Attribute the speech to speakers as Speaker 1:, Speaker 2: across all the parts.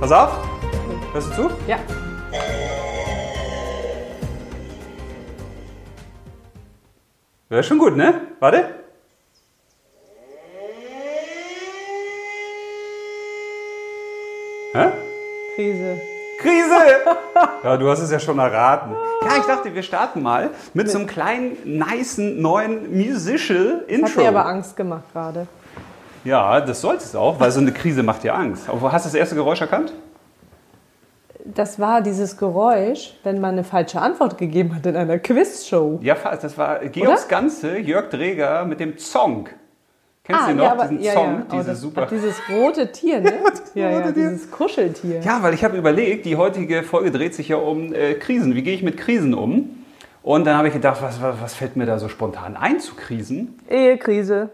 Speaker 1: Pass auf. Hörst du zu?
Speaker 2: Ja.
Speaker 1: Wäre schon gut, ne? Warte. Hä?
Speaker 2: Krise.
Speaker 1: Krise! Ja, du hast es ja schon erraten. Ja, ich dachte, wir starten mal mit so einem kleinen, nicen, neuen Musical-Intro.
Speaker 2: Hat mir aber Angst gemacht gerade.
Speaker 1: Ja, das sollte es auch, weil so eine Krise macht dir Angst. Aber hast du das erste Geräusch erkannt?
Speaker 2: Das war dieses Geräusch, wenn man eine falsche Antwort gegeben hat in einer Quizshow.
Speaker 1: Ja, fast. Das war Geh
Speaker 2: Oder?
Speaker 1: aufs Ganze, Jörg Dreger mit dem Zong. Kennst
Speaker 2: Ah,
Speaker 1: du den noch, diesen Zong?
Speaker 2: Oh,
Speaker 1: Diese
Speaker 2: das-
Speaker 1: super.
Speaker 2: hat dieses rote Tier, ne?
Speaker 1: dieses
Speaker 2: ja, ja,
Speaker 1: rote Tier.
Speaker 2: dieses Kuscheltier.
Speaker 1: Ja, weil ich habe überlegt, die heutige Folge dreht sich ja um äh, Krisen. Wie gehe ich mit Krisen um? Und dann habe ich gedacht, was, was, was fällt mir da so spontan ein zu Krisen?
Speaker 2: Ehekrise.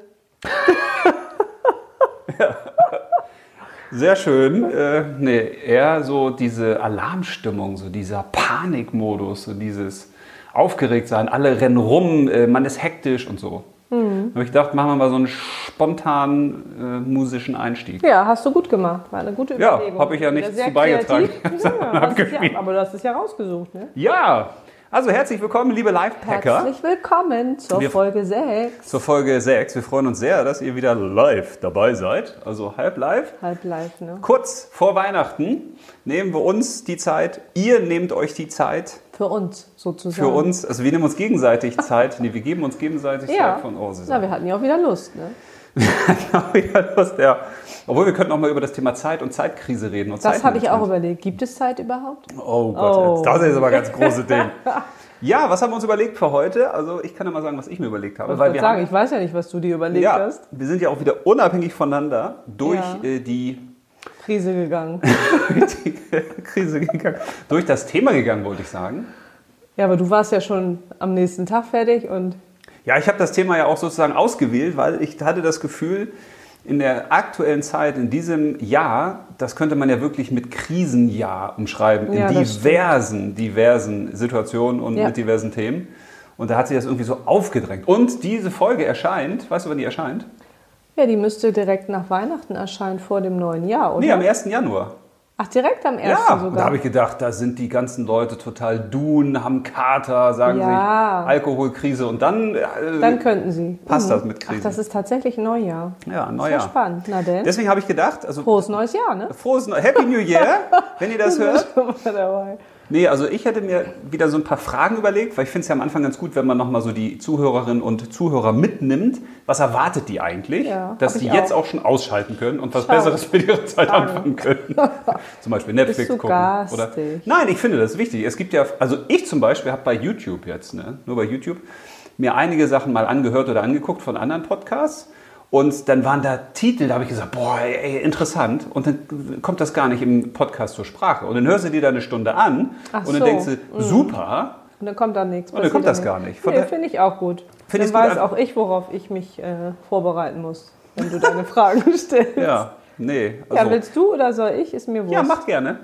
Speaker 1: Sehr schön. Äh, nee, eher so diese Alarmstimmung, so dieser Panikmodus, so dieses Aufgeregtsein, alle rennen rum, äh, man ist hektisch und so.
Speaker 2: Mhm.
Speaker 1: Da habe ich gedacht, machen wir mal so einen spontanen äh, musischen Einstieg.
Speaker 2: Ja, hast du gut gemacht. War eine gute
Speaker 1: Ja,
Speaker 2: Überlegung.
Speaker 1: hab ich ja nichts
Speaker 2: Wieder sehr
Speaker 1: zu beigetragen.
Speaker 2: kreativ. Ja, das ist ja, aber du hast es ja rausgesucht, ne?
Speaker 1: Ja, also herzlich willkommen, liebe Lifehacker.
Speaker 2: Herzlich willkommen zur
Speaker 1: Wir-
Speaker 2: Folge 6.
Speaker 1: zur Folge 6. Wir freuen uns sehr, dass ihr wieder live dabei seid, also halb live.
Speaker 2: Halb live, ne?
Speaker 1: Kurz vor Weihnachten nehmen wir uns die Zeit, ihr nehmt euch die Zeit
Speaker 2: Für uns sozusagen.
Speaker 1: für uns, also wir nehmen uns gegenseitig Zeit, nee, wir geben uns gegenseitig
Speaker 2: Ja.
Speaker 1: Zeit von oh, sie
Speaker 2: Na, wir hatten ja auch wieder Lust, ne?
Speaker 1: sagen- ja, Lust, ja. Obwohl wir könnten auch mal über das Thema Zeit und Zeitkrise reden. Und
Speaker 2: Das habe ich auch
Speaker 1: Zeitmanagement.
Speaker 2: überlegt. Gibt es Zeit überhaupt?
Speaker 1: Oh Gott,
Speaker 2: Oh.
Speaker 1: das ist aber ein ganz große Ding. Ja, was haben wir uns überlegt für heute? Also ich kann ja mal sagen, was ich mir überlegt habe.
Speaker 2: Ich
Speaker 1: weil
Speaker 2: wollte
Speaker 1: wir
Speaker 2: sagen,
Speaker 1: haben-
Speaker 2: ich weiß ja nicht, was du dir überlegt
Speaker 1: ja,
Speaker 2: hast.
Speaker 1: wir sind ja auch wieder unabhängig voneinander durch
Speaker 2: Ja.
Speaker 1: äh, die
Speaker 2: Krise gegangen.
Speaker 1: die Krise gegangen. Durch das Thema gegangen, wollte ich sagen.
Speaker 2: Ja, aber du warst ja schon am nächsten Tag fertig und
Speaker 1: Ja, ich habe das Thema ja auch sozusagen ausgewählt, weil ich hatte das Gefühl, in der aktuellen Zeit, in diesem Jahr, das könnte man ja wirklich mit Krisenjahr umschreiben,
Speaker 2: Ja,
Speaker 1: in
Speaker 2: das stimmt.
Speaker 1: diversen, diversen Situationen und
Speaker 2: Ja.
Speaker 1: mit diversen Themen. Und da hat sich das irgendwie so aufgedrängt. Und diese Folge erscheint, weißt du, wann die erscheint?
Speaker 2: ja, die müsste direkt nach Weihnachten erscheinen vor dem neuen Jahr, oder?
Speaker 1: Nee, am 1. Januar.
Speaker 2: Ach, direkt am 1.
Speaker 1: Ja, und da
Speaker 2: sogar.
Speaker 1: habe ich gedacht, da sind die ganzen Leute total dun, haben Kater, sagen
Speaker 2: Ja.
Speaker 1: sich Alkoholkrise und dann, äh,
Speaker 2: Dann könnten sie. Mhm.
Speaker 1: Passt das mit Krise?
Speaker 2: Ach, das ist tatsächlich Neujahr.
Speaker 1: ja,
Speaker 2: Sehr
Speaker 1: Neujahr.
Speaker 2: spannend. Na denn,
Speaker 1: Deswegen habe ich gedacht, also
Speaker 2: frohes neues Jahr, ne?
Speaker 1: frohes Neu Happy New Year, wenn ihr das hört.
Speaker 2: Schon mal dabei.
Speaker 1: Nee, also ich hätte mir wieder so ein paar Fragen überlegt, weil ich finde es ja am Anfang ganz gut, wenn man nochmal so die Zuhörerinnen und Zuhörer mitnimmt. Was erwartet die eigentlich?
Speaker 2: Ja,
Speaker 1: dass
Speaker 2: hab
Speaker 1: die
Speaker 2: ich
Speaker 1: jetzt auch. schon ausschalten können und was
Speaker 2: Schau.
Speaker 1: Besseres mit ihrer Zeit
Speaker 2: Fragen.
Speaker 1: anfangen können. zum Beispiel Netflix
Speaker 2: du
Speaker 1: gucken. Oder
Speaker 2: garstig?
Speaker 1: Nein, ich finde das wichtig. Es gibt ja, also ich zum Beispiel habe bei YouTube jetzt, ne, nur bei YouTube, mir einige Sachen mal angehört oder angeguckt von anderen Podcasts. Und dann waren da Titel, da habe ich gesagt, boah, ey, ey, interessant. Und dann kommt das gar nicht im Podcast zur Sprache. Und dann hörst du dir da eine Stunde an
Speaker 2: Ach
Speaker 1: und dann
Speaker 2: so. Mhm.
Speaker 1: denkst du, super,
Speaker 2: Und dann kommt da nichts.
Speaker 1: dann kommt
Speaker 2: passiert
Speaker 1: das gar nicht. Von
Speaker 2: Nee,
Speaker 1: da-
Speaker 2: finde ich auch gut.
Speaker 1: Find ich's
Speaker 2: dann
Speaker 1: gut,
Speaker 2: weiß
Speaker 1: einfach-
Speaker 2: auch ich, worauf ich mich äh, vorbereiten muss, wenn du deine Fragen stellst.
Speaker 1: ja, nee.
Speaker 2: Ja,
Speaker 1: Also,
Speaker 2: willst du oder soll ich? Ist mir wurscht.
Speaker 1: ja, macht gerne.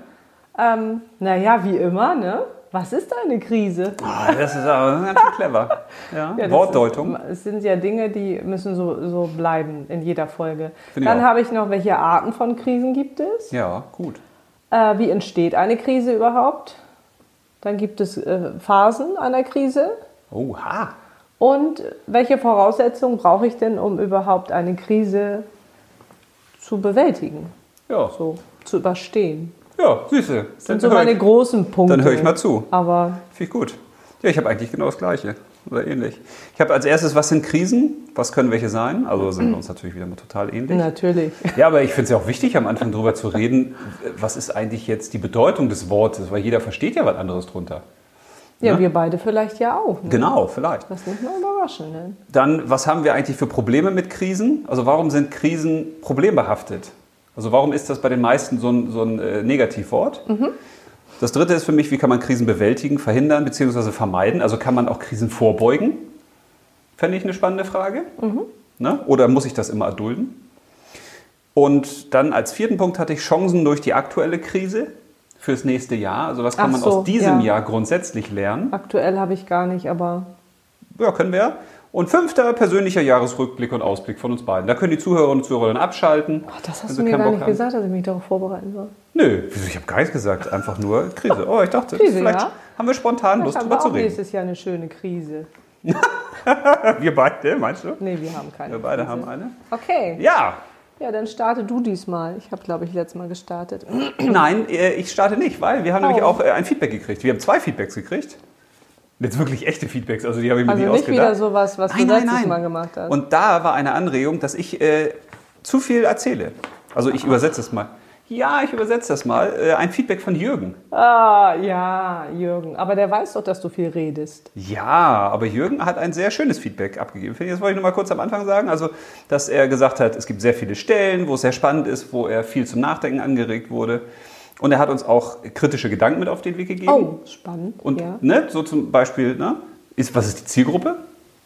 Speaker 2: Ähm, naja, wie immer, ne? Was ist eine Krise?
Speaker 1: Ah, das ist aber ganz schön clever. Ja.
Speaker 2: Ja, das
Speaker 1: Wortdeutung.
Speaker 2: ist- Es sind ja Dinge, die müssen so, so bleiben in jeder Folge.
Speaker 1: Finde ich
Speaker 2: Dann
Speaker 1: auch.
Speaker 2: habe ich noch, welche Arten von Krisen gibt es?
Speaker 1: ja, gut.
Speaker 2: Äh, wie entsteht eine Krise überhaupt? Dann gibt es äh, Phasen einer Krise.
Speaker 1: Oha.
Speaker 2: Und welche Voraussetzungen brauche ich denn, um überhaupt eine Krise zu bewältigen,
Speaker 1: Ja,
Speaker 2: so zu überstehen?
Speaker 1: ja süße.
Speaker 2: Das sind so meine großen Punkte.
Speaker 1: dann hör ich mal zu.
Speaker 2: Aber
Speaker 1: Finde ich gut. Ja, ich habe eigentlich genau das Gleiche oder ähnlich. Ich habe als erstes, was sind Krisen? Was können welche sein? Also sind wir uns natürlich wieder mal total ähnlich.
Speaker 2: natürlich.
Speaker 1: Ja, aber ich finde es ja auch wichtig, am Anfang drüber zu reden, was ist eigentlich jetzt die Bedeutung des Wortes, weil jeder versteht ja was anderes drunter.
Speaker 2: Ja,
Speaker 1: Ne?
Speaker 2: wir beide vielleicht ja auch. Ne?
Speaker 1: Genau, vielleicht.
Speaker 2: Lass mich mal überraschen. Ne?
Speaker 1: Dann, was haben wir eigentlich für Probleme mit Krisen? Also warum sind Krisen problembehaftet? Also warum ist das bei den meisten so ein, so ein äh, Negativwort?
Speaker 2: Mhm.
Speaker 1: Das dritte ist für mich, wie kann man Krisen bewältigen, verhindern bzw. vermeiden? Also kann man auch Krisen vorbeugen? Fände ich eine spannende Frage.
Speaker 2: Mhm.
Speaker 1: Ne? Oder muss ich das immer erdulden? Und dann als vierten Punkt hatte ich Chancen durch die aktuelle Krise fürs nächste Jahr. Also was kann
Speaker 2: Ach
Speaker 1: man
Speaker 2: so,
Speaker 1: aus diesem
Speaker 2: ja.
Speaker 1: Jahr grundsätzlich lernen?
Speaker 2: Aktuell habe ich gar nicht, aber
Speaker 1: Ja, können wir. Und fünfter persönlicher Jahresrückblick und Ausblick von uns beiden. Da können die Zuhörerinnen und Zuhörer dann abschalten.
Speaker 2: Ach, das
Speaker 1: wenn
Speaker 2: hast
Speaker 1: sie
Speaker 2: du mir
Speaker 1: Also keinen
Speaker 2: gar
Speaker 1: Bock
Speaker 2: nicht
Speaker 1: haben.
Speaker 2: gesagt, dass ich mich darauf vorbereiten soll.
Speaker 1: Nö, wieso? Ich habe gar nichts gesagt. Einfach nur Krise. Oh, ich dachte,
Speaker 2: Krise,
Speaker 1: vielleicht
Speaker 2: ja.
Speaker 1: haben wir spontan Lust,
Speaker 2: haben
Speaker 1: drüber
Speaker 2: wir
Speaker 1: zu
Speaker 2: auch
Speaker 1: reden.
Speaker 2: nächstes Jahr eine schöne Krise.
Speaker 1: Wir beide, meinst du?
Speaker 2: Nee, wir haben keine.
Speaker 1: Wir beide
Speaker 2: Krise.
Speaker 1: haben eine.
Speaker 2: Okay.
Speaker 1: Ja,
Speaker 2: Ja, dann starte du diesmal. Ich habe, glaube ich, letztes Mal gestartet.
Speaker 1: nein, äh, ich starte nicht, weil wir haben nämlich
Speaker 2: Oh.
Speaker 1: auch äh, ein Feedback gekriegt. Wir haben zwei Feedbacks gekriegt. Jetzt wirklich echte Feedbacks, also die habe ich mir
Speaker 2: Also
Speaker 1: nicht
Speaker 2: nicht
Speaker 1: ausgedacht.
Speaker 2: wieder sowas, was
Speaker 1: Nein,
Speaker 2: du
Speaker 1: nein,
Speaker 2: letztes
Speaker 1: nein.
Speaker 2: Mal gemacht hast.
Speaker 1: Und da war eine Anregung, dass ich äh, zu viel erzähle. Also ich übersetze es mal. Ja, ich übersetze das mal. Äh, ein Feedback von Jürgen.
Speaker 2: ah, ja, Jürgen. Aber der weiß doch, dass du viel redest.
Speaker 1: Ja, aber Jürgen hat ein sehr schönes Feedback abgegeben. Finde ich, Das wollte ich noch mal kurz am Anfang sagen. Also, dass er gesagt hat, es gibt sehr viele Stellen, wo es sehr spannend ist, wo er viel zum Nachdenken angeregt wurde. Und er hat uns auch kritische Gedanken mit auf den Weg gegeben.
Speaker 2: Oh, spannend.
Speaker 1: Und
Speaker 2: ja.
Speaker 1: ne, so zum Beispiel, ne, ist, was ist die Zielgruppe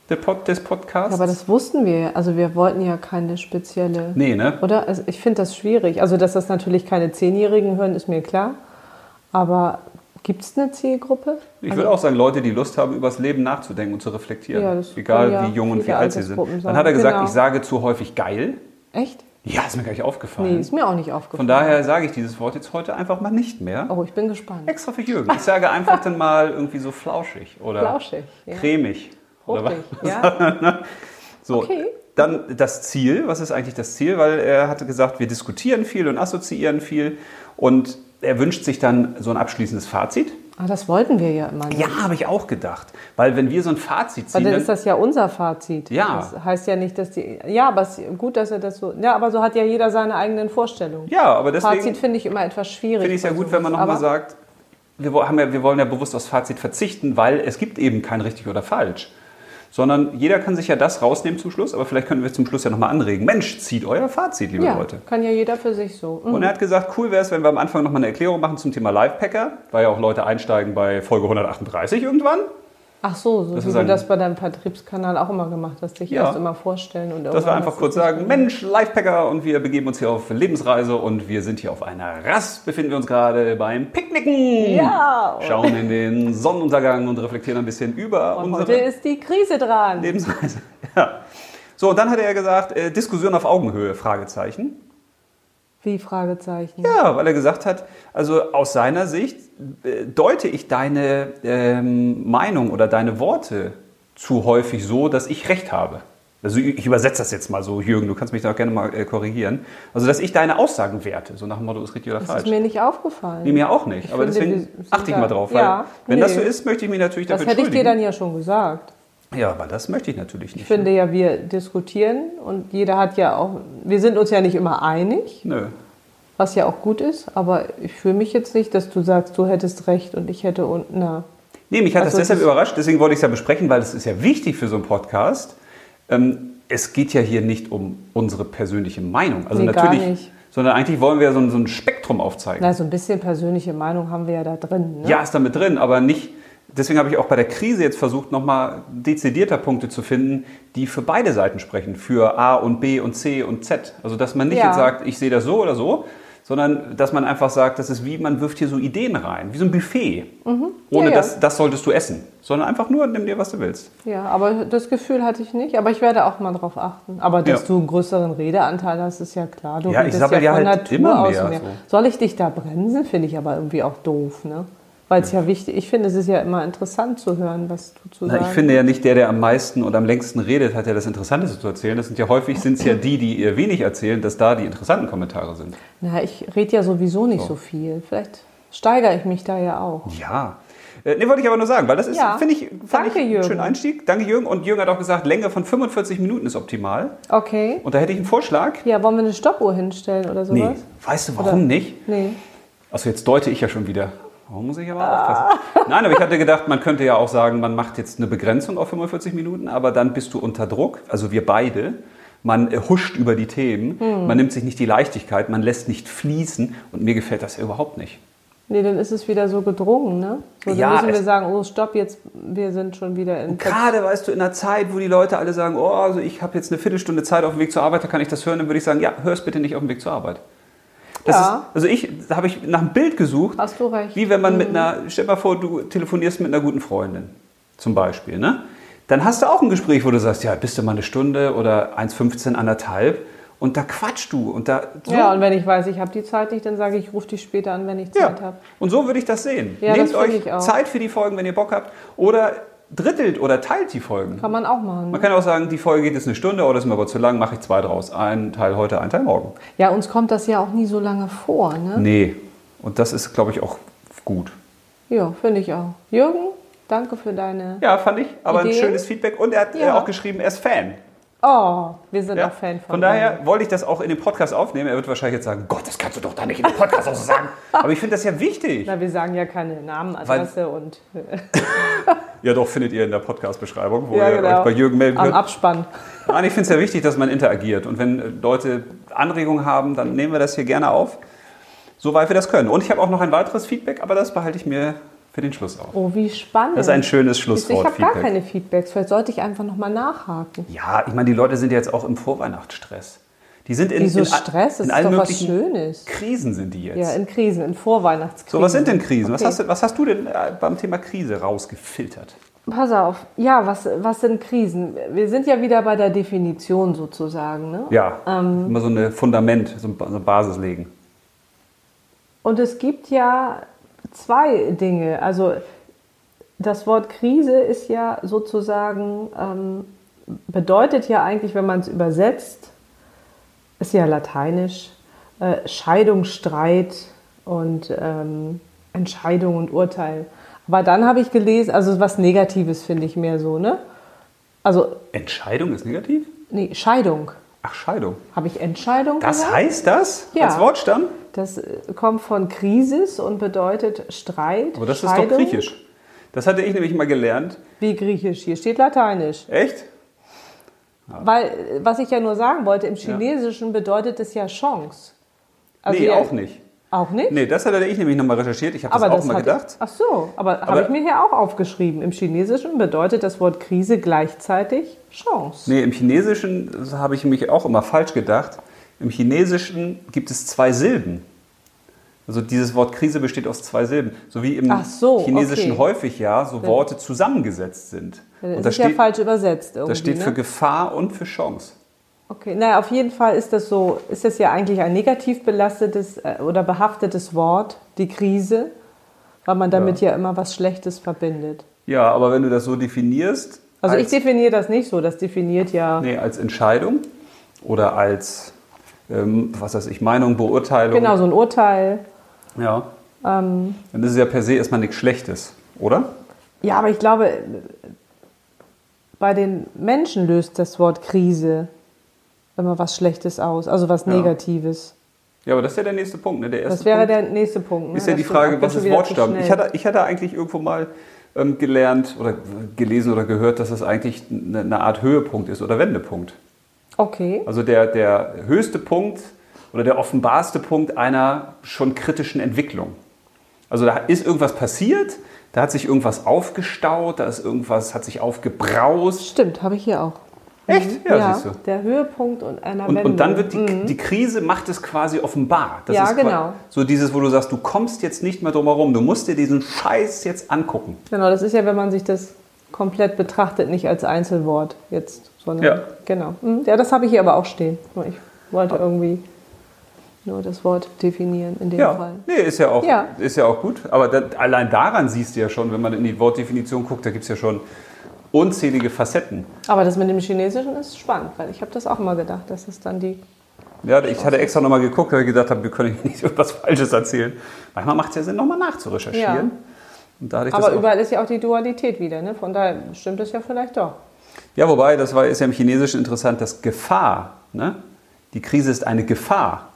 Speaker 1: der Pod, des Podcasts?
Speaker 2: Ja, aber das wussten wir. ja. Also wir wollten ja keine spezielle.
Speaker 1: nee, ne?
Speaker 2: Oder? Also ich finde das schwierig. Also, dass das natürlich keine Zehnjährigen hören, ist mir klar. Aber gibt es eine Zielgruppe?
Speaker 1: Ich
Speaker 2: Also-
Speaker 1: würde auch sagen, Leute, die Lust haben, über das Leben nachzudenken und zu reflektieren.
Speaker 2: Ja, das
Speaker 1: Egal
Speaker 2: können ja
Speaker 1: wie jung und
Speaker 2: viele
Speaker 1: wie alt sie sind.
Speaker 2: Altersgruppen
Speaker 1: Dann hat er
Speaker 2: sein.
Speaker 1: gesagt,
Speaker 2: Genau.
Speaker 1: ich sage zu häufig geil.
Speaker 2: Echt?
Speaker 1: Ja, ist mir gar nicht
Speaker 2: Nee,
Speaker 1: aufgefallen.
Speaker 2: ist mir auch nicht aufgefallen.
Speaker 1: Von daher sage ich dieses Wort jetzt heute einfach mal nicht mehr.
Speaker 2: Oh, ich bin gespannt.
Speaker 1: Extra für Jürgen. Ich sage einfach dann mal irgendwie so flauschig oder
Speaker 2: Flauschig. Ja.
Speaker 1: cremig. Oder was?
Speaker 2: Fruchtig, ja.
Speaker 1: So,
Speaker 2: Okay.
Speaker 1: dann das Ziel. Was ist eigentlich das Ziel? Weil er hatte gesagt, wir diskutieren viel und assoziieren viel. Und er wünscht sich dann so ein abschließendes Fazit.
Speaker 2: Ah, das wollten wir ja immer.
Speaker 1: Ja, habe ich auch gedacht. Weil wenn wir so ein Fazit ziehen,
Speaker 2: Weil dann
Speaker 1: dann
Speaker 2: ist das ja unser Fazit.
Speaker 1: Ja.
Speaker 2: Das heißt ja nicht, dass die. Ja, aber es, gut, dass er das so. Ja, aber so hat ja jeder seine eigenen Vorstellungen.
Speaker 1: Ja, aber deswegen
Speaker 2: Fazit
Speaker 1: finde
Speaker 2: finde ich immer etwas schwierig.
Speaker 1: ich es ja
Speaker 2: bei
Speaker 1: gut, wenn man
Speaker 2: sowas.
Speaker 1: nochmal
Speaker 2: Aber-
Speaker 1: sagt, wir, wo- haben ja, wir wollen ja bewusst aufs Fazit verzichten, weil es gibt eben kein richtig oder falsch. Sondern jeder kann sich ja das rausnehmen zum Schluss, aber vielleicht können wir es zum Schluss ja nochmal anregen. Mensch, zieht euer Fazit, liebe
Speaker 2: ja,
Speaker 1: Leute.
Speaker 2: Kann ja jeder für sich so. Mhm.
Speaker 1: Und er hat gesagt, cool wäre es, wenn wir am Anfang nochmal eine Erklärung machen zum Thema Lifepacker, weil ja auch Leute einsteigen bei Folge 138 irgendwann.
Speaker 2: Ach so, so
Speaker 1: Das
Speaker 2: wie
Speaker 1: ist
Speaker 2: du
Speaker 1: ein-
Speaker 2: das bei deinem Vertriebskanal auch immer gemacht hast, dich
Speaker 1: Ja.
Speaker 2: erst immer vorstellen und
Speaker 1: Dass wir
Speaker 2: irgendwann
Speaker 1: einfach
Speaker 2: das
Speaker 1: kurz
Speaker 2: nicht
Speaker 1: sagen,
Speaker 2: mehr-
Speaker 1: Mensch, Lifepacker und wir begeben uns hier auf Lebensreise und wir sind hier auf einer Rast, befinden wir uns gerade beim Picknicken.
Speaker 2: Ja.
Speaker 1: Schauen in den Sonnenuntergang und reflektieren ein bisschen über
Speaker 2: Und heute
Speaker 1: unsere
Speaker 2: ist die Krise dran.
Speaker 1: Lebensreise. Ja. So, und dann hat er gesagt, äh, Diskussion auf Augenhöhe, Fragezeichen.
Speaker 2: Wie Fragezeichen.
Speaker 1: Ja, weil er gesagt hat, also aus seiner Sicht äh, deute ich deine ähm, Meinung oder deine Worte zu häufig so, dass ich recht habe. Also ich übersetze das jetzt mal so, Jürgen, du kannst mich da auch gerne mal äh, korrigieren. Also dass ich deine Aussagen werte, so nach dem Motto, ist richtig oder
Speaker 2: das
Speaker 1: falsch.
Speaker 2: ist mir nicht aufgefallen.
Speaker 1: Nee, mir auch nicht. aber
Speaker 2: finde, wir
Speaker 1: deswegen
Speaker 2: sind
Speaker 1: achte ich
Speaker 2: da-
Speaker 1: mal drauf. Weil
Speaker 2: Ja,
Speaker 1: wenn das so
Speaker 2: nee.
Speaker 1: ist, möchte ich mich natürlich
Speaker 2: das
Speaker 1: dafür
Speaker 2: hätte ich dir
Speaker 1: entschuldigen.
Speaker 2: dann ja schon gesagt.
Speaker 1: ja, aber das möchte ich natürlich nicht.
Speaker 2: Ich finde ja, wir diskutieren und jeder hat ja auch, wir sind uns ja nicht immer einig,
Speaker 1: Nö.
Speaker 2: was ja auch gut ist, aber ich fühle mich jetzt nicht, dass du sagst, du hättest recht und ich hätte und na.
Speaker 1: Nee, mich hat
Speaker 2: Also
Speaker 1: das deshalb
Speaker 2: das-
Speaker 1: überrascht, deswegen wollte ich es ja besprechen, weil es ist ja wichtig für so einen Podcast. Ähm, es geht ja hier nicht um unsere persönliche Meinung. Also
Speaker 2: Nee, gar
Speaker 1: natürlich,
Speaker 2: nicht.
Speaker 1: sondern eigentlich wollen wir ja so ein, so ein Spektrum aufzeigen.
Speaker 2: Na, so ein bisschen persönliche Meinung haben wir ja da drin. Ne?
Speaker 1: Ja, ist da mit drin, aber nicht. Deswegen habe ich auch bei der Krise jetzt versucht, nochmal dezidierter Punkte zu finden, die für beide Seiten sprechen, für A und B und C und Z. Also, dass man nicht
Speaker 2: Ja.
Speaker 1: jetzt sagt, ich sehe das so oder so, sondern dass man einfach sagt, das ist wie, man wirft hier so Ideen rein, wie so ein Buffet. Ohne
Speaker 2: Mhm. ja.
Speaker 1: Das, das solltest du essen, sondern einfach nur, nimm dir, was du willst.
Speaker 2: Ja, aber das Gefühl hatte ich nicht. Aber ich werde auch mal drauf achten. Aber dass
Speaker 1: Ja.
Speaker 2: du einen größeren Redeanteil hast, ist ja klar. Du
Speaker 1: Ja, ich
Speaker 2: redest
Speaker 1: sabbel ja halt immer mehr, so.
Speaker 2: Soll ich dich da bremsen? Finde ich aber irgendwie auch doof, ne? Weil es ja. wichtig, ich finde, es ist ja immer interessant zu hören, was du zu
Speaker 1: Na, ich
Speaker 2: sagen.
Speaker 1: finde ja nicht, der, der am meisten und am längsten redet, hat ja das Interessanteste zu erzählen. Das sind ja häufig sind's ja die, die ihr wenig erzählen, dass da die interessanten Kommentare sind.
Speaker 2: Na, ich rede ja sowieso nicht so. viel. Vielleicht steigere ich mich da ja auch.
Speaker 1: Ja. Äh, Nee, wollte ich aber nur sagen, weil das ist,
Speaker 2: Ja.
Speaker 1: finde ich, fand
Speaker 2: Danke,
Speaker 1: ich einen
Speaker 2: Jürgen.
Speaker 1: schönen Einstieg. Danke, Jürgen. Und Jürgen hat auch gesagt, Länge von 45 Minuten ist optimal.
Speaker 2: Okay.
Speaker 1: Und da hätte ich einen Vorschlag.
Speaker 2: Ja, wollen wir eine Stoppuhr hinstellen oder sowas?
Speaker 1: Weißt du, warum
Speaker 2: Oder-
Speaker 1: nicht?
Speaker 2: Nee.
Speaker 1: Also jetzt deute ich ja schon wieder. Warum muss ich aber
Speaker 2: Ah.
Speaker 1: aufpassen? Nein, aber ich hatte gedacht, man könnte ja auch sagen, man macht jetzt eine Begrenzung auf 45 Minuten, aber dann bist du unter Druck, also wir beide. Man äh, huscht über die Themen,
Speaker 2: Hm.
Speaker 1: man nimmt sich nicht die Leichtigkeit, man lässt nicht fließen und mir gefällt das ja überhaupt nicht.
Speaker 2: Nee, dann ist es wieder so gedrungen, ne? So, dann
Speaker 1: Ja,
Speaker 2: müssen wir
Speaker 1: es-
Speaker 2: sagen, oh, stopp, jetzt, wir sind schon wieder in
Speaker 1: Gerade weißt du, in einer Zeit, wo die Leute alle sagen, oh, also ich habe jetzt eine Viertelstunde Zeit auf dem Weg zur Arbeit, da kann ich das hören, dann würde ich sagen, ja, hör es bitte nicht auf dem Weg zur Arbeit. Das
Speaker 2: Ja.
Speaker 1: ist, also ich da habe ich nach einem Bild gesucht,
Speaker 2: Hast du recht. Mhm.
Speaker 1: wie wenn man mit einer, stell dir mal vor, du telefonierst mit einer guten Freundin zum Beispiel, ne? Dann hast du auch ein Gespräch, wo du sagst, ja, bist du mal eine Stunde oder 1,15, anderthalb und da quatschst du und da so.
Speaker 2: Ja, und wenn ich weiß, ich habe die Zeit nicht, dann sage ich, ich rufe dich später an, wenn ich Zeit
Speaker 1: Ja.
Speaker 2: habe.
Speaker 1: Und so würde ich das sehen.
Speaker 2: Ja,
Speaker 1: Nehmt
Speaker 2: das finde
Speaker 1: euch
Speaker 2: ich auch.
Speaker 1: Zeit für die Folgen, wenn ihr Bock habt oder drittelt oder teilt die Folgen.
Speaker 2: Kann man auch machen.
Speaker 1: Man kann auch sagen, die Folge geht jetzt eine Stunde oder ist mir aber zu lang, mache ich zwei draus. Einen Teil heute, einen Teil morgen.
Speaker 2: Ja, uns kommt das ja auch nie so lange vor, ne?
Speaker 1: Nee. Und das ist, glaube ich, auch gut.
Speaker 2: Ja, finde ich auch. Jürgen, danke für deine.
Speaker 1: Ja, fand ich. Aber ein
Speaker 2: Ideen?
Speaker 1: schönes Feedback. Und er hat äh,
Speaker 2: Ja.
Speaker 1: auch geschrieben, er ist Fan.
Speaker 2: Oh, wir sind
Speaker 1: Ja?
Speaker 2: auch Fan von
Speaker 1: von daher wollte ich das auch in den Podcast aufnehmen. Er wird wahrscheinlich jetzt sagen, Gott, das kannst du doch da nicht in den Podcast auch so sagen. Aber ich finde das ja wichtig.
Speaker 2: Na, wir sagen ja keine Namen, Adresse und
Speaker 1: Oh Ja, doch, findet ihr in der Podcast-Beschreibung, wo
Speaker 2: Ja,
Speaker 1: ihr
Speaker 2: genau.
Speaker 1: euch bei Jürgen melden
Speaker 2: am
Speaker 1: könnt.
Speaker 2: Abspann.
Speaker 1: Nein, ich finde es ja wichtig, dass man interagiert. Und wenn äh, Leute Anregungen haben, dann nehmen wir das hier gerne auf, soweit wir das können. Und ich habe auch noch ein weiteres Feedback, aber das behalte ich mir für den Schluss auf.
Speaker 2: Oh, wie spannend.
Speaker 1: Das ist ein schönes
Speaker 2: Ich
Speaker 1: Schlusswort.
Speaker 2: habe gar
Speaker 1: Feedback.
Speaker 2: keine Feedbacks. Vielleicht sollte ich einfach nochmal nachhaken.
Speaker 1: Ja, ich meine, die Leute sind ja jetzt auch im Vorweihnachtsstress. Die sind in,
Speaker 2: Wieso
Speaker 1: in, a-
Speaker 2: Stress? Das
Speaker 1: in
Speaker 2: ist
Speaker 1: allen
Speaker 2: doch was
Speaker 1: möglichen
Speaker 2: Schönes.
Speaker 1: Krisen sind die jetzt.
Speaker 2: Ja, in Krisen, in Vorweihnachtskrisen.
Speaker 1: so, was sind denn Krisen? Was,
Speaker 2: Okay.
Speaker 1: hast du, was hast du denn äh, beim Thema Krise rausgefiltert?
Speaker 2: Pass auf. Ja, was, was sind Krisen? Wir sind ja wieder bei der Definition sozusagen. Ne?
Speaker 1: Ja,
Speaker 2: Ähm,
Speaker 1: immer so ein Fundament, so ein Ba- so eine Basis legen.
Speaker 2: Und es gibt ja zwei Dinge. Also das Wort Krise ist ja sozusagen, ähm, bedeutet ja eigentlich, wenn man es übersetzt, ist ja lateinisch, äh, Scheidung, Streit und ähm, Entscheidung und Urteil. Aber dann habe ich gelesen, also was Negatives finde ich mehr so, ne? Also,
Speaker 1: Entscheidung ist negativ?
Speaker 2: nee, Scheidung.
Speaker 1: Ach, Scheidung.
Speaker 2: Habe ich Entscheidung
Speaker 1: Das
Speaker 2: gesagt?
Speaker 1: heißt das?
Speaker 2: Ja.
Speaker 1: Als Wortstamm?
Speaker 2: Das äh, kommt von Krisis und bedeutet Streit.
Speaker 1: Aber das ist doch
Speaker 2: Scheidung.
Speaker 1: griechisch. Das hatte ich nämlich mal gelernt.
Speaker 2: Wie griechisch? Hier steht lateinisch.
Speaker 1: Echt?
Speaker 2: Weil, äh, was ich ja nur sagen wollte, im Chinesischen bedeutet es ja Chance. Also
Speaker 1: nee,
Speaker 2: ja-
Speaker 1: auch nicht.
Speaker 2: Auch nicht?
Speaker 1: Nee, das hatte ich nämlich nochmal recherchiert. Ich habe das auch mal
Speaker 2: hat-
Speaker 1: gedacht.
Speaker 2: Ach so, aber,
Speaker 1: Aber-
Speaker 2: habe ich mir hier auch aufgeschrieben. Im Chinesischen bedeutet das Wort Krise gleichzeitig Chance.
Speaker 1: Nee, im Chinesischen das habe ich mich auch immer falsch gedacht. Im Chinesischen gibt es zwei Silben. Also dieses Wort Krise besteht aus zwei Silben. So wie im
Speaker 2: Ach so,
Speaker 1: Chinesischen
Speaker 2: okay.
Speaker 1: häufig ja so Worte zusammengesetzt sind. Und
Speaker 2: Das
Speaker 1: da
Speaker 2: Äh, ist ja
Speaker 1: steht,
Speaker 2: falsch übersetzt irgendwie.
Speaker 1: da steht für
Speaker 2: ne?
Speaker 1: Gefahr und für Chance.
Speaker 2: Okay, naja, auf jeden Fall ist das so, ist das ja eigentlich ein negativ belastetes äh, oder behaftetes Wort, die Krise, weil man damit ja immer was Schlechtes verbindet.
Speaker 1: Ja, aber wenn du das so definierst.
Speaker 2: Also ich
Speaker 1: als-
Speaker 2: definiere das nicht so, das definiert ja
Speaker 1: Nee, als Entscheidung oder als, ähm, was weiß ich, Meinung, Beurteilung.
Speaker 2: genau so ein Urteil.
Speaker 1: Ja.
Speaker 2: Ähm,
Speaker 1: Dann ist es ja per se erstmal nichts Schlechtes, oder?
Speaker 2: ja, aber ich glaube, bei den Menschen löst das Wort Krise immer was Schlechtes aus, also was
Speaker 1: Ja.
Speaker 2: Negatives.
Speaker 1: Ja, aber das ist ja der nächste Punkt. Ne? Der erste
Speaker 2: Das wäre
Speaker 1: Punkt
Speaker 2: der nächste Punkt. Ne?
Speaker 1: ist ja
Speaker 2: Das
Speaker 1: die
Speaker 2: stimmt, ich
Speaker 1: Frage,
Speaker 2: bin
Speaker 1: was
Speaker 2: schon
Speaker 1: ist
Speaker 2: wieder zu
Speaker 1: Wortstamm?
Speaker 2: schnell.
Speaker 1: Ich hatte, ich hatte eigentlich irgendwo mal ähm, gelernt oder gelesen oder gehört, dass das eigentlich eine, eine Art Höhepunkt ist oder Wendepunkt.
Speaker 2: okay.
Speaker 1: Also der, der höchste Punkt oder der offenbarste Punkt einer schon kritischen Entwicklung. Also da ist irgendwas passiert, da hat sich irgendwas aufgestaut, da ist irgendwas, hat sich aufgebraust.
Speaker 2: Stimmt, habe ich hier auch.
Speaker 1: Echt? Ja,
Speaker 2: Mhm. Ja,
Speaker 1: siehst du.
Speaker 2: der Höhepunkt und einer
Speaker 1: Und,
Speaker 2: Wendung.
Speaker 1: und dann wird die, die Krise macht es quasi offenbar. Das
Speaker 2: Ja,
Speaker 1: ist qua-
Speaker 2: genau.
Speaker 1: So dieses, wo du sagst, du kommst jetzt nicht mehr drum herum, du musst dir diesen Scheiß jetzt angucken.
Speaker 2: Genau, das ist ja, wenn man sich das komplett betrachtet, nicht als Einzelwort jetzt, sondern
Speaker 1: Ja. Ah.
Speaker 2: genau. Hm, Ja, das habe ich hier aber auch stehen. Nur Ich wollte irgendwie nur das Wort definieren in dem
Speaker 1: Ja,
Speaker 2: Fall.
Speaker 1: nee, ist ja auch,
Speaker 2: Ja.
Speaker 1: Ist ja auch gut. Aber da, allein daran siehst du ja schon, wenn man in die Wortdefinition guckt, da gibt es ja schon unzählige Facetten.
Speaker 2: Aber das mit dem Chinesischen ist spannend, weil ich habe das auch mal gedacht, dass es dann die.
Speaker 1: Ja, ich hatte extra nochmal geguckt, weil ich gedacht habe, wir können nicht was Falsches erzählen. Manchmal macht es ja Sinn, nochmal nachzurecherchieren.
Speaker 2: Ja.
Speaker 1: Und dadurch
Speaker 2: Aber
Speaker 1: das auch,
Speaker 2: überall ist ja auch die Dualität wieder, ne? Von daher stimmt das ja vielleicht doch.
Speaker 1: ja, wobei, das war, ist ja im Chinesischen interessant, dass Gefahr, ne? die Krise ist eine Gefahr.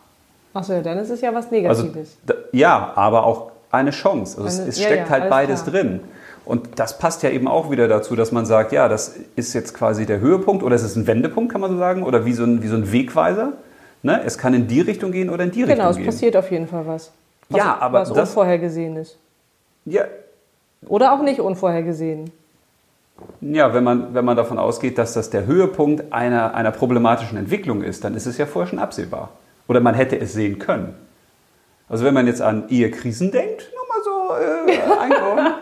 Speaker 2: Achso, ja, dann ist es ja was
Speaker 1: Also,
Speaker 2: Negatives.
Speaker 1: da, ja, aber auch eine Chance. Also
Speaker 2: Eine-
Speaker 1: es, es
Speaker 2: ja,
Speaker 1: steckt
Speaker 2: ja,
Speaker 1: halt
Speaker 2: alles
Speaker 1: beides
Speaker 2: klar.
Speaker 1: drin. Und das passt ja eben auch wieder dazu, dass man sagt, ja, das ist jetzt quasi der Höhepunkt oder es ist ein Wendepunkt, kann man so sagen, oder wie so ein, wie so ein Wegweiser. Ne? Es kann in die Richtung gehen oder in die
Speaker 2: genau, es
Speaker 1: Richtung gehen.
Speaker 2: passiert auf jeden Fall was. was
Speaker 1: Ja, aber
Speaker 2: was
Speaker 1: das-
Speaker 2: unvorhergesehen ist.
Speaker 1: Ja,
Speaker 2: Oder auch nicht unvorhergesehen.
Speaker 1: ja wenn, man, wenn man davon ausgeht, dass das der Höhepunkt einer, einer problematischen Entwicklung ist, dann ist es ja vorher schon absehbar. Oder man hätte es sehen können. Also wenn man jetzt an Ehekrisen denkt, nur mal so äh, einkaufen,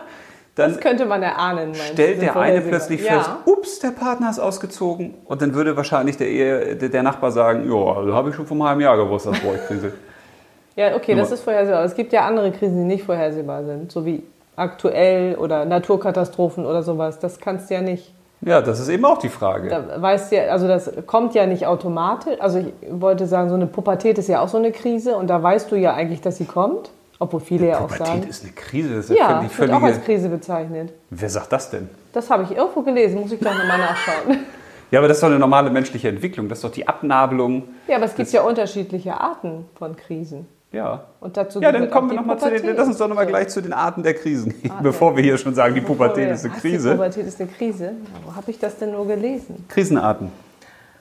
Speaker 1: dann
Speaker 2: Das könnte man erahnen. meinst
Speaker 1: stellt
Speaker 2: du,
Speaker 1: der
Speaker 2: wo
Speaker 1: eine
Speaker 2: sie-
Speaker 1: plötzlich
Speaker 2: ja.
Speaker 1: fest, ups, der Partner ist ausgezogen. Und dann würde wahrscheinlich der, Ehe, der, der Nachbar sagen, ja, also habe ich schon vor einem halben Jahr gewusst, dass ich krise.
Speaker 2: Ja, okay, das
Speaker 1: Nummer-
Speaker 2: ist vorhersehbar. Es gibt ja andere Krisen, die nicht vorhersehbar sind, so wie aktuell oder Naturkatastrophen oder sowas. Das kannst du ja nicht.
Speaker 1: Ja, das ist eben auch die Frage.
Speaker 2: Da weißt du ja, also das kommt ja nicht automatisch. Also ich wollte sagen, so eine Pubertät ist ja auch so eine Krise und da weißt du ja eigentlich, dass sie kommt, obwohl viele ja auch
Speaker 1: Pubertät
Speaker 2: sagen.
Speaker 1: ist eine Krise. Das ist
Speaker 2: Ja,
Speaker 1: ja, völlig,
Speaker 2: wird auch als
Speaker 1: völlige,
Speaker 2: Krise bezeichnet.
Speaker 1: wer sagt das denn?
Speaker 2: Das habe ich irgendwo gelesen, muss ich doch nochmal nachschauen.
Speaker 1: Ja, aber das ist doch eine normale menschliche Entwicklung. Das ist doch die Abnabelung.
Speaker 2: Ja, aber es gibt ja unterschiedliche Arten von Krisen.
Speaker 1: Ja.
Speaker 2: Und dazu
Speaker 1: Ja,
Speaker 2: gehört
Speaker 1: dann
Speaker 2: auch
Speaker 1: kommen wir
Speaker 2: die
Speaker 1: nochmal zu den,
Speaker 2: Pubertät.
Speaker 1: lass uns doch nochmal
Speaker 2: So. Ah,
Speaker 1: gleich zu den Arten der Krisen gehen, bevor wir hier schon sagen, die Pubertät ist eine
Speaker 2: Ach, die
Speaker 1: Krise.
Speaker 2: Pubertät ist eine Krise. Ja, Wo habe ich das denn nur gelesen?
Speaker 1: Krisenarten.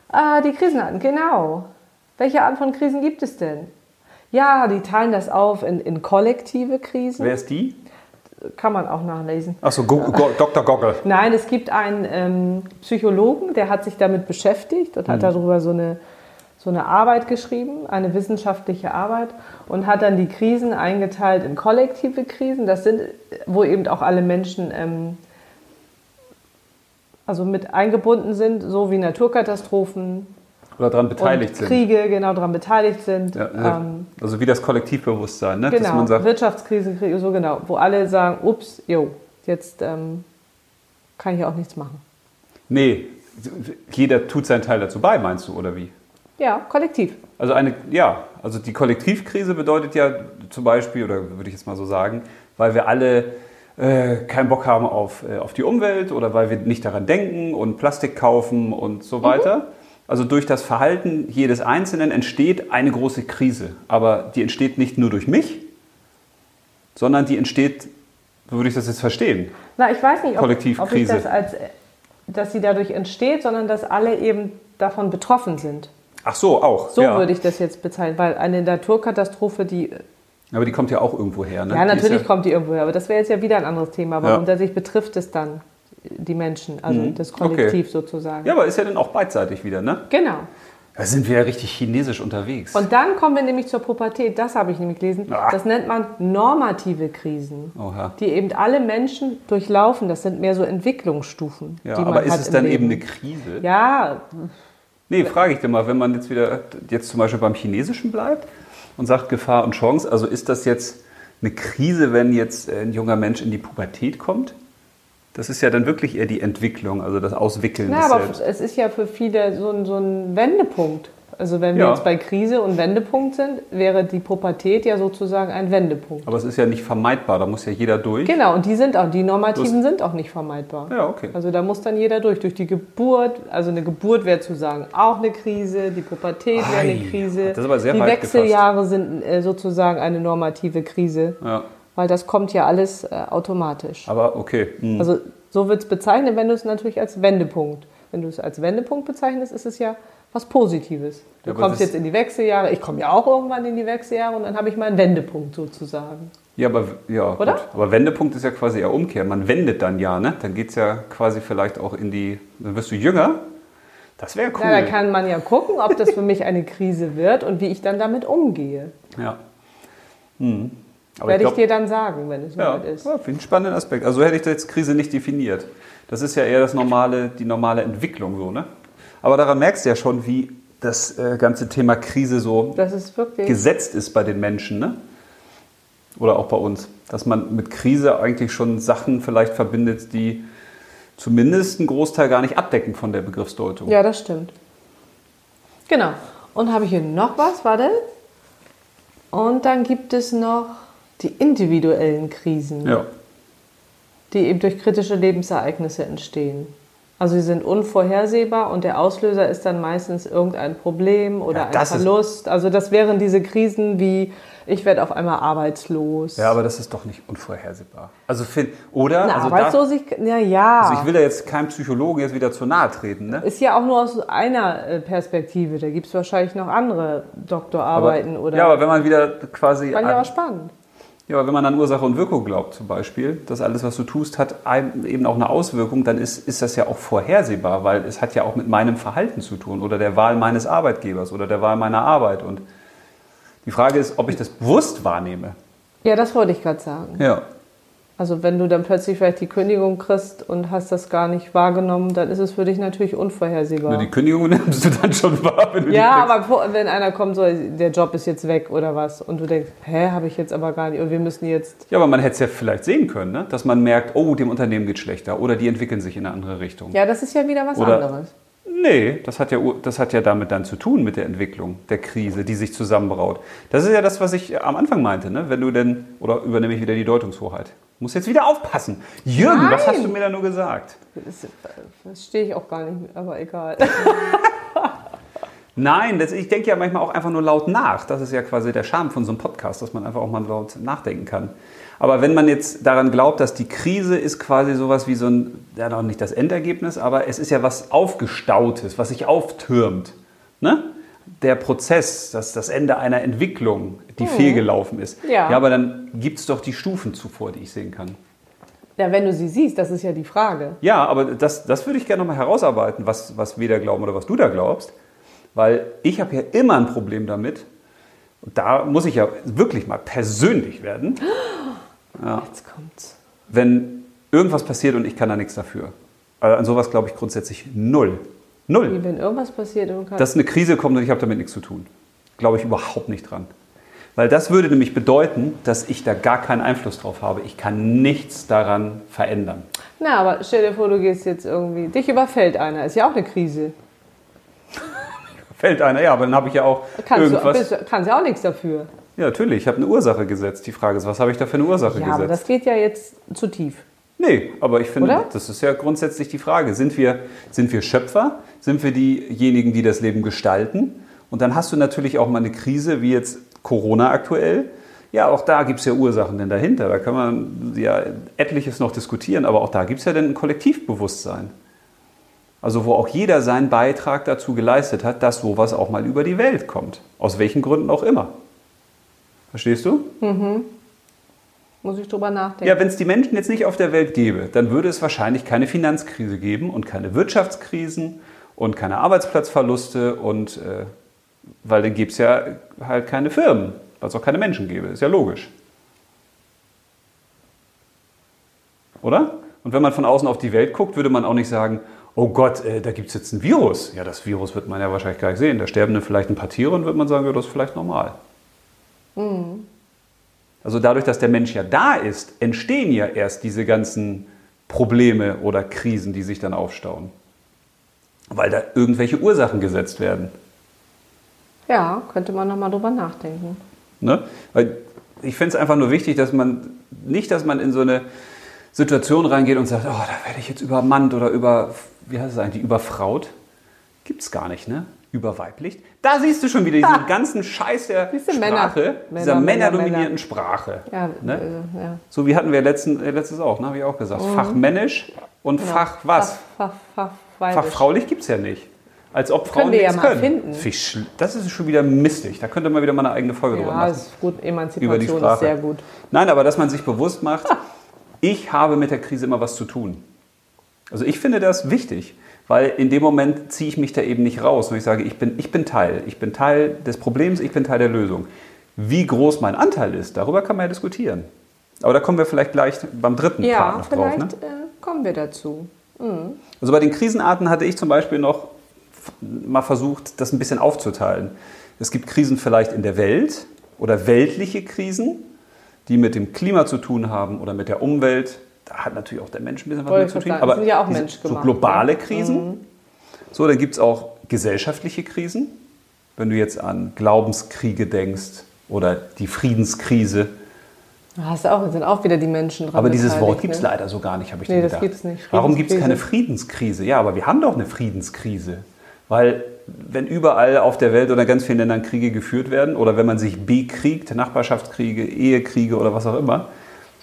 Speaker 2: Ah, die Krisenarten, genau. Welche Arten von Krisen gibt es denn? Ja, die teilen das auf in, in kollektive Krisen.
Speaker 1: Wer ist die?
Speaker 2: Kann man auch nachlesen.
Speaker 1: Achso, Go Go Dr. Goggle.
Speaker 2: Nein, es gibt einen ähm, Psychologen, der hat sich damit beschäftigt
Speaker 1: Mhm.
Speaker 2: und hat darüber so eine, so eine Arbeit geschrieben, eine wissenschaftliche Arbeit und hat dann die Krisen eingeteilt in kollektive Krisen. Das sind, äh, wo eben auch alle Menschen ähm, also mit eingebunden sind, so wie Naturkatastrophen
Speaker 1: Oder daran beteiligt
Speaker 2: und
Speaker 1: sind.
Speaker 2: Kriege genau daran beteiligt sind.
Speaker 1: Ja, ne?
Speaker 2: ähm,
Speaker 1: also wie das Kollektivbewusstsein, ne? dass
Speaker 2: Genau,
Speaker 1: man sagt,
Speaker 2: Wirtschaftskrise, Krieg- so genau, wo alle sagen, ups, jo, jetzt ähm, kann ich auch nichts machen.
Speaker 1: nee, jeder tut seinen Teil dazu bei, meinst du, oder wie?
Speaker 2: Ja, kollektiv.
Speaker 1: Also eine, ja, also die Kollektivkrise bedeutet ja zum Beispiel, oder würde ich jetzt mal so sagen, weil wir alle äh, keinen Bock haben auf, äh, auf die Umwelt oder weil wir nicht daran denken und Plastik kaufen und so weiter.
Speaker 2: Mhm.
Speaker 1: Also durch das Verhalten jedes Einzelnen entsteht eine große Krise. Aber die entsteht nicht nur durch mich, sondern die entsteht, so würde ich das jetzt verstehen.
Speaker 2: Na, ich weiß nicht, ob, ob ich
Speaker 1: Kollektivkrise.
Speaker 2: das als, äh, dass sie dadurch entsteht, sondern dass alle eben davon betroffen sind.
Speaker 1: Ach so, auch.
Speaker 2: So
Speaker 1: ja.
Speaker 2: würde ich das jetzt bezeichnen, weil eine Naturkatastrophe, die,
Speaker 1: Aber die kommt ja auch irgendwo her. Ne?
Speaker 2: ja,
Speaker 1: Die ist
Speaker 2: natürlich kommt die irgendwo her, aber das wäre jetzt ja wieder ein anderes Thema, aber
Speaker 1: Ja. Mhm.
Speaker 2: grundsätzlich betrifft es dann die Menschen, also das Kollektiv sozusagen.
Speaker 1: Ja, aber ist ja dann auch beidseitig wieder, ne?
Speaker 2: Genau.
Speaker 1: Da sind wir ja richtig chinesisch unterwegs.
Speaker 2: Und dann kommen wir nämlich zur Pubertät, das habe ich nämlich gelesen.
Speaker 1: Ah. Oh.
Speaker 2: Das nennt man normative Krisen,
Speaker 1: Oha.
Speaker 2: die eben alle Menschen durchlaufen. Das sind mehr so Entwicklungsstufen.
Speaker 1: Ja,
Speaker 2: die man
Speaker 1: aber ist
Speaker 2: hat
Speaker 1: es
Speaker 2: im
Speaker 1: dann eben
Speaker 2: Leben.
Speaker 1: eine Krise?
Speaker 2: Ja,
Speaker 1: Nee, frage ich dir mal, wenn man jetzt wieder, jetzt zum Beispiel beim Chinesischen bleibt und sagt Gefahr und Chance, also ist das jetzt eine Krise, wenn jetzt äh, ein junger Mensch in die Pubertät kommt? Das ist ja dann wirklich eher die Entwicklung, also das Auswickeln
Speaker 2: na,
Speaker 1: des
Speaker 2: aber
Speaker 1: Selbst.
Speaker 2: es ist ja für viele so ein, so ein Wendepunkt. Also wenn wir
Speaker 1: Ja.
Speaker 2: jetzt bei Krise und Wendepunkt sind, wäre die Pubertät ja sozusagen ein Wendepunkt.
Speaker 1: Aber es ist ja nicht vermeidbar, da muss ja jeder durch.
Speaker 2: Genau, und die sind auch, die normativen sind auch nicht vermeidbar.
Speaker 1: Ja, okay.
Speaker 2: Also da muss dann jeder durch. Durch die Geburt, also eine Geburt wäre zu sagen auch eine Krise, die Pubertät wäre eine
Speaker 1: Ei,
Speaker 2: Krise.
Speaker 1: das ist aber sehr
Speaker 2: die
Speaker 1: weit
Speaker 2: Wechseljahre sind äh, sozusagen eine normative Krise,
Speaker 1: Ja,
Speaker 2: weil das kommt ja alles äh, automatisch.
Speaker 1: aber okay. Hm.
Speaker 2: Also so wird es bezeichnet, wenn du es natürlich als Wendepunkt. Wenn du es als Wendepunkt bezeichnest, ist es ja was Positives. Du
Speaker 1: Ja, aber
Speaker 2: kommst
Speaker 1: das-
Speaker 2: jetzt in die Wechseljahre, ich komme ja auch irgendwann in die Wechseljahre und dann habe ich meinen Wendepunkt sozusagen.
Speaker 1: Ja, aber, ja,
Speaker 2: Oder?
Speaker 1: Gut. aber Wendepunkt ist ja quasi eher Umkehr. Man wendet dann ja, ne? Dann geht es ja quasi vielleicht auch in die, dann wirst du jünger. Das wäre cool.
Speaker 2: Ja, da kann man ja gucken, ob das für mich eine Krise wird und wie ich dann damit umgehe.
Speaker 1: Ja. Hm. Aber
Speaker 2: Werde ich,
Speaker 1: glaub-
Speaker 2: dir dann sagen, wenn es
Speaker 1: ja,
Speaker 2: soweit ist.
Speaker 1: ja, finde ich einen spannenden Aspekt. Also so hätte ich da jetzt Krise nicht definiert. Das ist ja eher das normale, die normale Entwicklung so, ne? Aber daran merkst du ja schon, wie das äh, ganze Thema Krise so
Speaker 2: Das ist wirklich.
Speaker 1: gesetzt ist bei den Menschen, ne? Oder auch bei uns. Dass man mit Krise eigentlich schon Sachen vielleicht verbindet, die zumindest einen Großteil gar nicht abdecken von der Begriffsdeutung.
Speaker 2: ja, das stimmt. Genau. Und habe ich hier noch was? Warte. Und dann gibt es noch die individuellen Krisen,
Speaker 1: ja.
Speaker 2: die eben durch kritische Lebensereignisse entstehen. Also sie sind unvorhersehbar und der Auslöser ist dann meistens irgendein Problem oder
Speaker 1: Ja,
Speaker 2: ein
Speaker 1: das ist-
Speaker 2: Verlust. Also das wären diese Krisen wie ich werde auf einmal arbeitslos.
Speaker 1: Ja, aber das ist doch nicht unvorhersehbar. Also, Finn, oder?
Speaker 2: Eine
Speaker 1: also da-
Speaker 2: Arbeitslosigkeit, na ja.
Speaker 1: Also ich will da jetzt keinem Psychologen jetzt wieder zu nahe treten, ne?
Speaker 2: Ist ja auch nur aus einer äh, Perspektive. Da gibt es wahrscheinlich noch andere Doktorarbeiten oder.
Speaker 1: ja, aber Ah. wenn man wieder quasi
Speaker 2: fand ich
Speaker 1: an,
Speaker 2: aber spannend.
Speaker 1: ja, aber wenn man an Ursache und Wirkung glaubt zum Beispiel, dass alles, was du tust, hat ein- eben auch eine Auswirkung, dann ist, ist das ja auch vorhersehbar, weil es hat ja auch mit meinem Verhalten zu tun oder der Wahl meines Arbeitgebers oder der Wahl meiner Arbeit. Und die Frage ist, ob ich das bewusst wahrnehme.
Speaker 2: Ja, das wollte ich gerade sagen.
Speaker 1: Ja.
Speaker 2: Also wenn du dann plötzlich vielleicht die Kündigung kriegst und hast das gar nicht wahrgenommen, dann ist es für dich natürlich unvorhersehbar.
Speaker 1: Nur die Kündigung nimmst du dann schon wahr, wenn du die
Speaker 2: ja,
Speaker 1: kriegst.
Speaker 2: aber vor- wenn einer kommt, so der Job ist jetzt weg oder was und du denkst, hä, habe ich jetzt aber gar nicht und wir müssen jetzt
Speaker 1: Ja, aber man hätte es ja vielleicht sehen können, ne? dass man merkt, oh, dem Unternehmen geht schlechter oder die entwickeln sich in eine andere Richtung.
Speaker 2: Ja, das ist ja wieder was
Speaker 1: Oder-
Speaker 2: anderes.
Speaker 1: Nee, das hat, ja, ur- das hat ja damit dann zu tun mit der Entwicklung der Krise, die sich zusammenbraut. Das ist ja das, was ich am Anfang meinte, ne? wenn du denn, oder übernehme ich wieder die Deutungshoheit. Muss jetzt wieder aufpassen. Jürgen, was
Speaker 2: Nein.
Speaker 1: hast du mir da nur gesagt?
Speaker 2: Das, äh, das stehe ich auch gar nicht, mit, aber egal.
Speaker 1: Nein, das, ich denke ja manchmal auch einfach nur laut nach. Das ist ja quasi der Charme von so einem Podcast, dass man einfach auch mal laut nachdenken kann. Aber wenn man jetzt daran glaubt, dass die Krise ist quasi sowas wie so ein, ja noch nicht das Endergebnis, aber es ist ja was Aufgestautes, was sich auftürmt. Ne? Der Prozess, das, das Ende einer Entwicklung, die fehlgelaufen ist.
Speaker 2: Ja.
Speaker 1: ja aber dann gibt es doch die Stufen zuvor, die ich sehen kann.
Speaker 2: Ja, wenn du sie siehst, das ist ja die Frage.
Speaker 1: Ja, aber das, das würde ich gerne nochmal herausarbeiten, was, was wir da glauben oder was du da glaubst. Weil ich habe ja immer ein Problem damit. Und da muss ich ja wirklich mal persönlich werden,
Speaker 2: Jetzt kommt's.
Speaker 1: wenn irgendwas passiert und ich kann da nichts dafür. Also an sowas glaube ich grundsätzlich null. Null.
Speaker 2: Wie, Wenn irgendwas passiert und kann.
Speaker 1: Dass eine Krise kommt und ich habe damit nichts zu tun. Glaube ich überhaupt nicht dran. Weil das würde nämlich bedeuten, dass ich da gar keinen Einfluss drauf habe. Ich kann nichts daran verändern.
Speaker 2: Na, aber stell dir vor, du gehst jetzt irgendwie. Dich überfällt einer, ist ja auch eine Krise.
Speaker 1: Fällt einer, ja, aber dann habe ich ja auch
Speaker 2: Kannst du
Speaker 1: irgendwas.
Speaker 2: bist, kannst ja auch nichts dafür.
Speaker 1: Ja, natürlich. Ich habe eine Ursache gesetzt. Die Frage ist, was habe ich da für eine Ursache
Speaker 2: Ja, aber
Speaker 1: gesetzt?
Speaker 2: das geht ja jetzt zu tief.
Speaker 1: nee, aber ich finde,
Speaker 2: Oder?
Speaker 1: das ist ja grundsätzlich die Frage. Sind wir, sind wir Schöpfer? Sind wir diejenigen, die das Leben gestalten? Und dann hast du natürlich auch mal eine Krise, wie jetzt Corona aktuell. Ja, auch da gibt es ja Ursachen denn dahinter. Da kann man ja etliches noch diskutieren, aber auch da gibt es ja dann ein Kollektivbewusstsein. Also wo auch jeder seinen Beitrag dazu geleistet hat, dass sowas auch mal über die Welt kommt. Aus welchen Gründen auch immer. Verstehst du?
Speaker 2: Muss ich drüber nachdenken.
Speaker 1: Ja, wenn es die Menschen jetzt nicht auf der Welt gäbe, dann würde es wahrscheinlich keine Finanzkrise geben und keine Wirtschaftskrisen und keine Arbeitsplatzverluste und äh, weil dann gäbe es ja halt keine Firmen, weil es auch keine Menschen gäbe. Ist ja logisch. Oder? Und wenn man von außen auf die Welt guckt, würde man auch nicht sagen, oh Gott, äh, da gibt es jetzt ein Virus. Ja, das Virus wird man ja wahrscheinlich gar nicht sehen. Da sterben dann vielleicht ein paar Tiere und wird man sagen, ja, das ist vielleicht normal. Also dadurch, dass der Mensch ja da ist, entstehen ja erst diese ganzen Probleme oder Krisen, die sich dann aufstauen. Weil da irgendwelche Ursachen gesetzt werden.
Speaker 2: Ja, könnte man nochmal drüber nachdenken.
Speaker 1: Ne? Weil ich finde es einfach nur wichtig, dass man nicht, dass man in so eine Situation reingeht und sagt, oh, da werde ich jetzt übermannt oder über, wie heißt es eigentlich, überfraut. Gibt's gar nicht, ne? Überweiblicht. Da siehst du schon wieder diesen ganzen Scheiß der
Speaker 2: Siehst du, Männer.
Speaker 1: Sprache,
Speaker 2: Männer,
Speaker 1: dieser
Speaker 2: Männer,
Speaker 1: männerdominierten
Speaker 2: Männer.
Speaker 1: Sprache.
Speaker 2: Ja,
Speaker 1: ne?
Speaker 2: äh, ja.
Speaker 1: So wie hatten wir letzten, äh, letztes auch, ne? habe ich auch gesagt.
Speaker 2: Mhm.
Speaker 1: Fachmännisch und
Speaker 2: Genau.
Speaker 1: Fach was?
Speaker 2: Fach, fach, fach,
Speaker 1: Fachfraulich gibt es ja nicht. Als ob Frauen
Speaker 2: wir ja
Speaker 1: nichts
Speaker 2: mal
Speaker 1: können.
Speaker 2: finden.
Speaker 1: Wie schl- Das ist schon wieder mistig. Da könnte man wieder mal eine eigene Folge drüber
Speaker 2: Ja, also.
Speaker 1: machen.
Speaker 2: ist gut.
Speaker 1: Über die
Speaker 2: Emanzipation
Speaker 1: Sprache.
Speaker 2: ist sehr gut.
Speaker 1: Nein, aber dass man sich bewusst macht, ich habe mit der Krise immer was zu tun. Also ich finde das wichtig, weil in dem Moment ziehe ich mich da eben nicht raus und ich sage, ich bin, ich bin Teil. Ich bin Teil des Problems, ich bin Teil der Lösung. Wie groß mein Anteil ist, darüber kann man ja diskutieren. Aber da kommen wir vielleicht gleich beim dritten Part
Speaker 2: Ja,
Speaker 1: noch drauf.
Speaker 2: vielleicht
Speaker 1: Ne?
Speaker 2: äh, kommen wir dazu.
Speaker 1: Also bei den Krisenarten hatte ich zum Beispiel noch f- mal versucht, das ein bisschen aufzuteilen. Es gibt Krisen vielleicht in der Welt oder weltliche Krisen, die mit dem Klima zu tun haben oder mit der Umwelt. Da hat natürlich auch der Mensch ein bisschen was
Speaker 2: Wollte
Speaker 1: mit zu
Speaker 2: ich
Speaker 1: tun.
Speaker 2: gerade sagen, sind ja auch
Speaker 1: diese- so
Speaker 2: menschgemacht, ne? Mhm.
Speaker 1: globale Krisen. So, dann gibt es auch gesellschaftliche Krisen. Wenn du jetzt an Glaubenskriege denkst oder die Friedenskrise.
Speaker 2: Da hast du Ah, auch, sind auch wieder die Menschen dran.
Speaker 1: Aber dieses Wort gibt
Speaker 2: beteiligt,
Speaker 1: es
Speaker 2: ne?
Speaker 1: leider so gar nicht, habe ich
Speaker 2: Nee,
Speaker 1: mir
Speaker 2: das
Speaker 1: gedacht.
Speaker 2: gibt's nicht.
Speaker 1: Warum gibt es keine
Speaker 2: Friedenskrise.
Speaker 1: Friedenskrise? Ja, aber wir haben doch eine Friedenskrise. Weil wenn überall auf der Welt oder in ganz vielen Ländern Kriege geführt werden oder wenn man sich bekriegt, Nachbarschaftskriege, Ehekriege oder was auch immer.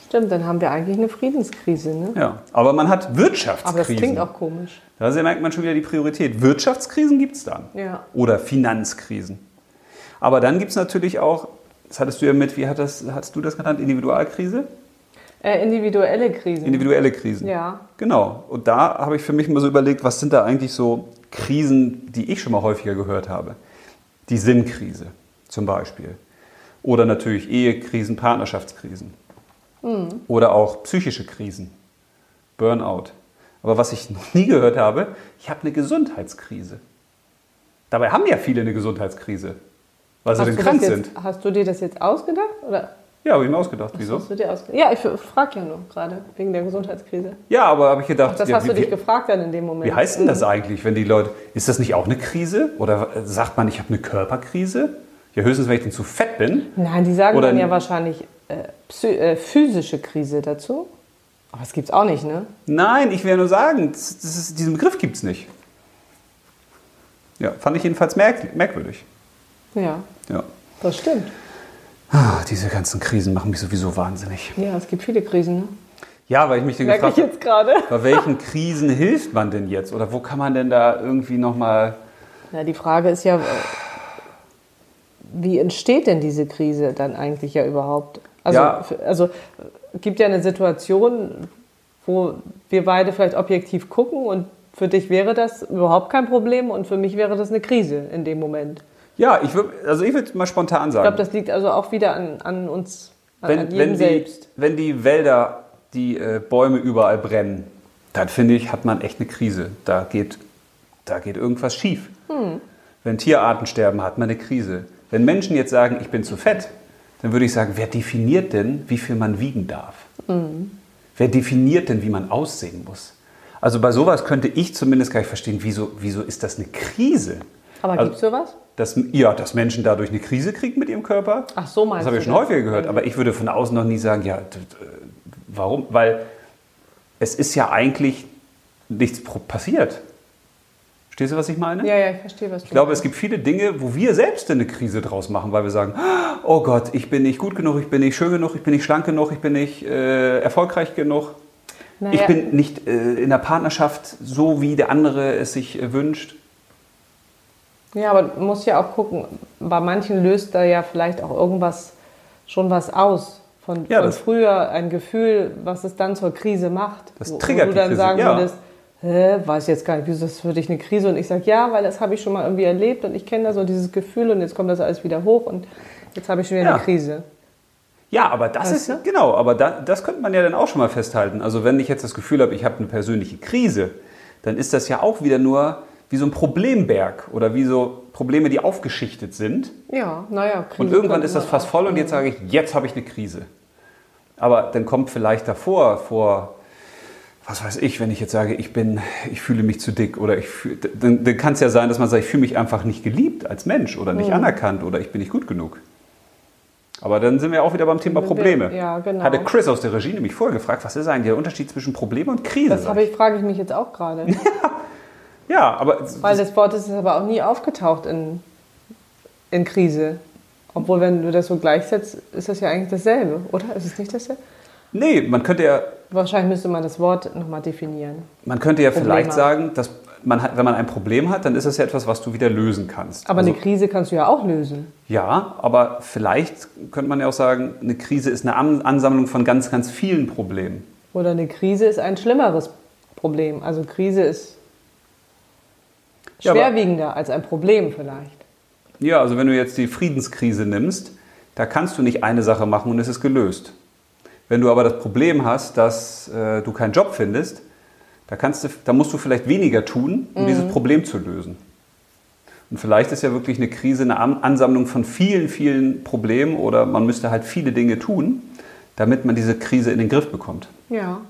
Speaker 2: Stimmt, dann haben wir eigentlich eine Friedenskrise. Ne?
Speaker 1: Ja, aber man hat Wirtschaftskrisen.
Speaker 2: Aber das klingt auch komisch.
Speaker 1: Da merkt man schon wieder die Priorität. Wirtschaftskrisen gibt es dann.
Speaker 2: Ja.
Speaker 1: Oder Finanzkrisen. Aber dann gibt es natürlich auch, das hattest du ja mit, wie hat das, hattest du das genannt, Individualkrise?
Speaker 2: Äh, individuelle Krisen.
Speaker 1: Individuelle Krisen.
Speaker 2: Ja.
Speaker 1: Genau. Und da habe ich für mich mal so überlegt, was sind da eigentlich so Krisen, die ich schon mal häufiger gehört habe. Die Sinnkrise zum Beispiel. Oder natürlich Ehekrisen, Partnerschaftskrisen.
Speaker 2: Mhm.
Speaker 1: Oder auch psychische Krisen, Burnout. Aber was ich noch nie gehört habe, ich habe eine Gesundheitskrise. Dabei haben ja viele eine Gesundheitskrise, weil sie
Speaker 2: Hast
Speaker 1: denn
Speaker 2: du
Speaker 1: also krank
Speaker 2: das
Speaker 1: sind.
Speaker 2: jetzt, Hast du dir das jetzt ausgedacht? Oder
Speaker 1: Ja, habe ich mir ausgedacht. Wieso?
Speaker 2: hast du dir ausgedacht? Ja, ich frage ja nur gerade, wegen der Gesundheitskrise.
Speaker 1: Ja, aber habe ich gedacht,
Speaker 2: Ach, das
Speaker 1: ja,
Speaker 2: hast
Speaker 1: wie,
Speaker 2: du dich
Speaker 1: wie,
Speaker 2: gefragt dann in dem Moment.
Speaker 1: wie heißt denn
Speaker 2: äh.
Speaker 1: das eigentlich, wenn die Leute, ist das nicht auch eine Krise? Oder äh, sagt man, ich habe eine Körperkrise? Ja, höchstens, wenn ich denn zu fett bin.
Speaker 2: Nein, die sagen
Speaker 1: Oder
Speaker 2: dann ja
Speaker 1: ein-
Speaker 2: wahrscheinlich äh, psy- äh, physische Krise dazu. Aber das gibt's auch nicht, ne?
Speaker 1: Nein, ich will ja nur sagen, das das ist, diesen Begriff gibt es nicht. Ja, fand ich jedenfalls merk, merkwürdig.
Speaker 2: Ja,
Speaker 1: Ja.
Speaker 2: das stimmt.
Speaker 1: Ah, diese ganzen Krisen machen mich sowieso wahnsinnig.
Speaker 2: Ja, es gibt viele Krisen, ne?
Speaker 1: Ja, weil ich mich dann
Speaker 2: Merke ich
Speaker 1: gefragt habe,
Speaker 2: jetzt gerade.
Speaker 1: bei welchen Krisen hilft man denn jetzt? Oder wo kann man denn da irgendwie nochmal...
Speaker 2: Na, die Frage ist ja, äh, wie entsteht denn diese Krise dann eigentlich ja überhaupt? Also,
Speaker 1: Ja.
Speaker 2: f- also äh, gibt ja eine Situation, wo wir beide vielleicht objektiv gucken und für dich wäre das überhaupt kein Problem und für mich wäre das eine Krise in dem Moment.
Speaker 1: Ja, ich würde also ich würd mal spontan
Speaker 2: Ich
Speaker 1: sagen.
Speaker 2: glaube, das liegt also auch wieder an, an uns, an, an
Speaker 1: wenn,
Speaker 2: jedem
Speaker 1: wenn, die,
Speaker 2: selbst.
Speaker 1: wenn die Wälder, die äh, Bäume überall brennen, dann finde ich, hat man echt eine Krise. Da geht, da geht irgendwas schief.
Speaker 2: Hm.
Speaker 1: Wenn Tierarten sterben, hat man eine Krise. Wenn Menschen jetzt sagen, ich bin zu fett, dann würde ich sagen, wer definiert denn, wie viel man wiegen darf?
Speaker 2: Hm.
Speaker 1: Wer definiert denn, wie man aussehen muss? Also bei sowas könnte ich zumindest gar nicht verstehen, wieso, wieso ist das eine Krise?
Speaker 2: Aber
Speaker 1: also,
Speaker 2: gibt's sowas?
Speaker 1: dass, ja, dass Menschen dadurch eine Krise kriegen mit ihrem Körper.
Speaker 2: Ach, so meinst
Speaker 1: Das habe ich
Speaker 2: du
Speaker 1: schon
Speaker 2: das?
Speaker 1: häufiger gehört, aber ich würde von außen noch nie sagen, ja, d- d- warum? Weil es ist ja eigentlich nichts pro- passiert. Verstehst du, was ich meine?
Speaker 2: Ja, ja, ich verstehe, was du
Speaker 1: Ich glaube, es gibt viele Dinge, wo wir selbst eine Krise draus machen, weil wir sagen, oh Gott, ich bin nicht gut genug, ich bin nicht schön genug, ich bin nicht schlank genug, ich bin nicht äh, erfolgreich genug.
Speaker 2: Naja.
Speaker 1: Ich bin nicht äh, in der Partnerschaft so, wie der andere es sich äh, wünscht.
Speaker 2: Ja, aber du musst ja auch gucken, bei manchen löst da ja vielleicht auch irgendwas schon was aus. Von,
Speaker 1: Ja,
Speaker 2: von
Speaker 1: das-
Speaker 2: früher ein Gefühl, was es dann zur Krise macht.
Speaker 1: Das
Speaker 2: wo,
Speaker 1: triggert
Speaker 2: wo
Speaker 1: die
Speaker 2: du dann
Speaker 1: Krise,
Speaker 2: sagen
Speaker 1: ja.
Speaker 2: würdest, Hä, weiß jetzt gar nicht, wieso ist das für dich eine Krise? Und ich sage, ja, weil das habe ich schon mal irgendwie erlebt und ich kenne da so dieses Gefühl und jetzt kommt das alles wieder hoch und jetzt habe ich schon wieder
Speaker 1: Ja.
Speaker 2: eine Krise.
Speaker 1: Ja, aber das
Speaker 2: Weißt
Speaker 1: ist,
Speaker 2: du?
Speaker 1: genau, aber da, das könnte man ja dann auch schon mal festhalten. Also wenn ich jetzt das Gefühl habe, ich habe eine persönliche Krise, dann ist das ja auch wieder nur wie so ein Problemberg oder wie so Probleme, die aufgeschichtet sind.
Speaker 2: Ja, naja, Krise.
Speaker 1: Und irgendwann
Speaker 2: könnte
Speaker 1: ist das
Speaker 2: man
Speaker 1: fast
Speaker 2: auch-
Speaker 1: voll und jetzt sage ich, jetzt habe ich eine Krise. Aber dann kommt vielleicht davor, vor, was weiß ich, wenn ich jetzt sage, ich bin, ich fühle mich zu dick oder ich fühl- dann, dann kann es ja sein, dass man sagt, ich fühle mich einfach nicht geliebt als Mensch oder
Speaker 2: Mhm.
Speaker 1: nicht anerkannt oder ich bin nicht gut genug. Aber dann sind wir auch wieder beim Thema
Speaker 2: wir-
Speaker 1: Probleme.
Speaker 2: ja, genau.
Speaker 1: Hatte Chris aus der Regie nämlich vorher gefragt, was ist eigentlich der Unterschied zwischen Problem und Krise?
Speaker 2: Das habe ich, frage ich mich jetzt auch gerade.
Speaker 1: ja, aber
Speaker 2: Weil das Wort ist aber auch nie aufgetaucht in, in Krise. Obwohl, wenn du das so gleichsetzt, ist das ja eigentlich dasselbe, oder? Ist es nicht dasselbe?
Speaker 1: nee, man könnte ja
Speaker 2: Wahrscheinlich müsste man das Wort nochmal definieren.
Speaker 1: Man könnte ja
Speaker 2: Probleme.
Speaker 1: vielleicht sagen, dass man hat, wenn man ein Problem hat, dann ist das ja etwas, was du wieder lösen kannst.
Speaker 2: Aber
Speaker 1: also,
Speaker 2: eine Krise kannst du ja auch lösen.
Speaker 1: ja, aber vielleicht könnte man ja auch sagen, eine Krise ist eine An- Ansammlung von ganz, ganz vielen Problemen.
Speaker 2: Oder eine Krise ist ein schlimmeres Problem. Also Krise ist
Speaker 1: Ja, aber-
Speaker 2: schwerwiegender als ein Problem vielleicht.
Speaker 1: Ja, also wenn du jetzt die Friedenskrise nimmst, da kannst du nicht eine Sache machen und es ist gelöst. Wenn du aber das Problem hast, dass äh, du keinen Job findest, da, kannst du, da musst du vielleicht weniger tun, um dieses Problem zu lösen. Und vielleicht ist ja wirklich eine Krise eine An- Ansammlung von vielen, vielen Problemen oder man müsste halt viele Dinge tun, damit man diese Krise in den Griff bekommt.
Speaker 2: Ja,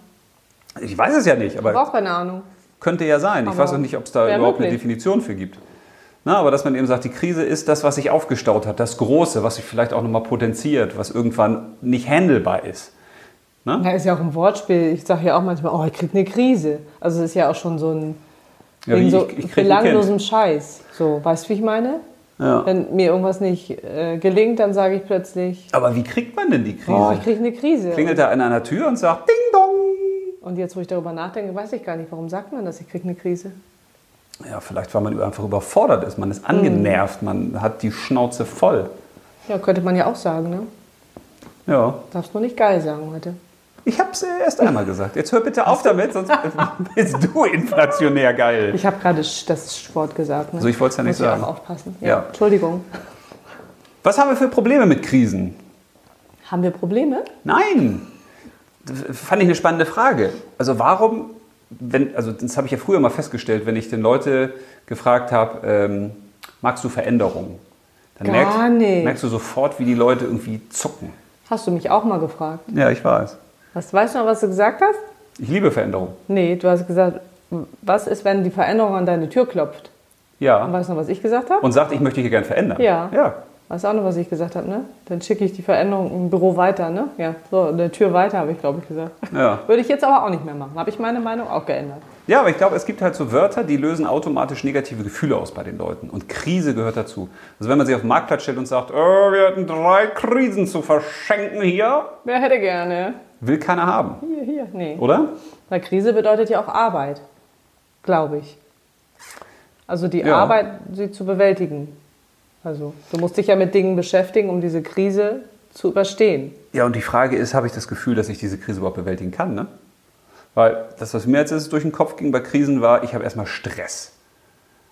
Speaker 1: Ich weiß es ja nicht, aber
Speaker 2: aber auch keine Ahnung.
Speaker 1: könnte ja sein. Ich
Speaker 2: Aber
Speaker 1: weiß auch nicht, ob es da
Speaker 2: wär
Speaker 1: überhaupt eine
Speaker 2: möglich.
Speaker 1: Definition für gibt. Na, aber dass man eben sagt, die Krise ist das, was sich aufgestaut hat, das Große, was sich vielleicht auch nochmal potenziert, was irgendwann nicht handelbar ist.
Speaker 2: Da ist ja auch ein Wortspiel. Ich sage ja auch manchmal, oh, ich krieg eine Krise. Also es ist ja auch schon so ein
Speaker 1: Ja,
Speaker 2: wegen
Speaker 1: wie
Speaker 2: so
Speaker 1: ich- ich krieg ein
Speaker 2: belanglosem Scheiß. So, weißt du, wie ich meine?
Speaker 1: Ja.
Speaker 2: Wenn mir irgendwas nicht äh, gelingt, dann sage ich plötzlich,
Speaker 1: Aber wie kriegt man denn die Krise?
Speaker 2: oh, ich kriege eine Krise.
Speaker 1: Klingelt da einer an der Tür und sagt, Ding Dong!
Speaker 2: Und jetzt, wo ich darüber nachdenke, weiß ich gar nicht, warum sagt man das, ich kriege eine Krise.
Speaker 1: Ja, vielleicht, weil man einfach überfordert ist, man ist
Speaker 2: Mhm.
Speaker 1: angenervt, man hat die Schnauze voll.
Speaker 2: Ja, könnte man ja auch sagen, ne?
Speaker 1: Ja.
Speaker 2: Darfst nur nicht geil sagen heute.
Speaker 1: Ich habe es erst einmal gesagt. Jetzt hör bitte auf damit, sonst bist du inflationär geil.
Speaker 2: Ich habe gerade sch- das Wort gesagt, ne?
Speaker 1: Also ich wollt's ja nicht
Speaker 2: Muss
Speaker 1: sagen.
Speaker 2: Ich auch aufpassen. Ja.
Speaker 1: Ja.
Speaker 2: Entschuldigung.
Speaker 1: Was haben wir für Probleme mit Krisen?
Speaker 2: Haben wir Probleme?
Speaker 1: Nein! fand ich eine spannende Frage. Also warum, wenn, also das habe ich ja früher mal festgestellt, wenn ich den Leute gefragt habe, ähm, magst du Veränderungen? Dann
Speaker 2: Gar
Speaker 1: merkst,
Speaker 2: nicht.
Speaker 1: merkst du sofort, wie die Leute irgendwie zucken.
Speaker 2: Hast du mich auch mal gefragt?
Speaker 1: Ja, ich weiß.
Speaker 2: Was, weißt du noch, was du gesagt hast?
Speaker 1: Ich liebe Veränderungen.
Speaker 2: Nee, du hast gesagt, was ist, wenn die Veränderung an deine Tür klopft? Und
Speaker 1: Ja.
Speaker 2: weißt du noch, was ich gesagt habe?
Speaker 1: Und sagt, ich möchte hier gern verändern.
Speaker 2: Ja.
Speaker 1: Ja.
Speaker 2: Weißt du auch noch, was ich gesagt habe, ne? Dann schicke ich die Veränderung im Büro weiter, ne? Ja, so, in der Tür weiter, habe ich, glaube ich, gesagt.
Speaker 1: Ja,
Speaker 2: Würde ich jetzt aber auch nicht mehr machen. Habe ich meine Meinung auch geändert.
Speaker 1: ja aber ich glaube, es gibt halt so Wörter, die lösen automatisch negative Gefühle aus bei den Leuten. Und Krise gehört dazu. Also wenn man sich auf den Marktplatz stellt und sagt, oh, wir hatten drei Krisen zu verschenken hier,
Speaker 2: Wer hätte gerne?
Speaker 1: will keiner haben,
Speaker 2: Hier, hier. Nee.
Speaker 1: oder?
Speaker 2: Weil Krise bedeutet ja auch Arbeit, glaube ich. Also die
Speaker 1: Ja.
Speaker 2: Arbeit, sie zu bewältigen. Also du musst dich ja mit Dingen beschäftigen, um diese Krise zu überstehen.
Speaker 1: Ja, und die Frage ist, habe ich das Gefühl, dass ich diese Krise überhaupt bewältigen kann, ne? Weil das, was mir jetzt ist, durch den Kopf ging bei Krisen, war, ich habe erstmal Stress.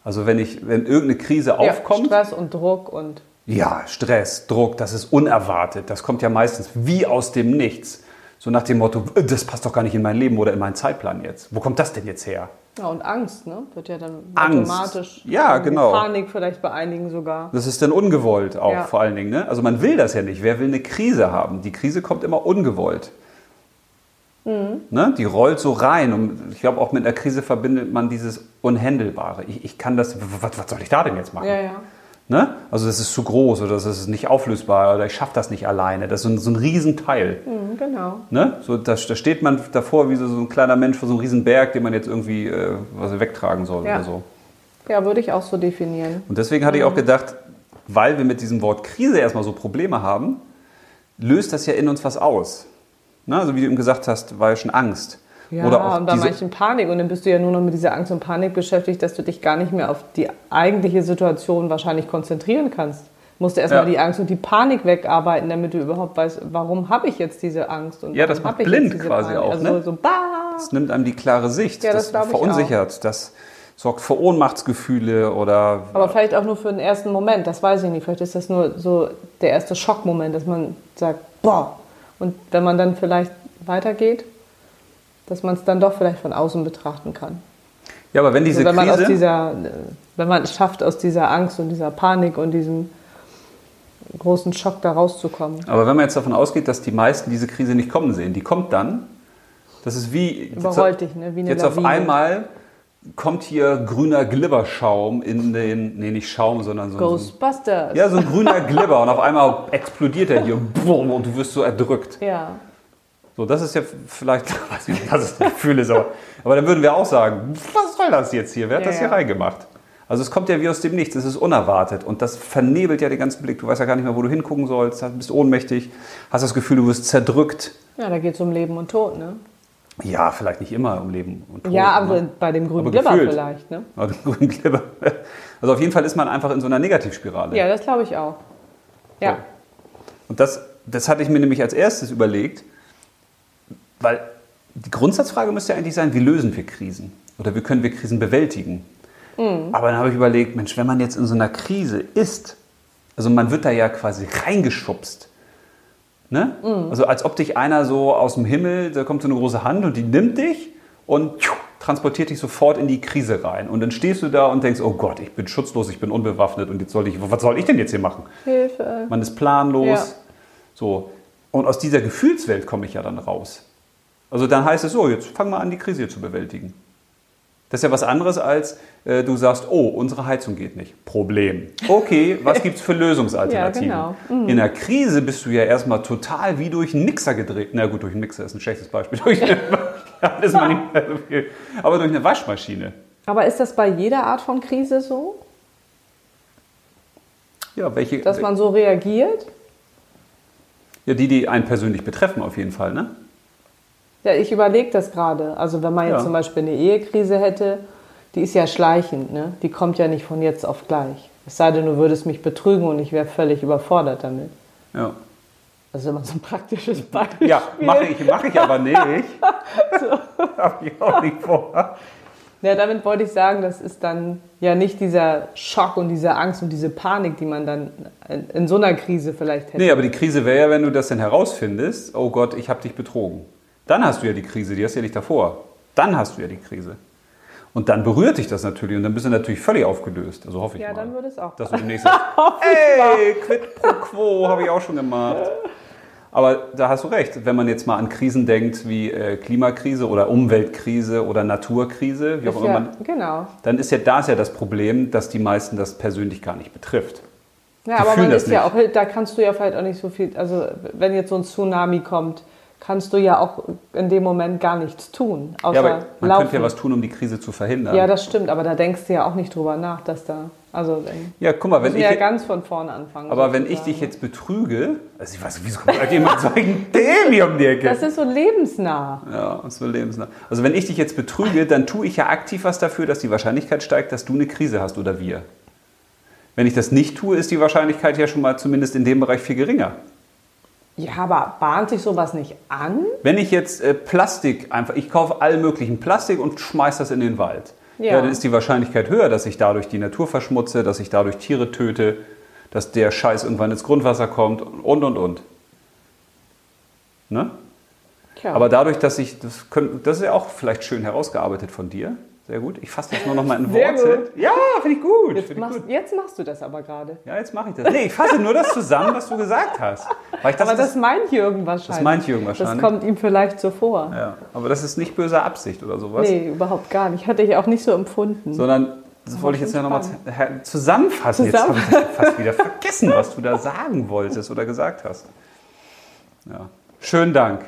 Speaker 1: Also wenn ich, wenn irgendeine Krise
Speaker 2: Ja,
Speaker 1: aufkommt,
Speaker 2: Stress und Druck und
Speaker 1: Ja, Stress, Druck, das ist unerwartet. Das kommt ja meistens wie aus dem Nichts. So nach dem Motto, äh, das passt doch gar nicht in mein Leben oder in meinen Zeitplan jetzt. Wo kommt das denn jetzt her?
Speaker 2: Ja, und Angst, ne? Wird ja dann
Speaker 1: Angst.
Speaker 2: automatisch.
Speaker 1: Ja,
Speaker 2: irgendwie
Speaker 1: genau.
Speaker 2: Panik vielleicht bei einigen sogar.
Speaker 1: Das ist dann ungewollt auch
Speaker 2: Ja.
Speaker 1: vor allen Dingen. Ne? Also man will das ja nicht. Wer will eine Krise haben? Die Krise kommt immer ungewollt.
Speaker 2: Mhm.
Speaker 1: Ne? Die rollt so rein. Und ich glaube, auch mit einer Krise verbindet man dieses Unhändelbare. Ich, ich kann das, w- was, was soll ich da denn jetzt machen?
Speaker 2: Ja, ja.
Speaker 1: Ne? Also das ist zu groß oder das ist nicht auflösbar oder ich schaffe das nicht alleine. Das ist so ein, so ein Riesenteil.
Speaker 2: Mhm, genau.
Speaker 1: Ne? So, da, da steht man davor wie so, so ein kleiner Mensch vor so einem riesen Berg, den man jetzt irgendwie äh, was wegtragen soll
Speaker 2: Ja.
Speaker 1: oder so.
Speaker 2: Ja, würde ich auch so definieren.
Speaker 1: Und deswegen hatte ich
Speaker 2: Mhm.
Speaker 1: auch gedacht, weil wir mit diesem Wort Krise erstmal so Probleme haben, löst das ja in uns was aus. Ne? Also wie du eben gesagt hast, war ja schon Angst.
Speaker 2: Ja,
Speaker 1: oder auch
Speaker 2: und bei
Speaker 1: diese,
Speaker 2: manchen Panik. Und dann bist du ja nur noch mit dieser Angst und Panik beschäftigt, dass du dich gar nicht mehr auf die eigentliche Situation wahrscheinlich konzentrieren kannst. Musst du erstmal
Speaker 1: Ja.
Speaker 2: die Angst und die Panik wegarbeiten, damit du überhaupt weißt, warum habe ich jetzt diese Angst und
Speaker 1: Ja, das
Speaker 2: warum
Speaker 1: macht
Speaker 2: habe ich jetzt
Speaker 1: blind
Speaker 2: diese
Speaker 1: quasi
Speaker 2: Panik?
Speaker 1: auch,
Speaker 2: Also
Speaker 1: ne?
Speaker 2: so, bah!
Speaker 1: das nimmt einem die klare Sicht.
Speaker 2: Ja, das glaub ich auch.
Speaker 1: verunsichert, das sorgt für Ohnmachtsgefühle oder
Speaker 2: Aber vielleicht auch nur für den ersten Moment, das weiß ich nicht. Vielleicht ist das nur so der erste Schockmoment, dass man sagt, boah. Und wenn man dann vielleicht weitergeht, dass man es dann doch vielleicht von außen betrachten kann.
Speaker 1: ja, aber wenn diese
Speaker 2: Also wenn man aus
Speaker 1: Krise
Speaker 2: dieser, äh, wenn man es schafft, aus dieser Angst und dieser Panik und diesem großen Schock da rauszukommen.
Speaker 1: Aber wenn man jetzt davon ausgeht, dass die meisten diese Krise nicht kommen sehen, die kommt dann. Das ist wie.
Speaker 2: Überrollt dich, ne? Wie eine
Speaker 1: Jetzt auf
Speaker 2: Lawine.
Speaker 1: einmal kommt hier grüner Glibberschaum in den. Nee, nicht Schaum, sondern so. so
Speaker 2: Ghostbusters.
Speaker 1: ja, so ein grüner Glibber und auf einmal explodiert er hier bumm, und du wirst so erdrückt.
Speaker 2: ja.
Speaker 1: So, das ist ja vielleicht, ich weiß nicht, was das Gefühl ist, aber, aber dann würden wir auch sagen, was soll das jetzt hier? Wer hat
Speaker 2: Ja,
Speaker 1: das hier
Speaker 2: ja.
Speaker 1: reingemacht? Also es kommt ja wie aus dem Nichts, es ist unerwartet und das vernebelt ja den ganzen Blick. Du weißt ja gar nicht mehr, wo du hingucken sollst, bist ohnmächtig, hast das Gefühl, du wirst zerdrückt.
Speaker 2: Ja, da geht es um Leben und Tod, ne?
Speaker 1: Ja, vielleicht nicht immer um Leben und Tod.
Speaker 2: ja, aber
Speaker 1: ne?
Speaker 2: bei dem grünen
Speaker 1: Aber
Speaker 2: Glibber
Speaker 1: gefühlt.
Speaker 2: vielleicht, ne?
Speaker 1: Aber den grünen Kleber. Also auf jeden Fall ist man einfach in so einer Negativspirale.
Speaker 2: Ja, das glaube ich auch. Ja.
Speaker 1: So. Und das, das hatte ich mir nämlich als erstes überlegt, weil die Grundsatzfrage müsste ja eigentlich sein, wie lösen wir Krisen? Oder wie können wir Krisen bewältigen? Aber dann habe ich überlegt, Mensch, wenn man jetzt in so einer Krise ist, also man wird da ja quasi reingeschubst. Ne? Also als ob dich einer so aus dem Himmel, da kommt so eine große Hand und die nimmt dich und tschuh, transportiert dich sofort in die Krise rein. Und dann stehst du da und denkst, oh Gott, ich bin schutzlos, ich bin unbewaffnet und jetzt soll ich, was soll ich denn jetzt hier machen?
Speaker 2: Hilfe.
Speaker 1: Man ist planlos.
Speaker 2: Ja.
Speaker 1: So. Und aus dieser Gefühlswelt komme ich ja dann raus. Also dann heißt es so, jetzt fangen wir an, die Krise hier zu bewältigen. Das ist ja was anderes als äh, du sagst, oh, unsere Heizung geht nicht. Problem. Okay, was gibt's für Lösungsalternativen?
Speaker 2: Ja,
Speaker 1: In der Krise bist du ja erstmal total wie durch einen Mixer gedreht. Na gut, durch einen Mixer ist ein schlechtes Beispiel. Durch eine, alles mal nicht mehr so viel. Aber durch eine Waschmaschine.
Speaker 2: Aber ist das bei jeder Art von Krise so?
Speaker 1: Ja, welche,
Speaker 2: dass man so reagiert.
Speaker 1: ja, die, die einen persönlich betreffen, auf jeden Fall, ne?
Speaker 2: Ja, ich überlege das gerade. Also wenn man jetzt
Speaker 1: Ja.
Speaker 2: zum Beispiel eine Ehekrise hätte, die ist ja schleichend, ne? Die kommt ja nicht von jetzt auf gleich. Es sei denn, du würdest mich betrügen und ich wäre völlig überfordert damit.
Speaker 1: Ja.
Speaker 2: Also immer so ein praktisches Beispiel.
Speaker 1: Ja, mache ich, mache ich aber nicht. Hab ich auch nicht vor.
Speaker 2: Ja, damit wollte ich sagen, das ist dann ja nicht dieser Schock und diese Angst und diese Panik, die man dann in, in so einer Krise vielleicht hätte.
Speaker 1: Nee, aber die Krise wäre ja, wenn du das denn herausfindest, oh Gott, ich habe dich betrogen. Dann hast du ja die Krise, die hast du ja nicht davor. Dann hast du ja die Krise. Und dann berührt dich das natürlich und dann bist du natürlich völlig aufgelöst. Also hoffe ich
Speaker 2: Ja,
Speaker 1: mal.
Speaker 2: dann würde es auch.
Speaker 1: Dass du demnächst sagst,
Speaker 2: Hoffe ich mal.
Speaker 1: hey, quid pro quo, habe ich auch schon gemacht. Aber da hast du recht. Wenn man jetzt mal an Krisen denkt wie äh, Klimakrise oder Umweltkrise oder Naturkrise, wie auch
Speaker 2: Ist
Speaker 1: immer
Speaker 2: ja,
Speaker 1: man,
Speaker 2: genau.
Speaker 1: dann ist ja das ja das Problem, dass die meisten das persönlich gar nicht betrifft.
Speaker 2: Ja,
Speaker 1: Die
Speaker 2: aber
Speaker 1: fühlen
Speaker 2: man
Speaker 1: das
Speaker 2: ist ja
Speaker 1: nicht.
Speaker 2: auch, da kannst du ja vielleicht auch nicht so viel, also wenn jetzt so ein Tsunami kommt, kannst du ja auch in dem Moment gar nichts tun, außer
Speaker 1: ja, aber man
Speaker 2: laufen.
Speaker 1: könnte ja was tun, um die Krise zu verhindern.
Speaker 2: ja, das stimmt, aber da denkst du ja auch nicht drüber nach, dass da, also wenn,
Speaker 1: Ja, guck mal, wenn
Speaker 2: müssen
Speaker 1: ich,
Speaker 2: wir ja ganz von vorne anfangen.
Speaker 1: aber wenn ich
Speaker 2: sozusagen.
Speaker 1: dich jetzt betrüge, also ich weiß nicht, wieso kommt halt jemand so ein Deli um die Ecke?
Speaker 2: Das ist so lebensnah.
Speaker 1: Ja, und so lebensnah. Also wenn ich dich jetzt betrüge, dann tue ich ja aktiv was dafür, dass die Wahrscheinlichkeit steigt, dass du eine Krise hast oder wir. Wenn ich das nicht tue, ist die Wahrscheinlichkeit ja schon mal zumindest in dem Bereich viel geringer.
Speaker 2: Ja, aber bahnt sich sowas nicht an?
Speaker 1: Wenn ich jetzt äh, Plastik einfach, ich kaufe all möglichen Plastik und schmeiß das in den Wald, ja.
Speaker 2: Ja.
Speaker 1: dann ist die Wahrscheinlichkeit höher, dass ich dadurch die Natur verschmutze, dass ich dadurch Tiere töte, dass der Scheiß irgendwann ins Grundwasser kommt und und und. Ne?
Speaker 2: Tja.
Speaker 1: Aber dadurch, dass ich, das, können, das ist ja auch vielleicht schön herausgearbeitet von dir. Sehr gut. Ich fasse das nur noch mal in
Speaker 2: Sehr
Speaker 1: Worte. Ja, finde ich gut.
Speaker 2: jetzt,
Speaker 1: Find ich
Speaker 2: machst,
Speaker 1: gut.
Speaker 2: jetzt machst du das aber gerade.
Speaker 1: Ja, jetzt mache ich das. Nee, ich fasse nur das zusammen, was du gesagt hast. Weil ich das,
Speaker 2: Aber das meint Jürgen wahrscheinlich.
Speaker 1: Das meint Jürgen wahrscheinlich.
Speaker 2: Das kommt ihm vielleicht so vor.
Speaker 1: ja, aber das ist nicht böse Absicht oder sowas.
Speaker 2: nee, überhaupt gar nicht. Hatte ich auch nicht so empfunden.
Speaker 1: Sondern, das wollte ich jetzt ja nochmal zusammenfassen. Jetzt habe
Speaker 2: Zusammen-
Speaker 1: ich das fast wieder vergessen, was du da sagen wolltest oder gesagt hast. Ja. Schönen Dank.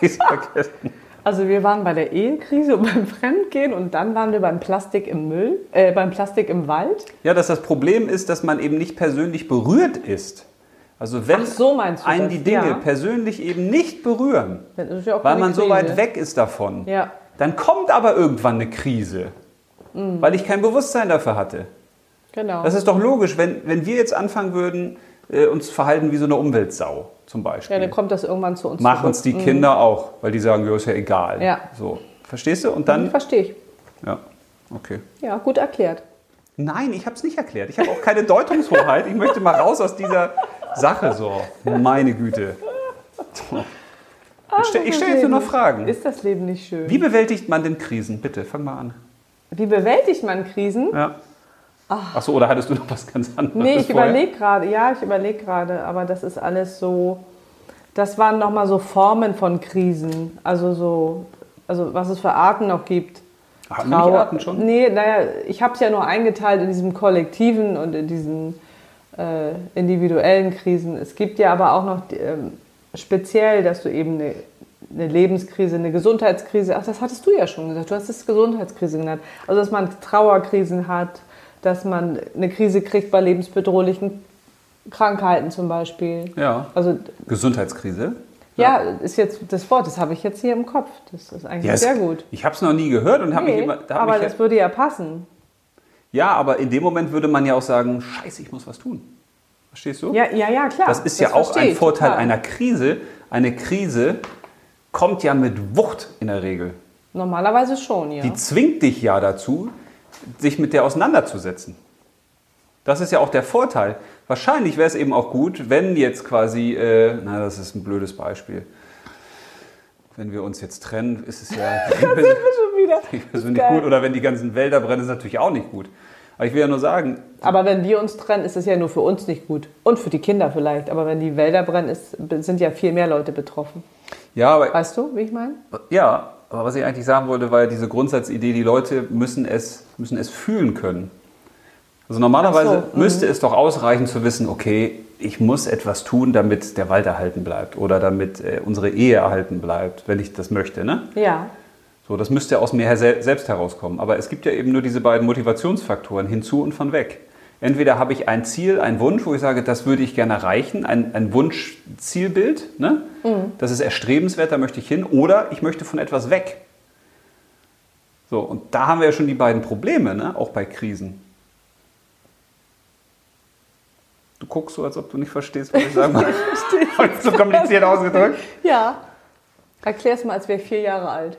Speaker 1: Ich vergessen.
Speaker 2: Also wir waren bei der Ehekrise und beim Fremdgehen und dann waren wir beim Plastik im Müll, äh, beim Plastik im Wald.
Speaker 1: Ja, dass das Problem ist, dass man eben nicht persönlich berührt ist. Also wenn
Speaker 2: Ach, so meinst du
Speaker 1: einen
Speaker 2: das,
Speaker 1: die Dinge
Speaker 2: ja.
Speaker 1: persönlich eben nicht berühren,
Speaker 2: Dann ist es ja auch
Speaker 1: weil
Speaker 2: keine
Speaker 1: man so
Speaker 2: Krise.
Speaker 1: weit weg ist davon,
Speaker 2: Ja.
Speaker 1: dann kommt aber irgendwann eine Krise,
Speaker 2: Mhm.
Speaker 1: weil ich kein Bewusstsein dafür hatte.
Speaker 2: Genau.
Speaker 1: Das ist doch logisch, wenn, wenn wir jetzt anfangen würden, äh, uns zu verhalten wie so eine Umweltsau zum Beispiel.
Speaker 2: ja, dann kommt das irgendwann zu uns
Speaker 1: Machen es
Speaker 2: zurück.
Speaker 1: die Kinder auch, weil die sagen, ja, ist ja egal.
Speaker 2: Ja.
Speaker 1: So. Verstehst du? Und
Speaker 2: Mhm,
Speaker 1: dann.
Speaker 2: Verstehe ich.
Speaker 1: Ja. Okay.
Speaker 2: Ja, gut erklärt.
Speaker 1: Nein, ich habe es nicht erklärt. Ich habe auch keine Deutungshoheit. Ich möchte mal raus aus dieser Sache. So, meine Güte. So. Ich stelle
Speaker 2: Ah, das
Speaker 1: stell jetzt nur noch
Speaker 2: Leben.
Speaker 1: Fragen.
Speaker 2: Ist das Leben nicht schön?
Speaker 1: Wie bewältigt man denn Krisen? Bitte, fang mal an.
Speaker 2: Wie bewältigt man Krisen?
Speaker 1: Ja. Ach so, oder hattest du noch was ganz anderes?
Speaker 2: Ah. Nee, ich
Speaker 1: vorher?
Speaker 2: überlege gerade. Ja, ich überlege gerade. Aber das ist alles so. Das waren nochmal so Formen von Krisen. Also so, also was es für Arten noch gibt.
Speaker 1: Hatten wir nicht Arten schon?
Speaker 2: Nee, naja, ich habe es ja nur eingeteilt in diesem kollektiven und in diesen äh, individuellen Krisen. Es gibt ja aber auch noch die, ähm, speziell, dass du eben eine, eine Lebenskrise, eine Gesundheitskrise, ach, das hattest du ja schon gesagt, du hast es Gesundheitskrise genannt. Also, dass man Trauerkrisen hat, dass man eine Krise kriegt bei lebensbedrohlichen Krankheiten zum Beispiel.
Speaker 1: Ja.
Speaker 2: Also,
Speaker 1: Gesundheitskrise?
Speaker 2: ja, ist jetzt das Wort, das habe ich jetzt hier im Kopf. Das ist eigentlich
Speaker 1: es-
Speaker 2: sehr gut.
Speaker 1: Ich habe es noch nie gehört und habe
Speaker 2: Nee,
Speaker 1: mich immer. da hab
Speaker 2: aber
Speaker 1: mich ja-
Speaker 2: das würde ja passen.
Speaker 1: ja, aber in dem Moment würde man ja auch sagen: Scheiße, ich muss was tun. Verstehst du?
Speaker 2: Ja, ja, ja, klar.
Speaker 1: Das ist ja auch
Speaker 2: verstehe
Speaker 1: ein
Speaker 2: ich
Speaker 1: Vorteil
Speaker 2: total.
Speaker 1: einer Krise. Eine Krise kommt ja mit Wucht in der Regel.
Speaker 2: Normalerweise schon, ja.
Speaker 1: Die zwingt dich ja dazu, sich mit der auseinanderzusetzen. Das ist ja auch der Vorteil. Wahrscheinlich wäre es eben auch gut, wenn jetzt quasi, äh, na, das ist ein blödes Beispiel. Wenn wir uns jetzt trennen, ist es ja
Speaker 2: Schon wieder.
Speaker 1: nicht persönlich
Speaker 2: Geil.
Speaker 1: gut. Oder wenn die ganzen Wälder brennen, ist natürlich auch nicht gut. Aber ich will ja nur sagen,
Speaker 2: Aber wenn wir uns trennen, ist es ja nur für uns nicht gut. Und für die Kinder vielleicht. Aber wenn die Wälder brennen, ist, sind ja viel mehr Leute betroffen.
Speaker 1: ja, aber
Speaker 2: Weißt du, wie ich meine?
Speaker 1: Ja, aber was ich eigentlich sagen wollte, war ja diese Grundsatzidee, die Leute müssen es, müssen es fühlen können. Also normalerweise
Speaker 2: Ach so, mhm.
Speaker 1: müsste es doch ausreichen zu wissen, okay, ich muss etwas tun, damit der Wald erhalten bleibt oder damit äh, unsere Ehe erhalten bleibt, wenn ich das möchte. Ne?
Speaker 2: Ja.
Speaker 1: So, das müsste ja aus mir her sel- selbst herauskommen. Aber es gibt ja eben nur diese beiden Motivationsfaktoren, hinzu und von weg. Entweder habe ich ein Ziel, einen Wunsch, wo ich sage, das würde ich gerne erreichen, ein, ein Wunsch-Zielbild, ne? das ist erstrebenswert, da möchte ich hin, oder ich möchte von etwas weg. So, und da haben wir ja schon die beiden Probleme, ne? auch bei Krisen. Du guckst so, als ob du nicht verstehst, was ich sagen will. Habe ich so kompliziert ausgedrückt?
Speaker 2: Ja. Erklär's mal, als wäre ich vier Jahre alt.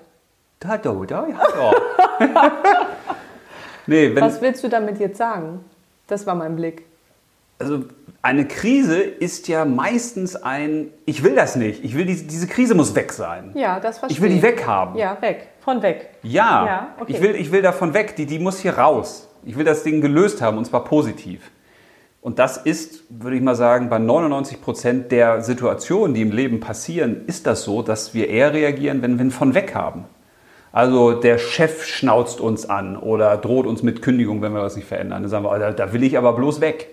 Speaker 1: Da, da, da, ja, da. nee, wenn,
Speaker 2: Was willst du damit jetzt sagen? Das war mein Blick.
Speaker 1: also eine Krise ist ja meistens ein, ich will das nicht, ich will diese, diese Krise muss weg sein.
Speaker 2: Ja, das verstehe
Speaker 1: Ich will die weghaben.
Speaker 2: Ja, weg. Von weg.
Speaker 1: Ja,
Speaker 2: Ja, okay.
Speaker 1: ich, will, ich will davon weg, die, die muss hier raus. Ich will das Ding gelöst haben und zwar positiv. Und das ist, würde ich mal sagen, bei 99 Prozent der Situationen, die im Leben passieren, ist das so, dass wir eher reagieren, wenn wir ihn von weg haben. Also der Chef schnauzt uns an oder droht uns mit Kündigung, wenn wir das nicht verändern. Dann sagen wir, "Ah, da, da will ich aber bloß weg.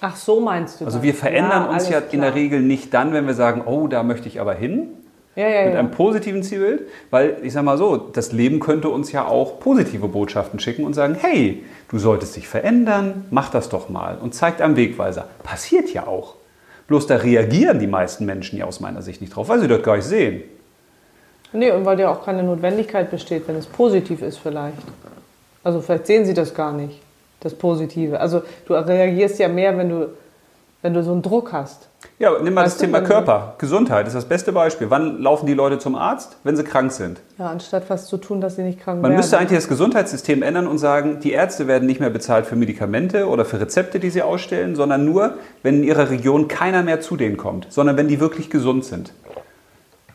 Speaker 2: Ach, so meinst du
Speaker 1: Also
Speaker 2: das.
Speaker 1: wir verändern
Speaker 2: Ja,
Speaker 1: uns
Speaker 2: alles
Speaker 1: ja in der
Speaker 2: klar.
Speaker 1: Regel nicht dann, wenn wir sagen, oh, da möchte ich aber hin,
Speaker 2: Ja, ja,
Speaker 1: mit
Speaker 2: ja.
Speaker 1: einem positiven Zielbild, weil ich sag mal so, das Leben könnte uns ja auch positive Botschaften schicken und sagen, hey, du solltest dich verändern, mach das doch mal und zeigt einem Wegweiser. Passiert ja auch. Bloß da reagieren die meisten Menschen ja aus meiner Sicht nicht drauf, weil sie das gar nicht sehen.
Speaker 2: Nee, und weil ja auch keine Notwendigkeit besteht, wenn es positiv ist vielleicht. Also vielleicht sehen sie das gar nicht, das Positive. Also du reagierst ja mehr, wenn du, wenn du so einen Druck hast.
Speaker 1: Ja, nimm mal
Speaker 2: Weißt
Speaker 1: das
Speaker 2: du,
Speaker 1: Thema
Speaker 2: wenn-
Speaker 1: Körper. Gesundheit ist das beste Beispiel. Wann laufen die Leute zum Arzt? Wenn sie krank sind.
Speaker 2: Ja, anstatt was zu tun, dass sie nicht krank
Speaker 1: Man
Speaker 2: werden.
Speaker 1: müsste eigentlich das Gesundheitssystem ändern und sagen, die Ärzte werden nicht mehr bezahlt für Medikamente oder für Rezepte, die sie ausstellen, sondern nur, wenn in ihrer Region keiner mehr zu denen kommt, sondern wenn die wirklich gesund sind.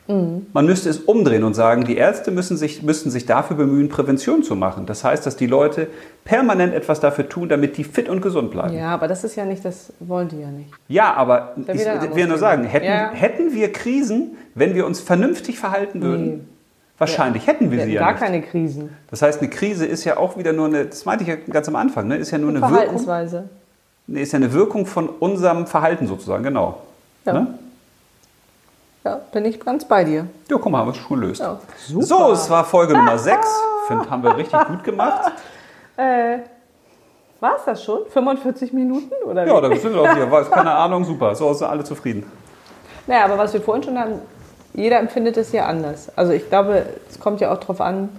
Speaker 2: Mhm.
Speaker 1: Man müsste es umdrehen und sagen, die Ärzte müssen sich, müssten sich dafür bemühen, Prävention zu machen. Das heißt, dass die Leute permanent etwas dafür tun, damit die fit und gesund bleiben. Ja,
Speaker 2: ja, aber das ist ja nicht, das wollen die ja nicht.
Speaker 1: aber ich
Speaker 2: wieder ein anderes
Speaker 1: will nur
Speaker 2: Thema.
Speaker 1: sagen, hätten,
Speaker 2: Ja.
Speaker 1: hätten wir Krisen, wenn wir uns vernünftig verhalten würden?
Speaker 2: Nee.
Speaker 1: Wahrscheinlich hätten wir
Speaker 2: Wir
Speaker 1: sie
Speaker 2: hätten
Speaker 1: ja
Speaker 2: gar
Speaker 1: nicht.
Speaker 2: keine Krisen.
Speaker 1: Das heißt, eine Krise ist ja auch wieder nur eine, das meinte ich ja ganz am Anfang, ne? ist ja nur eine Wirkung,
Speaker 2: Verhaltensweise.
Speaker 1: nee, ist ja eine Wirkung von unserem Verhalten sozusagen, genau.
Speaker 2: Ja.
Speaker 1: Ne?
Speaker 2: Ja, bin ich ganz bei dir.
Speaker 1: Ja, guck mal, haben wir es schon gelöst.
Speaker 2: Ja, super.
Speaker 1: so, es war Folge Nummer 6. Find, haben wir richtig gut gemacht.
Speaker 2: Äh, war es das schon? 45 Minuten oder
Speaker 1: Ja,
Speaker 2: wie?
Speaker 1: da sind wir auch hier. War, keine Ahnung, super. So sind alle zufrieden.
Speaker 2: Naja, aber was wir vorhin schon haben, jeder empfindet es ja anders. Also ich glaube, es kommt ja auch drauf an,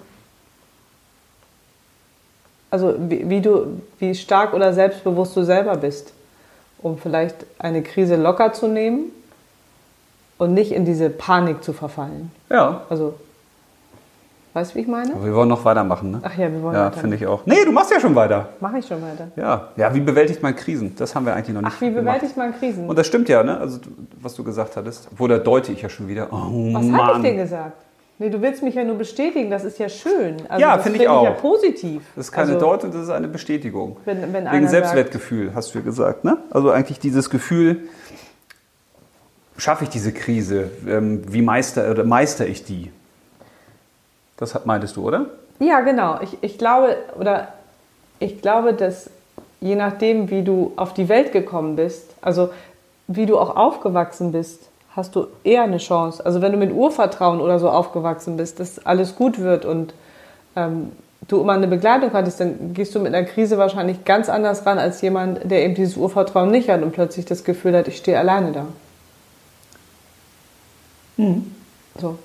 Speaker 2: also wie, wie du, wie stark oder selbstbewusst du selber bist, um vielleicht eine Krise locker zu nehmen und nicht in diese Panik zu verfallen.
Speaker 1: Ja.
Speaker 2: Also, weißt du, wie ich meine?
Speaker 1: Aber wir wollen noch weitermachen, ne?
Speaker 2: Ach ja, wir wollen
Speaker 1: Ja,
Speaker 2: weiter.
Speaker 1: finde ich auch. Nee, du machst ja schon weiter.
Speaker 2: Mache ich schon weiter.
Speaker 1: Ja. Ja, wie bewältigt man Krisen? Das haben wir eigentlich noch nicht
Speaker 2: Ach, wie
Speaker 1: gemacht.
Speaker 2: bewältigt man Krisen?
Speaker 1: Und das stimmt ja, ne? Also, du- was du gesagt hattest. Wo da deute ich ja schon wieder. Oh,
Speaker 2: Was
Speaker 1: Mann.
Speaker 2: hatte ich denn gesagt? Nee, du willst mich ja nur bestätigen, das ist ja schön. Also
Speaker 1: Ja,
Speaker 2: das
Speaker 1: finde ich
Speaker 2: ja
Speaker 1: auch.
Speaker 2: positiv.
Speaker 1: Das ist keine
Speaker 2: also,
Speaker 1: Deutung, das ist eine Bestätigung.
Speaker 2: Wenn- wenn
Speaker 1: Wegen
Speaker 2: einer
Speaker 1: Selbstwertgefühl, hast du ja gesagt. Ne? Also eigentlich dieses Gefühl, schaffe ich diese Krise? Ähm, wie meister, oder meister ich die? Das hat, meintest du, oder?
Speaker 2: Ja, genau. Ich, ich glaube, oder ich glaube, dass je nachdem, wie du auf die Welt gekommen bist, also wie du auch aufgewachsen bist, hast du eher eine Chance. Also wenn du mit Urvertrauen oder so aufgewachsen bist, dass alles gut wird und ähm, du immer eine Begleitung hattest, dann gehst du mit einer Krise wahrscheinlich ganz anders ran als jemand, der eben dieses Urvertrauen nicht hat und plötzlich das Gefühl hat, ich stehe alleine da. So.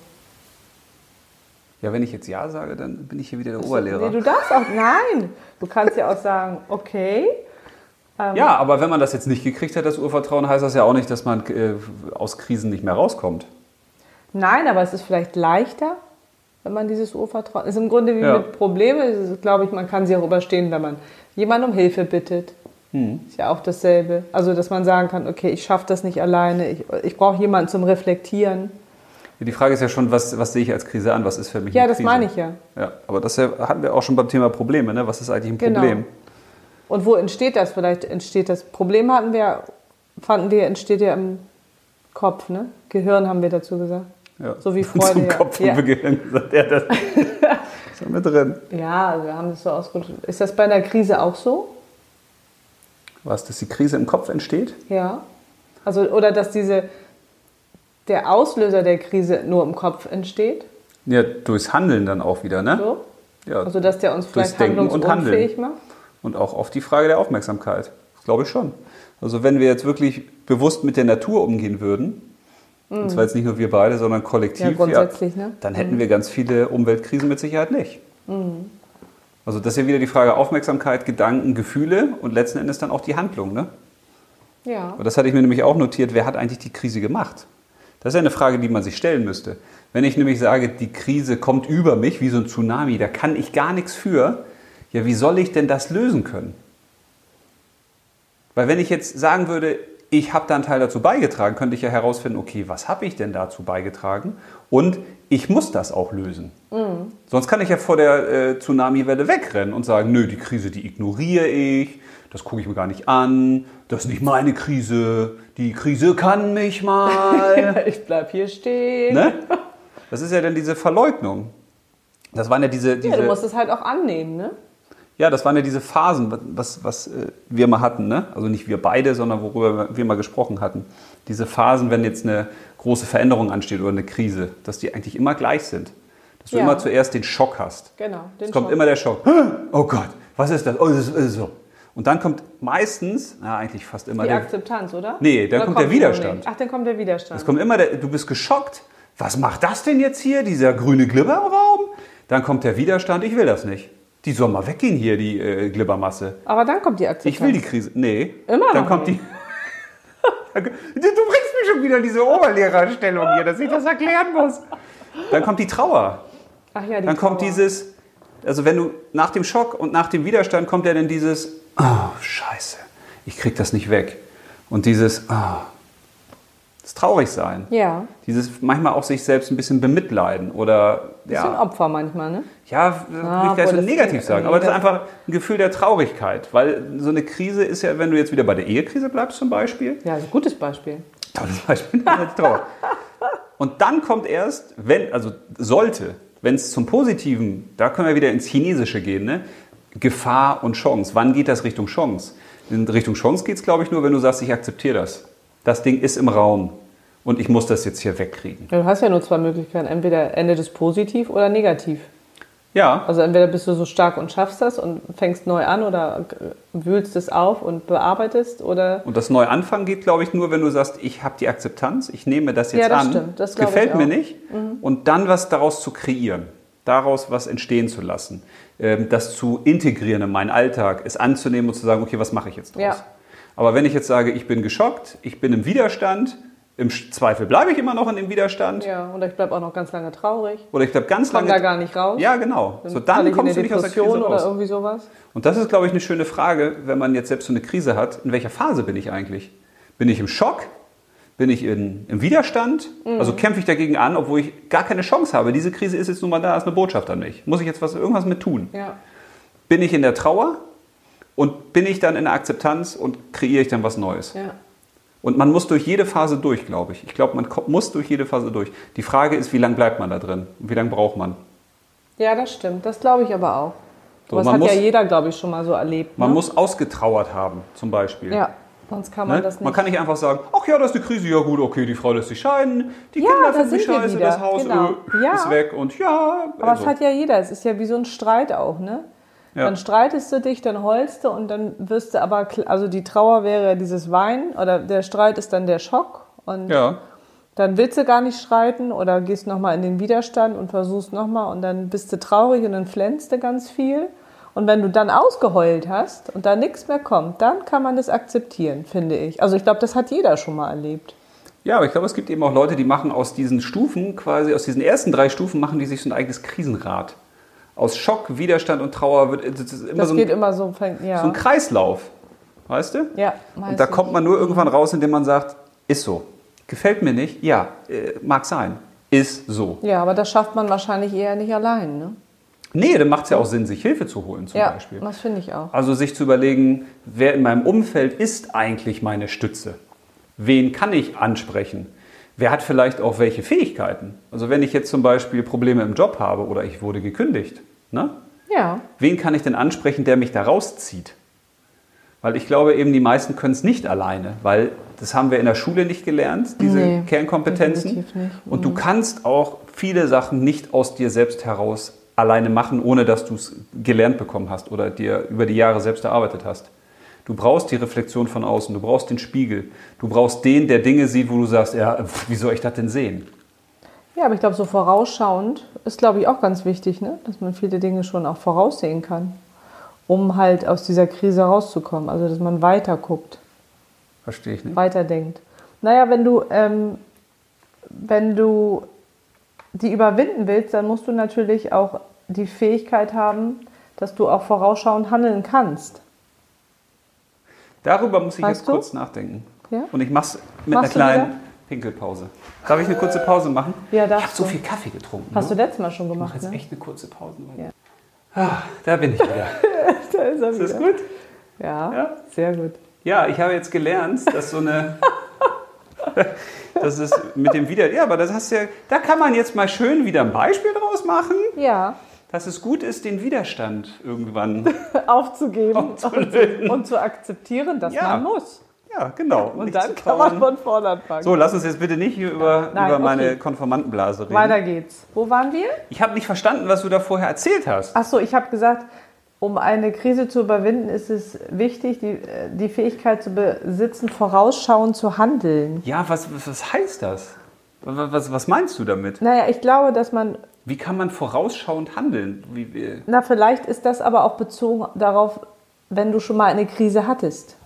Speaker 1: Ja, wenn ich jetzt Ja sage, dann bin ich hier wieder der
Speaker 2: Nee,
Speaker 1: Oberlehrer.
Speaker 2: du darfst auch, nein. Du kannst ja auch sagen, okay.
Speaker 1: Ja, aber wenn man das jetzt nicht gekriegt hat, das Urvertrauen, heißt das ja auch nicht, dass man äh, aus Krisen nicht mehr rauskommt.
Speaker 2: Nein, aber es ist vielleicht leichter, wenn man dieses Urvertrauen. Es ist im Grunde wie
Speaker 1: Ja.
Speaker 2: mit Problemen, Es ist, glaube ich, man kann sie auch überstehen, wenn man jemanden um Hilfe bittet.
Speaker 1: Hm.
Speaker 2: Ist ja auch dasselbe. Also, dass man sagen kann, okay, ich schaffe das nicht alleine, ich, ich brauche jemanden zum Reflektieren.
Speaker 1: Die Frage ist ja schon, was, was sehe ich als Krise an? Was ist für mich
Speaker 2: Ja,
Speaker 1: eine
Speaker 2: das
Speaker 1: Krise?
Speaker 2: meine ich ja.
Speaker 1: Ja, aber das ja- hatten wir auch schon beim Thema Probleme. Ne? Was ist eigentlich ein
Speaker 2: Genau.
Speaker 1: Problem?
Speaker 2: Und wo entsteht das? Vielleicht entsteht das Problem hatten wir, fanden wir, entsteht ja im Kopf, ne? Gehirn haben wir dazu gesagt.
Speaker 1: Ja.
Speaker 2: So wie Freude,
Speaker 1: Zum
Speaker 2: ja.
Speaker 1: Kopf und
Speaker 2: Ja.
Speaker 1: Begehirn sagt er das. ist mit drin.
Speaker 2: Ja, also wir haben das so ausgedrückt. Ist das bei einer Krise auch so?
Speaker 1: Was, dass die Krise im Kopf entsteht?
Speaker 2: Ja. Also, oder dass diese, der Auslöser der Krise nur im Kopf entsteht.
Speaker 1: Ja, durchs Handeln dann auch wieder, ne?
Speaker 2: So.
Speaker 1: Ja.
Speaker 2: Also, dass der uns
Speaker 1: Durchs
Speaker 2: vielleicht
Speaker 1: Denken und
Speaker 2: handlungsunfähig
Speaker 1: Handeln.
Speaker 2: macht.
Speaker 1: Und auch auf die Frage der Aufmerksamkeit. Das glaube ich schon. Also wenn wir jetzt wirklich bewusst mit der Natur umgehen würden, und zwar jetzt nicht nur wir beide, sondern kollektiv,
Speaker 2: Mhm. Ja, grundsätzlich, ne?
Speaker 1: dann hätten wir ganz viele Umweltkrisen mit Sicherheit nicht.
Speaker 2: Mhm.
Speaker 1: Also das ist ja wieder die Frage Aufmerksamkeit, Gedanken, Gefühle und letzten Endes dann auch die Handlung, ne?
Speaker 2: Ja.
Speaker 1: Und das hatte ich mir nämlich auch notiert, wer hat eigentlich die Krise gemacht? Das ist ja eine Frage, die man sich stellen müsste. Wenn ich nämlich sage, die Krise kommt über mich wie so ein Tsunami, da kann ich gar nichts für, ja, wie soll ich denn das lösen können? Weil wenn ich jetzt sagen würde, ich habe da einen Teil dazu beigetragen, könnte ich ja herausfinden, okay, was habe ich denn dazu beigetragen? Und ich muss das auch lösen. Mhm. Sonst kann ich ja vor der äh, Tsunami-Welle wegrennen und sagen, nö, die Krise, die ignoriere ich, das gucke ich mir gar nicht an, das ist nicht meine Krise, die Krise kann mich mal.
Speaker 2: ich bleib hier stehen.
Speaker 1: Äh. Ne? Das ist ja dann diese Verleugnung. Das waren ja diese... diese
Speaker 2: Ja, du musst es halt auch annehmen, ne?
Speaker 1: Ja, das waren ja diese Phasen, was, was äh, wir mal hatten, ne? Also nicht wir beide, sondern worüber wir mal gesprochen hatten. Diese Phasen, wenn jetzt eine große Veränderung ansteht oder eine Krise, dass die eigentlich immer gleich sind. Dass du
Speaker 2: Ja.
Speaker 1: immer zuerst den Schock hast.
Speaker 2: Genau, den
Speaker 1: es kommt
Speaker 2: Schock.
Speaker 1: immer der Schock. Oh Gott, was ist das? Oh, das ist so. Und dann kommt meistens, na, eigentlich fast immer
Speaker 2: Die
Speaker 1: der.
Speaker 2: Akzeptanz, oder?
Speaker 1: Nee, dann
Speaker 2: oder
Speaker 1: kommt der
Speaker 2: die noch
Speaker 1: Widerstand.
Speaker 2: nicht? Ach, dann kommt der Widerstand.
Speaker 1: Es kommt immer der. Du bist geschockt. Was macht das denn jetzt hier, dieser grüne Glibberraum? Dann kommt der Widerstand, ich will das nicht. Die soll mal weggehen hier, die äh, Glibbermasse.
Speaker 2: Aber dann kommt die Akzeptanz.
Speaker 1: Ich will die Krise. Nee.
Speaker 2: Immer
Speaker 1: Dann
Speaker 2: noch
Speaker 1: kommt die. Dann ko- du bringst mir schon wieder diese Oberlehrerstellung hier, dass ich das erklären muss. Dann kommt die Trauer.
Speaker 2: Ach ja, die
Speaker 1: Dann kommt
Speaker 2: Trauer.
Speaker 1: dieses. Also, wenn du nach dem Schock und nach dem Widerstand kommt ja dann dieses. Oh, Scheiße. Ich krieg das nicht weg. Und dieses. Oh, das Traurigsein.
Speaker 2: Ja,
Speaker 1: Dieses manchmal auch sich selbst ein bisschen bemitleiden oder.
Speaker 2: bisschen
Speaker 1: Ja,
Speaker 2: Opfer manchmal, ne?
Speaker 1: ja
Speaker 2: Ah,
Speaker 1: will ich gleich so
Speaker 2: obwohl das
Speaker 1: negativ
Speaker 2: klingt-
Speaker 1: sagen.
Speaker 2: nee,
Speaker 1: Aber das ist
Speaker 2: das-
Speaker 1: einfach ein Gefühl der Traurigkeit. Weil so eine Krise ist ja, wenn du jetzt wieder bei der Ehekrise bleibst zum Beispiel.
Speaker 2: Ja, also gutes Beispiel.
Speaker 1: Tolles Beispiel, das ist Trauer. Und dann kommt erst, wenn, also sollte, wenn es zum Positiven, da können wir wieder ins Chinesische gehen, ne? Gefahr und Chance. Wann geht das Richtung Chance? In Richtung Chance geht es, glaube ich, nur, wenn du sagst, ich akzeptiere das. Das Ding ist im Raum und ich muss das jetzt hier wegkriegen.
Speaker 2: Ja, Du hast ja nur zwei Möglichkeiten. Entweder endet es positiv oder negativ.
Speaker 1: Ja,
Speaker 2: Also entweder bist du so stark und schaffst das und fängst neu an oder äh, wühlst es auf und bearbeitest oder
Speaker 1: und das Neuanfang geht, glaube ich, nur, wenn du sagst, ich habe die Akzeptanz, ich nehme das jetzt
Speaker 2: Ja, das
Speaker 1: an,
Speaker 2: stimmt, das glaube ich
Speaker 1: gefällt mir
Speaker 2: auch. Mhm.
Speaker 1: nicht, und dann was daraus zu kreieren, daraus was entstehen zu lassen, ähm, das zu integrieren in meinen Alltag, es anzunehmen und zu sagen, okay, was mache ich jetzt draus?
Speaker 2: Ja.
Speaker 1: Aber wenn ich jetzt sage, ich bin geschockt, ich bin im Widerstand, im Sch- Zweifel bleibe ich immer noch in dem Widerstand
Speaker 2: ja, oder ich bleib auch noch ganz lange traurig.
Speaker 1: oder ich bleibe ganz
Speaker 2: Komm
Speaker 1: lange
Speaker 2: da gar nicht raus.
Speaker 1: Ja, genau. So
Speaker 2: falle
Speaker 1: dann
Speaker 2: ich in
Speaker 1: kommst du
Speaker 2: eine
Speaker 1: nicht aus der Krise
Speaker 2: Depression oder
Speaker 1: raus.
Speaker 2: irgendwie sowas.
Speaker 1: Und das ist, glaube ich, eine schöne Frage, wenn man jetzt selbst so eine Krise hat. In welcher Phase bin ich eigentlich? Bin ich im Schock? Bin ich in, im Widerstand?
Speaker 2: Mhm.
Speaker 1: Also kämpfe ich dagegen an, obwohl ich gar keine Chance habe. Diese Krise ist jetzt nun mal da, ist eine Botschaft an mich. Muss ich jetzt was, irgendwas mit tun?
Speaker 2: Ja.
Speaker 1: Bin ich in der Trauer? Und bin ich dann in der Akzeptanz und kreiere ich dann was Neues?
Speaker 2: Ja.
Speaker 1: Und man muss durch jede Phase durch, glaube ich. Ich glaube, man ko- muss durch jede Phase durch. Die Frage ist, wie lange bleibt man da drin? Und wie lange braucht man?
Speaker 2: ja, das stimmt. Das glaube ich aber auch.
Speaker 1: So,
Speaker 2: aber das
Speaker 1: man
Speaker 2: hat ja
Speaker 1: muss-
Speaker 2: jeder, glaube ich, schon mal so erlebt.
Speaker 1: Man
Speaker 2: ne?
Speaker 1: muss ausgetrauert haben, zum Beispiel.
Speaker 2: Ja, sonst kann man
Speaker 1: Ne?
Speaker 2: das nicht.
Speaker 1: Man kann nicht einfach sagen, ach ja, das ist eine Krise, ja gut, okay, die Frau lässt sich scheiden, die
Speaker 2: Ja,
Speaker 1: Kinder
Speaker 2: da
Speaker 1: finden mich
Speaker 2: sind wir
Speaker 1: scheiße,
Speaker 2: wieder.
Speaker 1: das Haus
Speaker 2: Genau.
Speaker 1: äh,
Speaker 2: Ja.
Speaker 1: ist weg und ja.
Speaker 2: Aber
Speaker 1: also.
Speaker 2: das hat ja jeder. Es ist ja wie so ein Streit auch, ne?
Speaker 1: Ja.
Speaker 2: Dann streitest du dich, dann heulst du und dann wirst du aber, kl- also die Trauer wäre ja dieses Weinen oder der Streit ist dann der Schock und
Speaker 1: ja.
Speaker 2: dann willst du gar nicht streiten oder gehst nochmal in den Widerstand und versuchst nochmal und dann bist du traurig und dann flänzt du ganz viel. Und wenn du dann ausgeheult hast und da nichts mehr kommt, dann kann man das akzeptieren, finde ich. Also ich glaube, das hat jeder schon mal erlebt.
Speaker 1: ja, aber ich glaube, es gibt eben auch Leute, die machen aus diesen Stufen quasi, aus diesen ersten drei Stufen, machen die sich so ein eigenes Krisenrad. Aus Schock, Widerstand und Trauer wird äh, das ist immer
Speaker 2: Das
Speaker 1: so
Speaker 2: geht
Speaker 1: ein,
Speaker 2: immer so, fängt- ja.
Speaker 1: so ein Kreislauf. Weißt du?
Speaker 2: ja
Speaker 1: Und da
Speaker 2: meistens. Mhm.
Speaker 1: kommt man nur irgendwann raus, indem man sagt, ist so. Gefällt mir nicht, ja, äh, mag sein. Ist so.
Speaker 2: Ja, aber das schafft man wahrscheinlich eher nicht allein, ne?
Speaker 1: Nee, dann macht es ja auch Sinn, sich Hilfe zu holen zum
Speaker 2: ja,
Speaker 1: Beispiel.
Speaker 2: das finde ich auch.
Speaker 1: Also sich zu überlegen, wer in meinem Umfeld ist eigentlich meine Stütze? Wen kann ich ansprechen? Wer hat vielleicht auch welche Fähigkeiten? Also wenn ich jetzt zum Beispiel Probleme im Job habe oder ich wurde gekündigt, ne?
Speaker 2: Ja,
Speaker 1: wen kann ich denn ansprechen, der mich da rauszieht? Weil ich glaube eben, die meisten können es nicht alleine, weil das haben wir in der Schule nicht gelernt, diese
Speaker 2: Nee,
Speaker 1: Kernkompetenzen.
Speaker 2: definitiv nicht. Mhm.
Speaker 1: Und du kannst auch viele Sachen nicht aus dir selbst heraus alleine machen, ohne dass du es gelernt bekommen hast oder dir über die Jahre selbst erarbeitet hast. Du brauchst die Reflexion von außen, du brauchst den Spiegel, du brauchst den, der Dinge sieht, wo du sagst, ja, pf, wie soll ich das denn sehen?
Speaker 2: ja aber ich glaube, so vorausschauend ist, glaube ich, auch ganz wichtig, ne? dass man viele Dinge schon auch voraussehen kann, um halt aus dieser Krise rauszukommen. Also, dass man weiter guckt,
Speaker 1: Verstehe ich nicht.
Speaker 2: weiterdenkt. Naja, wenn du, ähm, wenn du die überwinden willst, dann musst du natürlich auch die Fähigkeit haben, dass du auch vorausschauend handeln kannst.
Speaker 1: Darüber muss ich
Speaker 2: Weißt
Speaker 1: jetzt
Speaker 2: du?
Speaker 1: kurz nachdenken.
Speaker 2: Ja?
Speaker 1: Und ich mach's mit
Speaker 2: Machst du
Speaker 1: einer
Speaker 2: wieder?
Speaker 1: kleinen Pinkelpause. Darf ich eine kurze Pause machen?
Speaker 2: Ja,
Speaker 1: ich
Speaker 2: darfst
Speaker 1: habe so
Speaker 2: du.
Speaker 1: viel Kaffee getrunken.
Speaker 2: Hast du
Speaker 1: ne?
Speaker 2: letztes Mal schon
Speaker 1: ich mache
Speaker 2: gemacht,
Speaker 1: jetzt
Speaker 2: ne?
Speaker 1: echt eine kurze Pause.
Speaker 2: Ja.
Speaker 1: Ah, da bin ich wieder.
Speaker 2: Da ist er
Speaker 1: Ist das
Speaker 2: wieder.
Speaker 1: gut?
Speaker 2: Ja,
Speaker 1: Ja.
Speaker 2: sehr gut.
Speaker 1: Ja, ich habe jetzt gelernt, dass so eine. Das ist mit dem wieder. Ja, aber das hast du ja. Da kann man jetzt mal schön wieder ein Beispiel draus machen,
Speaker 2: Ja,
Speaker 1: dass es gut ist, den Widerstand irgendwann.
Speaker 2: aufzugeben
Speaker 1: Aufzulösen.
Speaker 2: und, und zu akzeptieren, dass
Speaker 1: Ja.
Speaker 2: man muss.
Speaker 1: Ja, genau.
Speaker 2: Und
Speaker 1: nicht zu
Speaker 2: dann kann man
Speaker 1: trauern.
Speaker 2: von vorne anfangen.
Speaker 1: So, lass uns jetzt bitte nicht hier über,
Speaker 2: Nein,
Speaker 1: über meine
Speaker 2: okay.
Speaker 1: Konformantenblase reden.
Speaker 2: Weiter geht's. Wo waren wir?
Speaker 1: Ich habe nicht verstanden, was du da vorher erzählt hast.
Speaker 2: Ach so, ich habe gesagt, um eine Krise zu überwinden, ist es wichtig, die, äh, die Fähigkeit zu besitzen, vorausschauend zu handeln.
Speaker 1: Ja, was, was- was heißt das? Was, was, was meinst du damit?
Speaker 2: Naja, ich glaube, dass man,
Speaker 1: Wie kann man vorausschauend handeln? Wie, wie,
Speaker 2: na vielleicht ist das aber auch bezogen darauf, wenn du schon mal eine Krise hattest.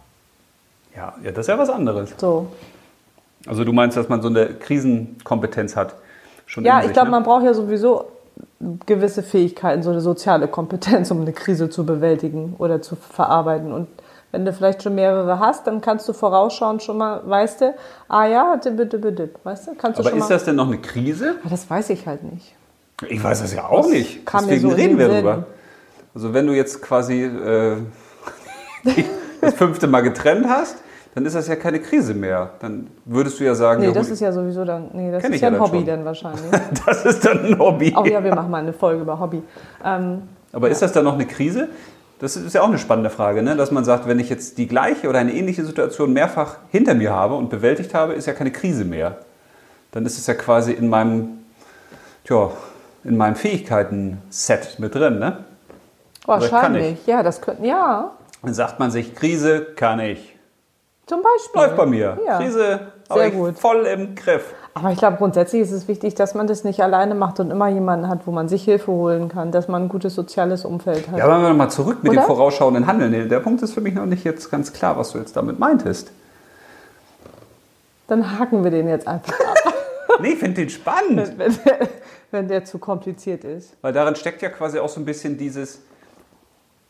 Speaker 1: ja, ja, das ist ja was anderes.
Speaker 2: So.
Speaker 1: Also du meinst, dass man so eine Krisenkompetenz hat? Schon in
Speaker 2: Ja,
Speaker 1: sich,
Speaker 2: ich glaube,
Speaker 1: ne?
Speaker 2: man braucht ja sowieso gewisse Fähigkeiten, so eine soziale Kompetenz, um eine Krise zu bewältigen oder zu verarbeiten. Und wenn du vielleicht schon mehrere hast, dann kannst du vorausschauen schon mal, weißt du, ah ja, dip, dip, dip, dip, weißt du, kannst du
Speaker 1: Aber
Speaker 2: schon
Speaker 1: ist
Speaker 2: mal.
Speaker 1: das denn noch eine Krise?
Speaker 2: Ah, das weiß ich halt nicht.
Speaker 1: Ich weiß das ja auch nicht.
Speaker 2: kam mir
Speaker 1: Deswegen
Speaker 2: so in
Speaker 1: reden
Speaker 2: den
Speaker 1: wir
Speaker 2: Sinn.
Speaker 1: drüber. Also wenn du jetzt quasi äh, dich das fünfte Mal getrennt hast, dann ist das ja keine Krise mehr. Dann würdest du ja sagen,
Speaker 2: Nee,
Speaker 1: ja,
Speaker 2: das
Speaker 1: gut,
Speaker 2: ist ja sowieso dann, nee, das
Speaker 1: Kenn
Speaker 2: ist
Speaker 1: ich
Speaker 2: ja
Speaker 1: ja
Speaker 2: ein
Speaker 1: dann
Speaker 2: Hobby
Speaker 1: schon.
Speaker 2: dann wahrscheinlich.
Speaker 1: das ist dann ein Hobby.
Speaker 2: Auch Oh ja, wir machen mal eine Folge über Hobby. Ähm,
Speaker 1: Aber ist das dann noch eine Krise? Das ist ja auch eine spannende Frage, ne? dass man sagt, wenn ich jetzt die gleiche oder eine ähnliche Situation mehrfach hinter mir habe und bewältigt habe, ist ja keine Krise mehr. Dann ist es ja quasi in meinem, tja, in meinem Fähigkeiten-Set mit drin. Ne?
Speaker 2: wahrscheinlich, ja, das könnten, ja,
Speaker 1: Dann sagt man sich, Krise kann ich.
Speaker 2: zum Beispiel.
Speaker 1: Läuft bei mir.
Speaker 2: Ja.
Speaker 1: Krise
Speaker 2: Sehr
Speaker 1: habe ich
Speaker 2: gut.
Speaker 1: voll im Griff.
Speaker 2: Aber ich glaube, grundsätzlich ist es wichtig, dass man das nicht alleine macht und immer jemanden hat, wo man sich Hilfe holen kann, dass man ein gutes soziales Umfeld hat.
Speaker 1: Ja, aber wenn wir nochmal zurück mit
Speaker 2: Also Oder?
Speaker 1: dem vorausschauenden Handeln. Nee, Der Punkt ist für mich noch nicht jetzt ganz klar, was du jetzt damit meintest.
Speaker 2: Dann haken wir den jetzt einfach,
Speaker 1: Nee, ich finde den spannend.
Speaker 2: wenn der, wenn der zu kompliziert ist.
Speaker 1: Weil darin steckt ja quasi auch so ein bisschen dieses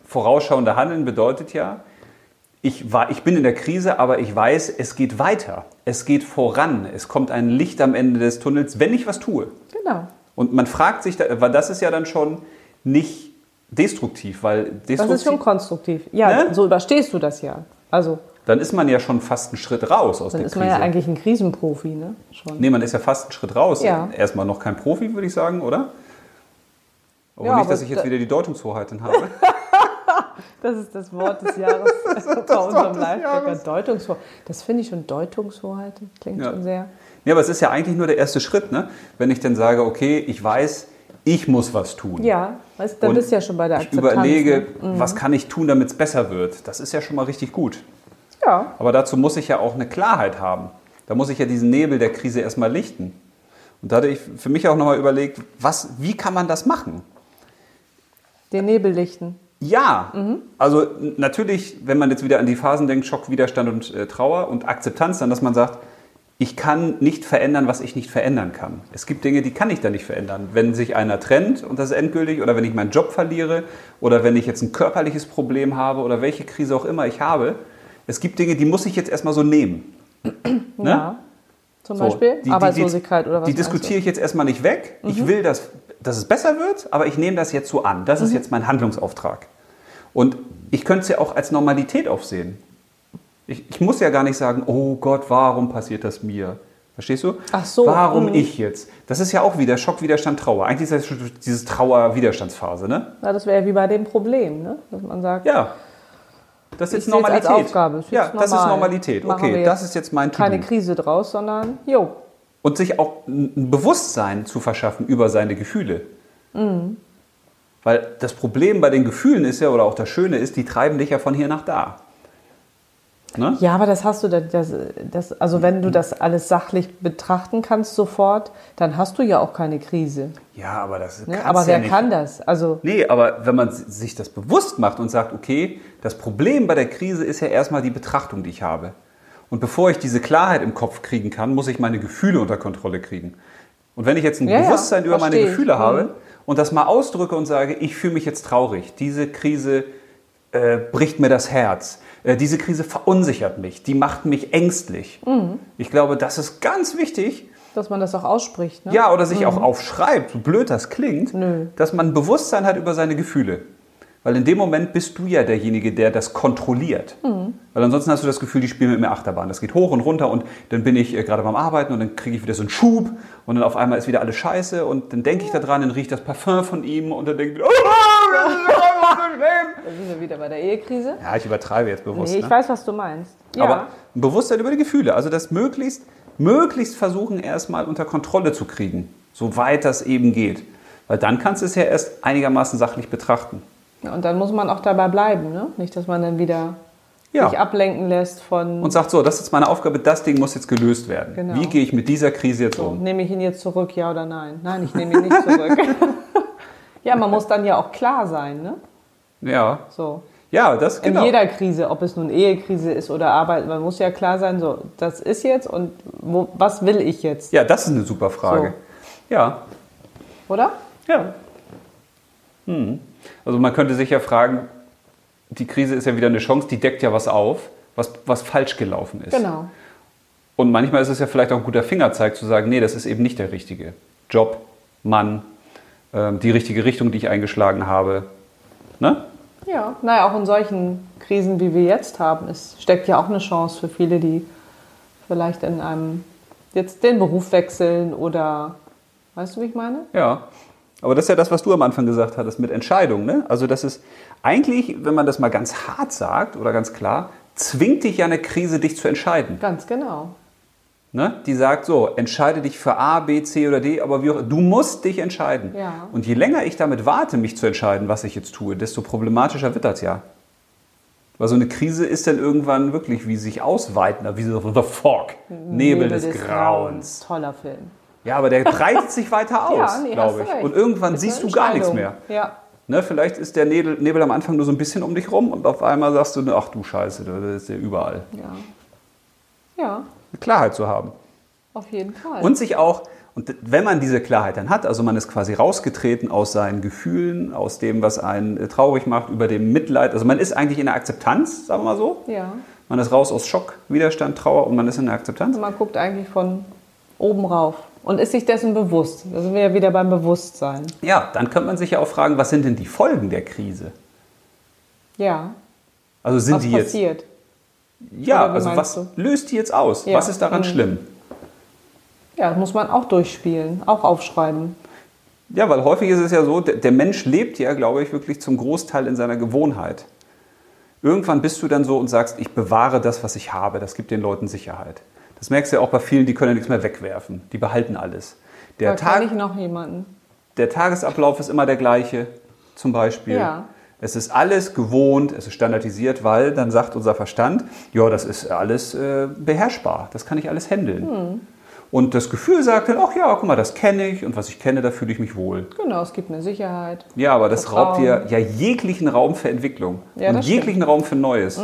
Speaker 1: vorausschauende Handeln bedeutet ja, ich, war, ich bin in der Krise, aber ich weiß, es geht weiter. Es geht voran. Es kommt ein Licht am Ende des Tunnels, wenn ich was tue.
Speaker 2: Genau.
Speaker 1: Und man fragt sich, da- weil das ist ja dann schon nicht destruktiv, weil
Speaker 2: Das ist schon
Speaker 1: destruktiv,
Speaker 2: konstruktiv. Ja,
Speaker 1: Ne?
Speaker 2: so überstehst du das ja. Also,
Speaker 1: dann ist man ja schon fast einen Schritt raus aus
Speaker 2: dann
Speaker 1: der
Speaker 2: ist
Speaker 1: Krise.
Speaker 2: man ja eigentlich ein Krisenprofi, ne? Schon.
Speaker 1: nee, man ist ja fast einen Schritt raus.
Speaker 2: Ja.
Speaker 1: Erstmal noch kein Profi, würde ich sagen, oder? Aber
Speaker 2: Ja,
Speaker 1: nicht,
Speaker 2: aber
Speaker 1: dass ich jetzt
Speaker 2: da-
Speaker 1: wieder die Deutungshoheit dann habe.
Speaker 2: Das ist das Wort des Jahres bei unserem
Speaker 1: des
Speaker 2: Live-Hacker.
Speaker 1: Jahres.
Speaker 2: Deutungshoheit. Das finde ich schon, Deutungshoheit klingt
Speaker 1: Ja.
Speaker 2: schon sehr.
Speaker 1: Ja, aber es ist ja eigentlich nur der erste Schritt, ne? wenn ich dann sage, okay, ich weiß, ich muss was tun.
Speaker 2: Ja, weißt, du, da
Speaker 1: Und
Speaker 2: bist du ja schon bei der
Speaker 1: Ich
Speaker 2: Akzeptanz.
Speaker 1: überlege,
Speaker 2: ne?
Speaker 1: was kann ich tun, damit es besser wird. Das ist ja schon mal richtig gut.
Speaker 2: ne? Ja,
Speaker 1: Aber dazu muss ich ja auch eine Klarheit haben. Da muss ich ja diesen Nebel der Krise erstmal lichten. Und da hatte ich für mich auch nochmal überlegt, was, wie kann man das machen?
Speaker 2: den Nebel lichten.
Speaker 1: Ja, also n- natürlich, wenn man jetzt wieder an die Phasen denkt, Schock, Widerstand und äh, Trauer und Akzeptanz, dann, dass man sagt, ich kann nicht verändern, was ich nicht verändern kann. Es gibt Dinge, die kann ich da nicht verändern. Wenn sich einer trennt und das ist endgültig, oder wenn ich meinen Job verliere, oder wenn ich jetzt ein körperliches Problem habe, oder welche Krise auch immer ich habe, es gibt Dinge, die muss ich jetzt erstmal so nehmen. Ne?
Speaker 2: Ja. Zum
Speaker 1: So,
Speaker 2: Beispiel
Speaker 1: die- die-
Speaker 2: Arbeitslosigkeit
Speaker 1: die,
Speaker 2: oder was? Mhm.
Speaker 1: Die
Speaker 2: meinst du?
Speaker 1: diskutiere ich jetzt erstmal nicht weg. Ich will, dass, dass es besser wird, aber ich nehme das jetzt so an. Das ist
Speaker 2: Mhm.
Speaker 1: jetzt mein Handlungsauftrag. Und ich könnte es ja auch als Normalität aufsehen. Ich, ich muss ja gar nicht sagen, oh Gott, warum passiert das mir? Verstehst du?
Speaker 2: Ach so,
Speaker 1: Warum
Speaker 2: mhm.
Speaker 1: ich jetzt? Das ist ja auch wieder Schock, Widerstand, Trauer. Eigentlich ist das schon diese Trauer-Widerstandsphase, ne?
Speaker 2: Na, das wäre wie bei dem Problem, ne? dass man sagt,
Speaker 1: Ja. Das ist jetzt
Speaker 2: Ich sehe es als
Speaker 1: Normalität.
Speaker 2: Aufgabe. Ist
Speaker 1: ja,
Speaker 2: jetzt
Speaker 1: das ist
Speaker 2: normal.
Speaker 1: Normalität.
Speaker 2: Machen wir
Speaker 1: Okay,
Speaker 2: jetzt
Speaker 1: das ist jetzt mein To-Do.
Speaker 2: keine Krise draus, sondern jo,
Speaker 1: Und sich auch ein Bewusstsein zu verschaffen über seine Gefühle.
Speaker 2: Mhm.
Speaker 1: Weil das Problem bei den Gefühlen ist ja, oder auch das Schöne ist, die treiben dich ja von hier nach da. Ne?
Speaker 2: Ja, aber das hast du, dann- das, das, also wenn du das alles sachlich betrachten kannst sofort, dann hast du ja auch keine Krise.
Speaker 1: Ja, aber das
Speaker 2: Ne?
Speaker 1: kannst
Speaker 2: Aber
Speaker 1: ja
Speaker 2: wer
Speaker 1: nicht.
Speaker 2: kann das? Also
Speaker 1: Nee, aber wenn man s- sich das bewusst macht und sagt, okay, das Problem bei der Krise ist ja erstmal die Betrachtung, die ich habe. Und bevor ich diese Klarheit im Kopf kriegen kann, muss ich meine Gefühle unter Kontrolle kriegen. Und wenn ich jetzt ein
Speaker 2: Ja, ja,
Speaker 1: Bewusstsein über meine
Speaker 2: verstehe ich.
Speaker 1: Gefühle
Speaker 2: Mhm.
Speaker 1: habe und das mal ausdrücke und sage, ich fühle mich jetzt traurig, diese Krise äh, bricht mir das Herz, äh, diese Krise verunsichert mich, die macht mich ängstlich.
Speaker 2: Mhm.
Speaker 1: Ich glaube, das ist ganz wichtig,
Speaker 2: Dass man das auch ausspricht. Ne?
Speaker 1: ja, oder sich auch aufschreibt, so blöd das klingt,
Speaker 2: Nö.
Speaker 1: dass man ein Bewusstsein hat über seine Gefühle. Weil in dem Moment bist du ja derjenige, der das kontrolliert.
Speaker 2: Mhm.
Speaker 1: Weil ansonsten hast du das Gefühl, die spielen mit mir Achterbahn. Das geht hoch und runter und dann bin ich äh, gerade beim Arbeiten und dann kriege ich wieder so einen Schub und dann auf einmal ist wieder alles scheiße und dann denke ich da dran, dann riecht das Parfum von ihm und dann denke ich, oh, das ist aber so schlimm.
Speaker 2: Da sind wir wieder bei der Ehekrise.
Speaker 1: Ja, ich übertreibe jetzt bewusst.
Speaker 2: Nee, ich
Speaker 1: ne?
Speaker 2: weiß, was du meinst. Ja.
Speaker 1: Aber ein Bewusstsein über die Gefühle. Also das möglichst, möglichst versuchen, erstmal unter Kontrolle zu kriegen, soweit das eben geht. Weil dann kannst du es ja erst einigermaßen sachlich betrachten.
Speaker 2: Und dann muss man auch dabei bleiben, ne? Nicht, dass man dann wieder
Speaker 1: Ja.
Speaker 2: sich ablenken lässt von,
Speaker 1: Und sagt so, das ist jetzt meine Aufgabe, das Ding muss jetzt gelöst werden.
Speaker 2: Genau.
Speaker 1: Wie gehe ich mit dieser Krise jetzt um?
Speaker 2: nehme ich ihn jetzt zurück, ja oder nein? Nein, ich nehme ihn nicht zurück. ja, man muss dann ja auch klar sein, ne?
Speaker 1: Ja,
Speaker 2: So.
Speaker 1: ja, das
Speaker 2: In
Speaker 1: genau.
Speaker 2: jeder Krise, ob es nun Ehekrise ist oder Arbeit, man muss ja klar sein, so, das ist jetzt und wo, was will ich jetzt,
Speaker 1: Ja, das ist eine super Frage. Ja,
Speaker 2: oder?
Speaker 1: ja. Hm. Also man könnte sich ja fragen, die Krise ist ja wieder eine Chance, die deckt ja was auf, was, was falsch gelaufen ist.
Speaker 2: Genau.
Speaker 1: Und manchmal ist es ja vielleicht auch ein guter Fingerzeig zu sagen, nee, das ist eben nicht der richtige Job, Mann, ähm, die richtige Richtung, die ich eingeschlagen habe. Ne?
Speaker 2: Ja, naja, auch in solchen Krisen, wie wir jetzt haben, es steckt ja auch eine Chance für viele, die vielleicht in einem jetzt den Beruf wechseln oder weißt du, wie ich meine?
Speaker 1: Ja. Aber das ist ja das, was du am Anfang gesagt hattest mit Entscheidung. Ne? Also das ist eigentlich, wenn man das mal ganz hart sagt oder ganz klar, zwingt dich ja eine Krise, dich zu entscheiden.
Speaker 2: Ganz genau.
Speaker 1: Ne? Die sagt so, entscheide dich für A, B, C oder D, aber wie auch, du musst dich entscheiden.
Speaker 2: Ja.
Speaker 1: Und je länger ich damit warte, mich zu entscheiden, was ich jetzt tue, desto problematischer wird das ja. Weil so eine Krise ist dann irgendwann wirklich wie sich ausweitender, wie so The Fog, Nebel, des, Grauens.
Speaker 2: Toller Film.
Speaker 1: Ja, aber der breitet sich weiter aus,
Speaker 2: nee, hast
Speaker 1: glaube
Speaker 2: du
Speaker 1: ich.
Speaker 2: recht.
Speaker 1: Und irgendwann
Speaker 2: Ist
Speaker 1: siehst du
Speaker 2: eine
Speaker 1: gar nichts mehr.
Speaker 2: Entscheidung. Ja,
Speaker 1: Ne, vielleicht ist der Nebel, Nebel am Anfang nur so ein bisschen um dich rum und auf einmal sagst du, ach du Scheiße, das ist ja überall.
Speaker 2: ja. Ja,
Speaker 1: Klarheit zu haben.
Speaker 2: auf jeden Fall.
Speaker 1: Und sich auch, und d- wenn man diese Klarheit dann hat, also man ist quasi rausgetreten aus seinen Gefühlen, aus dem, was einen äh, traurig macht, über dem Mitleid. Also man ist eigentlich in der Akzeptanz, sagen wir mal so.
Speaker 2: Ja.
Speaker 1: Man ist raus aus Schock, Widerstand, Trauer und man ist in der Akzeptanz.
Speaker 2: Man guckt eigentlich von oben rauf und ist sich dessen bewusst. Da sind wir ja wieder beim Bewusstsein.
Speaker 1: Ja, dann könnte man sich ja auch fragen, was sind denn die Folgen der Krise?
Speaker 2: Ja.
Speaker 1: Also sind
Speaker 2: Was
Speaker 1: die jetzt.
Speaker 2: passiert?
Speaker 1: Ja,
Speaker 2: Oder wie
Speaker 1: also was
Speaker 2: meinst
Speaker 1: löst die jetzt aus?
Speaker 2: Ja.
Speaker 1: Was ist daran
Speaker 2: Mhm.
Speaker 1: schlimm?
Speaker 2: Ja, das muss man auch durchspielen, auch aufschreiben.
Speaker 1: Ja, weil häufig ist es ja so, der, der Mensch lebt ja, glaube ich, wirklich zum Großteil in seiner Gewohnheit. Irgendwann bist du dann so und sagst, ich bewahre das, was ich habe. Das gibt den Leuten Sicherheit. Das merkst du ja auch bei vielen, die können ja nichts mehr wegwerfen. Die behalten alles. Der,
Speaker 2: Da kann ich
Speaker 1: Tag,
Speaker 2: noch jemanden.
Speaker 1: der Tagesablauf ist immer der gleiche, zum Beispiel.
Speaker 2: Ja.
Speaker 1: Es ist alles gewohnt, es ist standardisiert, weil dann sagt unser Verstand, ja, das ist alles äh, beherrschbar, das kann ich alles handeln.
Speaker 2: Hm.
Speaker 1: Und das Gefühl sagt dann, ach ja, guck mal, das kenne ich und was ich kenne, da fühle ich mich wohl.
Speaker 2: Genau, es gibt eine Sicherheit.
Speaker 1: Ja, aber das raubt dir
Speaker 2: Vertrauen.
Speaker 1: ja jeglichen Raum für Entwicklung
Speaker 2: Ja,
Speaker 1: und
Speaker 2: das stimmt. Mhm.
Speaker 1: jeglichen Raum für Neues.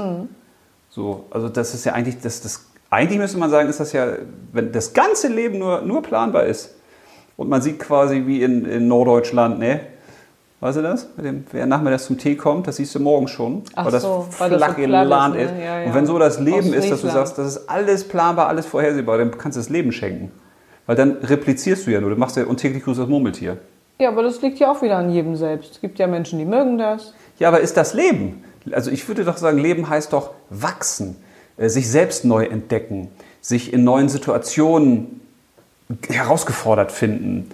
Speaker 1: So, also das ist ja eigentlich, das, das, eigentlich müsste man sagen, ist das ja, wenn das ganze Leben nur, nur planbar ist und man sieht quasi wie in, in Norddeutschland, ne? Weißt du das? Mit dem, wer nachmittags zum Tee kommt, das siehst du morgens schon,
Speaker 2: Ach
Speaker 1: weil das
Speaker 2: so,
Speaker 1: flach
Speaker 2: weil das so
Speaker 1: in
Speaker 2: platt ist,
Speaker 1: Land
Speaker 2: ne?
Speaker 1: ist.
Speaker 2: Ja, ja.
Speaker 1: Und wenn so das Leben
Speaker 2: Aus
Speaker 1: ist, dass du
Speaker 2: Friesland.
Speaker 1: sagst, das ist alles planbar, alles vorhersehbar, dann kannst du das Leben schenken. Weil dann replizierst du ja nur, du machst ja und täglich grüßt das Murmeltier.
Speaker 2: Ja, aber das liegt ja auch wieder an jedem selbst. Es gibt ja Menschen, die mögen das.
Speaker 1: Ja, aber ist das Leben? Also ich würde doch sagen, Leben heißt doch wachsen, äh, sich selbst neu entdecken, sich in neuen Situationen g- herausgefordert finden.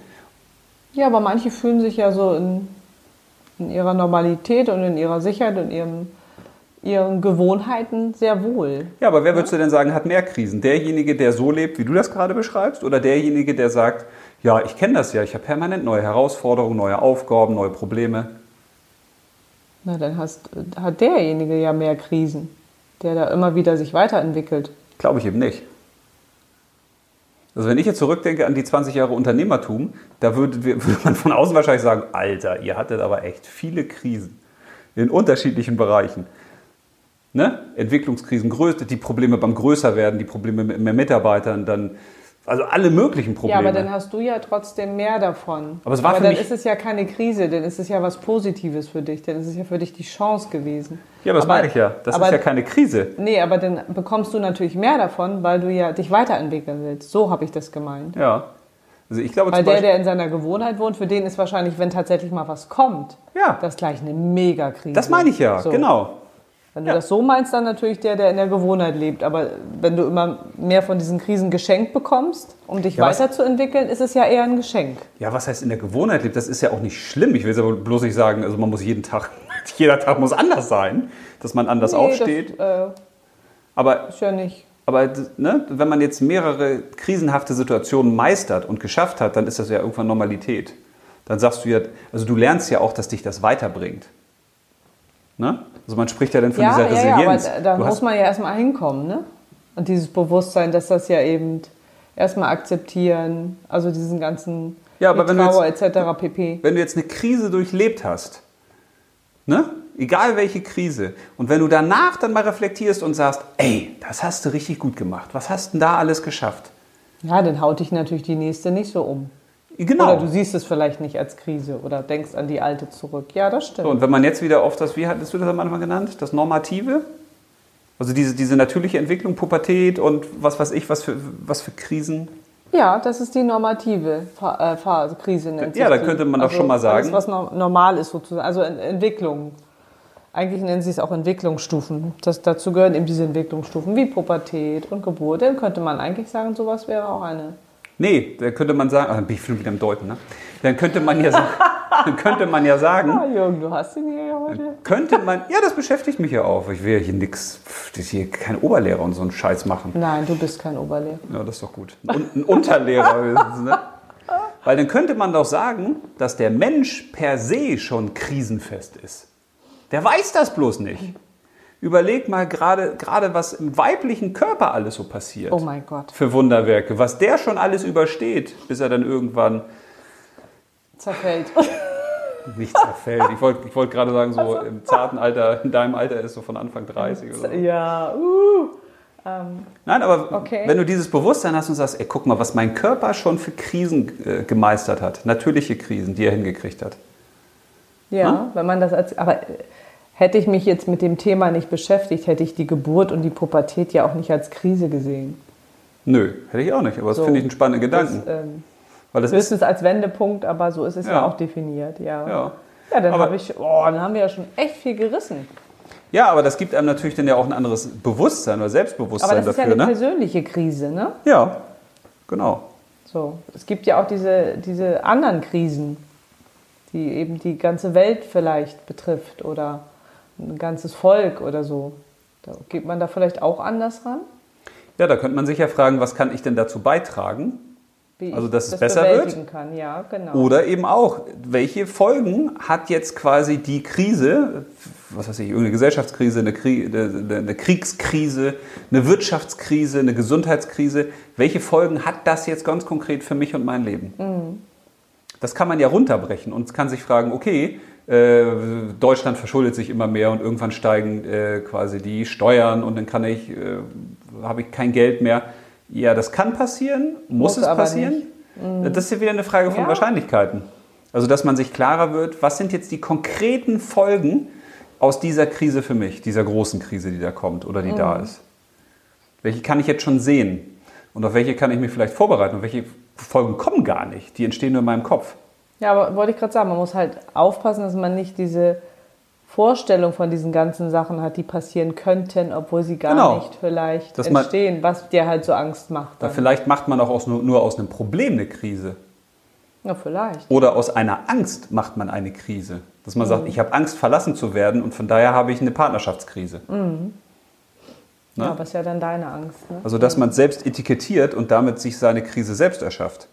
Speaker 2: Ja, aber manche fühlen sich ja so in, in ihrer Normalität und in ihrer Sicherheit und ihrem, ihren Gewohnheiten sehr wohl.
Speaker 1: Ja, aber wer würdest du denn sagen, hat mehr Krisen? Derjenige, der so lebt, wie du das gerade beschreibst, oder derjenige, der sagt, ja, ich kenne das ja, ich habe permanent neue Herausforderungen, neue Aufgaben, neue Probleme.
Speaker 2: Na, dann hast, hat derjenige ja mehr Krisen, der da immer wieder sich weiterentwickelt.
Speaker 1: Glaube ich eben nicht. Also wenn ich jetzt zurückdenke an die 20 Jahre Unternehmertum, da würde, würde man von außen wahrscheinlich sagen, Alter, ihr hattet aber echt viele Krisen in unterschiedlichen Bereichen. Ne? Entwicklungskrisen, größte, die Probleme beim Größerwerden, die Probleme mit mehr Mitarbeitern, dann also alle möglichen Probleme.
Speaker 2: Ja, aber dann hast du ja trotzdem mehr davon.
Speaker 1: Aber es war für
Speaker 2: dann
Speaker 1: mich-
Speaker 2: ist es ja keine Krise, dann ist es ja was Positives für dich, dann ist es ja für dich die Chance gewesen.
Speaker 1: Ja, aber das meine ich ja. Das
Speaker 2: aber,
Speaker 1: ist ja keine Krise.
Speaker 2: Nee, aber dann bekommst du natürlich mehr davon, weil du ja dich weiterentwickeln willst. So habe ich das gemeint.
Speaker 1: Ja. Also ich glaube
Speaker 2: Weil
Speaker 1: zum
Speaker 2: der,
Speaker 1: Beispiel,
Speaker 2: der in seiner Gewohnheit wohnt, für den ist wahrscheinlich, wenn tatsächlich mal was kommt,
Speaker 1: Ja.
Speaker 2: das gleich eine Mega-Krise.
Speaker 1: das meine ich ja,
Speaker 2: So.
Speaker 1: genau.
Speaker 2: Wenn du
Speaker 1: Ja.
Speaker 2: das so meinst, dann natürlich der, der in der Gewohnheit lebt. Aber wenn du immer mehr von diesen Krisen geschenkt bekommst, um dich
Speaker 1: Ja, was-
Speaker 2: weiterzuentwickeln, ist es ja eher ein Geschenk.
Speaker 1: Ja, was heißt in der Gewohnheit lebt, das ist ja auch nicht schlimm. Ich will es aber bloß nicht sagen, also man muss jeden Tag, jeder Tag muss anders sein, dass man anders
Speaker 2: Nee,
Speaker 1: aufsteht.
Speaker 2: Das, äh,
Speaker 1: Aber,
Speaker 2: ist ja nicht.
Speaker 1: aber ne, wenn man jetzt mehrere krisenhafte Situationen meistert und geschafft hat, dann ist das ja irgendwann Normalität. Dann sagst du ja, also du lernst ja auch, dass dich das weiterbringt. Ne? Also man spricht ja dann von
Speaker 2: Ja,
Speaker 1: dieser
Speaker 2: ja, ja, aber
Speaker 1: Resilienz.
Speaker 2: da, da
Speaker 1: du
Speaker 2: muss
Speaker 1: hast,
Speaker 2: man ja erstmal hinkommen, ne? Und dieses Bewusstsein, dass das ja eben erstmal akzeptieren, also diesen ganzen
Speaker 1: Ja, aber
Speaker 2: die
Speaker 1: wenn du
Speaker 2: Trauer etc. pp.
Speaker 1: wenn du jetzt eine Krise durchlebt hast, ne? egal welche Krise, und wenn du danach dann mal reflektierst und sagst, ey, das hast du richtig gut gemacht, was hast denn da alles geschafft?
Speaker 2: Ja, dann haut dich natürlich die nächste nicht so um. Oder
Speaker 1: Genau.
Speaker 2: du siehst es vielleicht nicht als Krise oder denkst an die alte zurück. Ja, das stimmt.
Speaker 1: So, und wenn man jetzt wieder auf das, wie hattest du das am Anfang genannt, das Normative, also diese, diese natürliche Entwicklung, Pubertät und was weiß ich, was für, was für Krisen.
Speaker 2: Ja, das ist die normative Fa- äh, Phase, Krise nennt sich
Speaker 1: Ja, da
Speaker 2: die. Also
Speaker 1: könnte man doch schon mal
Speaker 2: Alles,
Speaker 1: sagen.
Speaker 2: was no- normal ist sozusagen, also Ent- Entwicklung. Eigentlich nennen sie es auch Entwicklungsstufen. Das, dazu gehören eben diese Entwicklungsstufen wie Pubertät und Geburt. Dann könnte man eigentlich sagen, sowas wäre auch eine.
Speaker 1: Nee, da könnte man sagen, ah, dann bin ich schon wieder am Deuten, ne? Dann könnte man ja, sa- dann könnte man ja sagen,
Speaker 2: Ah, Jürgen, du hast ihn hier heute.
Speaker 1: könnte man, ja, das beschäftigt mich ja auch. Ich will ja hier nix, pff, das ist hier kein Oberlehrer und so einen Scheiß machen.
Speaker 2: Nein, du bist kein Oberlehrer.
Speaker 1: Ja, das ist doch gut. Und ein Unterlehrer wenigstens, ne? Weil dann könnte man doch sagen, dass der Mensch per se schon krisenfest ist. Der weiß das bloß nicht. Überleg mal gerade, gerade was im weiblichen Körper alles so passiert.
Speaker 2: Oh mein Gott.
Speaker 1: Für Wunderwerke. Was der schon alles übersteht, bis er dann irgendwann
Speaker 2: Zerfällt.
Speaker 1: nicht zerfällt. Ich wollte ich wollte gerade sagen,
Speaker 2: Also-
Speaker 1: so im zarten Alter, in deinem Alter ist so von Anfang 30 oder so.
Speaker 2: ja, uh.
Speaker 1: Nein, aber
Speaker 2: Okay.
Speaker 1: wenn du dieses Bewusstsein hast und sagst, ey, guck mal, was mein Körper schon für Krisen äh, gemeistert hat, natürliche Krisen, die er hingekriegt hat.
Speaker 2: Ja,
Speaker 1: Hm?
Speaker 2: wenn man das als. Aber äh, hätte ich mich jetzt mit dem Thema nicht beschäftigt, hätte ich die Geburt und die Pubertät ja auch nicht als Krise gesehen.
Speaker 1: Nö, hätte ich auch nicht, aber das
Speaker 2: So.
Speaker 1: finde ich einen spannenden Gedanken.
Speaker 2: Das, ähm,
Speaker 1: weil das ist,
Speaker 2: höchstens als Wendepunkt, aber so ist es ja,
Speaker 1: Ja.
Speaker 2: auch definiert, ja.
Speaker 1: ja.
Speaker 2: Ja, dann
Speaker 1: Aber-
Speaker 2: habe ich, oh, dann haben wir ja schon echt viel gerissen.
Speaker 1: ja, aber das gibt einem natürlich dann ja auch ein anderes Bewusstsein oder
Speaker 2: Aber
Speaker 1: Selbstbewusstsein
Speaker 2: das ist
Speaker 1: dafür,
Speaker 2: ja eine
Speaker 1: ne?
Speaker 2: persönliche Krise, ne?
Speaker 1: Ja, genau.
Speaker 2: So, es gibt ja auch diese, diese anderen Krisen, die eben die ganze Welt vielleicht betrifft oder ein ganzes Volk oder so. Da geht man da vielleicht auch anders ran,
Speaker 1: Ja, da könnte man sich ja fragen, was kann ich denn dazu beitragen?
Speaker 2: wie
Speaker 1: Also,
Speaker 2: ich
Speaker 1: dass es besser wird?
Speaker 2: bewältigen kann. Ja, genau.
Speaker 1: Oder eben auch, welche Folgen hat jetzt quasi die Krise, was weiß ich, irgendeine Gesellschaftskrise, eine, Krie eine eine Kriegskrise, eine Wirtschaftskrise, eine Gesundheitskrise, welche Folgen hat das jetzt ganz konkret für mich und mein Leben?
Speaker 2: Mhm.
Speaker 1: Das kann man ja runterbrechen und kann sich fragen, okay, äh, Deutschland verschuldet sich immer mehr und irgendwann steigen äh, quasi die Steuern und dann kann ich, äh, habe ich kein Geld mehr. Ja, das kann passieren, muss,
Speaker 2: Muss
Speaker 1: es
Speaker 2: aber
Speaker 1: passieren. Das ist ja wieder eine Frage von
Speaker 2: Ja.
Speaker 1: Wahrscheinlichkeiten. Also, dass man sich klarer wird, was sind jetzt die konkreten Folgen aus dieser Krise für mich, dieser großen Krise, die da kommt oder die
Speaker 2: Mhm.
Speaker 1: da ist. Welche kann ich jetzt schon sehen? Und auf welche kann ich mich vielleicht vorbereiten? Und welche Folgen kommen gar nicht? Die entstehen nur in meinem Kopf.
Speaker 2: Ja, aber wollte ich gerade sagen, man muss halt aufpassen, dass man nicht diese Vorstellung von diesen ganzen Sachen hat, die passieren könnten, obwohl sie gar
Speaker 1: Genau.
Speaker 2: nicht vielleicht
Speaker 1: Dass man-
Speaker 2: entstehen, was dir halt so Angst macht.
Speaker 1: Da
Speaker 2: Dann.
Speaker 1: vielleicht macht man auch aus, nur, nur aus einem Problem eine Krise.
Speaker 2: Ja, vielleicht.
Speaker 1: Oder aus einer Angst macht man eine Krise. Dass man
Speaker 2: Mhm.
Speaker 1: sagt, ich habe Angst, verlassen zu werden und von daher habe ich eine Partnerschaftskrise. Ne?
Speaker 2: Mhm. Ja, aber ist ja dann deine Angst. Ne?
Speaker 1: Also, dass man es selbst etikettiert und damit sich seine Krise selbst erschafft.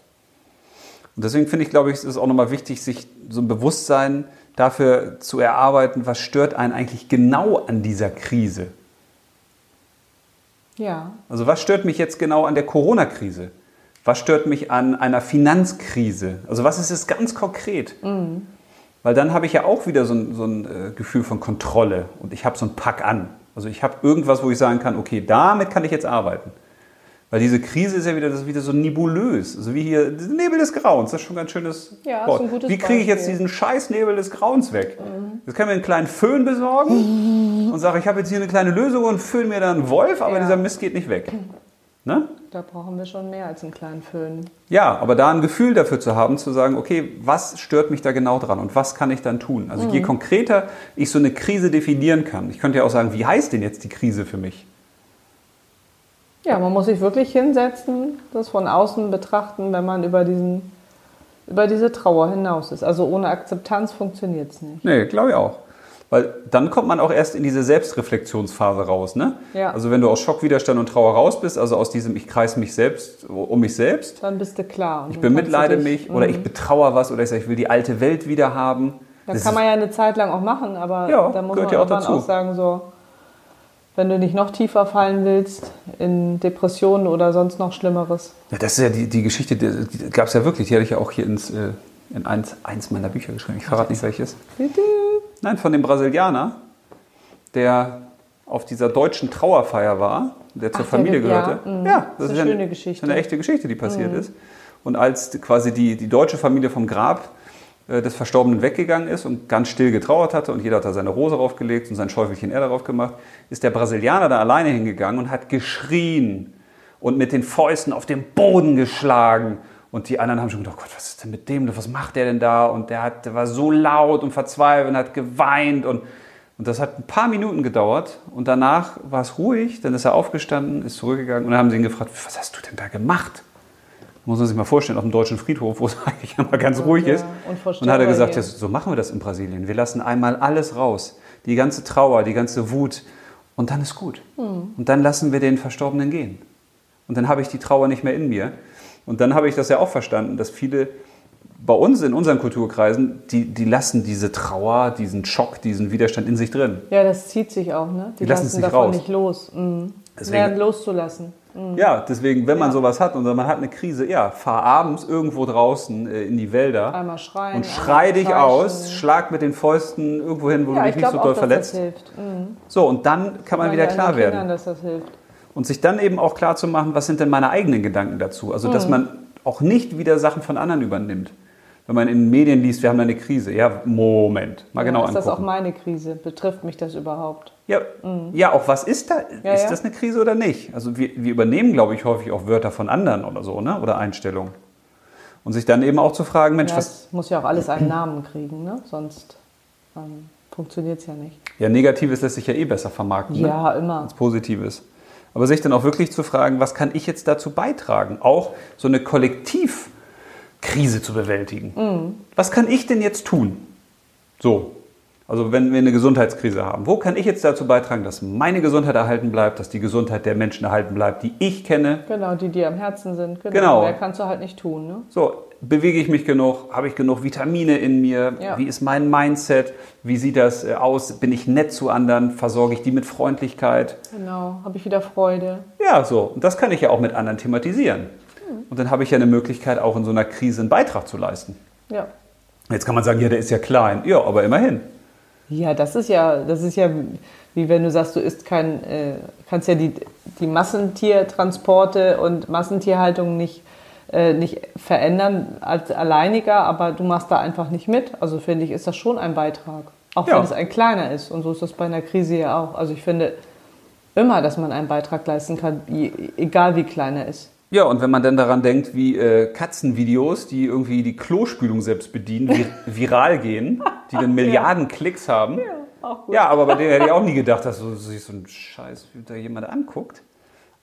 Speaker 1: Und deswegen finde ich, glaube ich, es ist auch nochmal wichtig, sich so ein Bewusstsein dafür zu erarbeiten, was stört einen eigentlich genau an dieser Krise.
Speaker 2: Ja,
Speaker 1: Also was stört mich jetzt genau an der Corona-Krise? Was stört mich an einer Finanzkrise? Also was ist es ganz konkret? Weil dann habe ich ja auch wieder so ein, so ein äh, Gefühl von Kontrolle und ich habe so ein Pack an. Also ich habe irgendwas, wo ich sagen kann, okay, damit kann ich jetzt arbeiten. Weil diese Krise ist ja wieder, das ist wieder so nebulös. Also wie hier, der Nebel des Grauens, das ist schon ein ganz schönes
Speaker 2: Ja, ist
Speaker 1: Wort.
Speaker 2: ein gutes
Speaker 1: wie kriege ich jetzt
Speaker 2: Beispiel. Mhm.
Speaker 1: diesen scheiß Nebel des Grauens weg? Jetzt kann ich mir einen kleinen Föhn besorgen und sage, ich habe jetzt hier eine kleine Lösung und föhn mir da einen Wolf, aber
Speaker 2: Ja.
Speaker 1: dieser Mist geht nicht weg. Ne?
Speaker 2: Da brauchen wir schon mehr als einen kleinen Föhn.
Speaker 1: Ja, aber da ein Gefühl dafür zu haben, zu sagen, okay, was stört mich da genau dran und was kann ich dann tun? Also
Speaker 2: Mhm.
Speaker 1: je konkreter ich so eine Krise definieren kann, ich könnte ja auch sagen, wie heißt denn jetzt die Krise für mich?
Speaker 2: Ja, man muss sich wirklich hinsetzen, das von außen betrachten, wenn man über, diesen, über diese Trauer hinaus ist. Also ohne Akzeptanz funktioniert es nicht.
Speaker 1: Nee, glaube ich auch. Weil dann kommt man auch erst in diese Selbstreflexionsphase raus, ne?
Speaker 2: Ja.
Speaker 1: Also wenn du aus Schock, Widerstand und Trauer raus bist, also aus diesem ich kreise mich selbst um mich selbst,
Speaker 2: Dann bist du klar. und
Speaker 1: ich
Speaker 2: dann kannst du
Speaker 1: bemitleide
Speaker 2: dich-
Speaker 1: mich oder ich betrauere was oder ich sage, ich will die alte Welt wieder haben.
Speaker 2: Das,
Speaker 1: Das
Speaker 2: Mhm. kann
Speaker 1: ist-
Speaker 2: man ja eine Zeit lang auch machen, aber
Speaker 1: Ja,
Speaker 2: da muss
Speaker 1: gehört
Speaker 2: man
Speaker 1: ja auch
Speaker 2: irgendwann
Speaker 1: dazu.
Speaker 2: auch sagen, so, wenn du nicht noch tiefer fallen willst in Depressionen oder sonst noch Schlimmeres.
Speaker 1: Ja, das ist ja die, die Geschichte, die, die gab es ja wirklich. Die hatte ich ja auch hier ins, äh, in eins, eins meiner Bücher geschrieben. Ich verrate nicht welches. Nein, von dem Brasilianer, der auf dieser deutschen Trauerfeier war, der zur
Speaker 2: Ach, der
Speaker 1: Familie
Speaker 2: Ge- ja,
Speaker 1: gehörte.
Speaker 2: mhm. Das ist eine
Speaker 1: ja
Speaker 2: schöne Geschichte. Mm.
Speaker 1: Eine echte Geschichte, die passiert ist. Und als quasi die, die deutsche Familie vom Grab äh, des Verstorbenen weggegangen ist und ganz still getrauert hatte und jeder hat da seine Rose draufgelegt und sein Schäufelchen Erde drauf gemacht, ist der Brasilianer da alleine hingegangen und hat geschrien und mit den Fäusten auf den Boden geschlagen. Und die anderen haben schon gedacht, oh Gott, was ist denn mit dem? Was macht der denn da? Und der, hat, der war so laut und verzweifelt und hat geweint. Und, und das hat ein paar Minuten gedauert. Und danach war es ruhig. Dann ist er aufgestanden, ist zurückgegangen. Und dann haben sie ihn gefragt, was hast du denn da gemacht? Muss man sich mal vorstellen, auf dem deutschen Friedhof, wo es eigentlich immer ganz ruhig
Speaker 2: ja,
Speaker 1: ist. Und
Speaker 2: unvorstellbar
Speaker 1: hat er gesagt,
Speaker 2: hier.
Speaker 1: ja, so machen wir das in Brasilien. Wir lassen einmal alles raus. Die ganze Trauer, die ganze Wut. Und dann ist gut.
Speaker 2: Mhm.
Speaker 1: Und dann lassen wir den Verstorbenen gehen. Und dann habe ich die Trauer nicht mehr in mir. Und dann habe ich das ja auch verstanden, dass viele bei uns in unseren Kulturkreisen, die, die lassen diese Trauer, diesen Schock, diesen Widerstand in sich drin.
Speaker 2: Ja, das zieht sich auch, ne? Die,
Speaker 1: Die lassen es nicht
Speaker 2: davon
Speaker 1: raus.
Speaker 2: nicht los. Mhm.
Speaker 1: Deswegen-
Speaker 2: Lernen loszulassen.
Speaker 1: Ja, deswegen, wenn man
Speaker 2: Mhm. Ja.
Speaker 1: sowas hat und man hat eine Krise, ja, fahr abends irgendwo draußen äh, in die Wälder
Speaker 2: Einmal schreien.
Speaker 1: und schrei
Speaker 2: einmal
Speaker 1: dich
Speaker 2: kreischen.
Speaker 1: aus, schlag mit den Fäusten irgendwo hin, wo
Speaker 2: Ja,
Speaker 1: du
Speaker 2: ich
Speaker 1: dich nicht
Speaker 2: glaube
Speaker 1: so doll
Speaker 2: auch, dass das
Speaker 1: verletzt.
Speaker 2: hilft. Mhm.
Speaker 1: So, und dann kann man wieder
Speaker 2: ja den
Speaker 1: klar werden.
Speaker 2: Kindern, dass das hilft.
Speaker 1: Und sich dann eben auch klar zu machen, was sind denn meine eigenen Gedanken dazu? Also,
Speaker 2: Mhm.
Speaker 1: dass man auch nicht wieder Sachen von anderen übernimmt. Wenn man in den Medien liest, wir haben da eine Krise. Ja, Moment. Mal
Speaker 2: Ja,
Speaker 1: genau
Speaker 2: ist das auch
Speaker 1: angucken.
Speaker 2: meine Krise? Betrifft mich das überhaupt?
Speaker 1: ja, ja, auch was ist da?
Speaker 2: Mhm. Ja,
Speaker 1: ist
Speaker 2: ja.
Speaker 1: das eine Krise oder nicht? Also wir, wir übernehmen, glaube ich, häufig auch Wörter von anderen oder so, ne? oder Einstellungen. Und sich dann eben auch zu fragen, Mensch,
Speaker 2: Ja,
Speaker 1: was,
Speaker 2: es muss ja auch alles einen Namen kriegen, ne? sonst ähm, funktioniert es ja nicht.
Speaker 1: ja, Negatives lässt sich ja eh besser vermarkten. Ne?
Speaker 2: Ja, immer.
Speaker 1: als Positives. Aber sich dann auch wirklich zu fragen, was kann ich jetzt dazu beitragen, auch so eine Kollektivkrise zu bewältigen. Was kann ich denn jetzt tun? So. Also wenn wir eine Gesundheitskrise haben, wo kann ich jetzt dazu beitragen, dass meine Gesundheit erhalten bleibt, dass die Gesundheit der Menschen erhalten bleibt, die ich kenne?
Speaker 2: Genau, die dir am Herzen sind. Genau.
Speaker 1: Genau.
Speaker 2: Mehr kannst du halt nicht tun. Ne?
Speaker 1: So, bewege ich mich genug? Habe ich genug Vitamine in mir?
Speaker 2: Ja.
Speaker 1: Wie ist mein Mindset? Wie sieht das äh, aus? Bin ich nett zu anderen? Versorge ich die mit Freundlichkeit?
Speaker 2: Genau. Habe ich wieder Freude.
Speaker 1: Ja, so. Und das kann ich ja auch mit anderen thematisieren.
Speaker 2: Hm.
Speaker 1: Und dann habe ich ja eine Möglichkeit, auch in so einer Krise einen Beitrag zu leisten.
Speaker 2: Ja.
Speaker 1: Jetzt kann man sagen, ja, der ist ja klein. Ja, aber immerhin.
Speaker 2: Ja, das ist ja, das ist ja wie wenn du sagst, du isst kein, äh, kannst ja die, die Massentiertransporte und Massentierhaltung nicht, äh, nicht verändern als alleiniger, aber du machst da einfach nicht mit. Also finde ich, ist das schon ein Beitrag. Auch
Speaker 1: Ja.
Speaker 2: wenn es ein kleiner ist. Und so ist das bei einer Krise ja auch. Also ich finde immer, dass man einen Beitrag leisten kann, je- egal wie klein er ist.
Speaker 1: Ja, und wenn man dann daran denkt, wie äh, Katzenvideos, die irgendwie die Klospülung selbst bedienen, vi viral gehen, die dann Milliarden Klicks haben. Ja,
Speaker 2: auch
Speaker 1: ja, aber bei denen hätte ich auch nie gedacht, dass so, sich so ein Scheiß da jemand anguckt.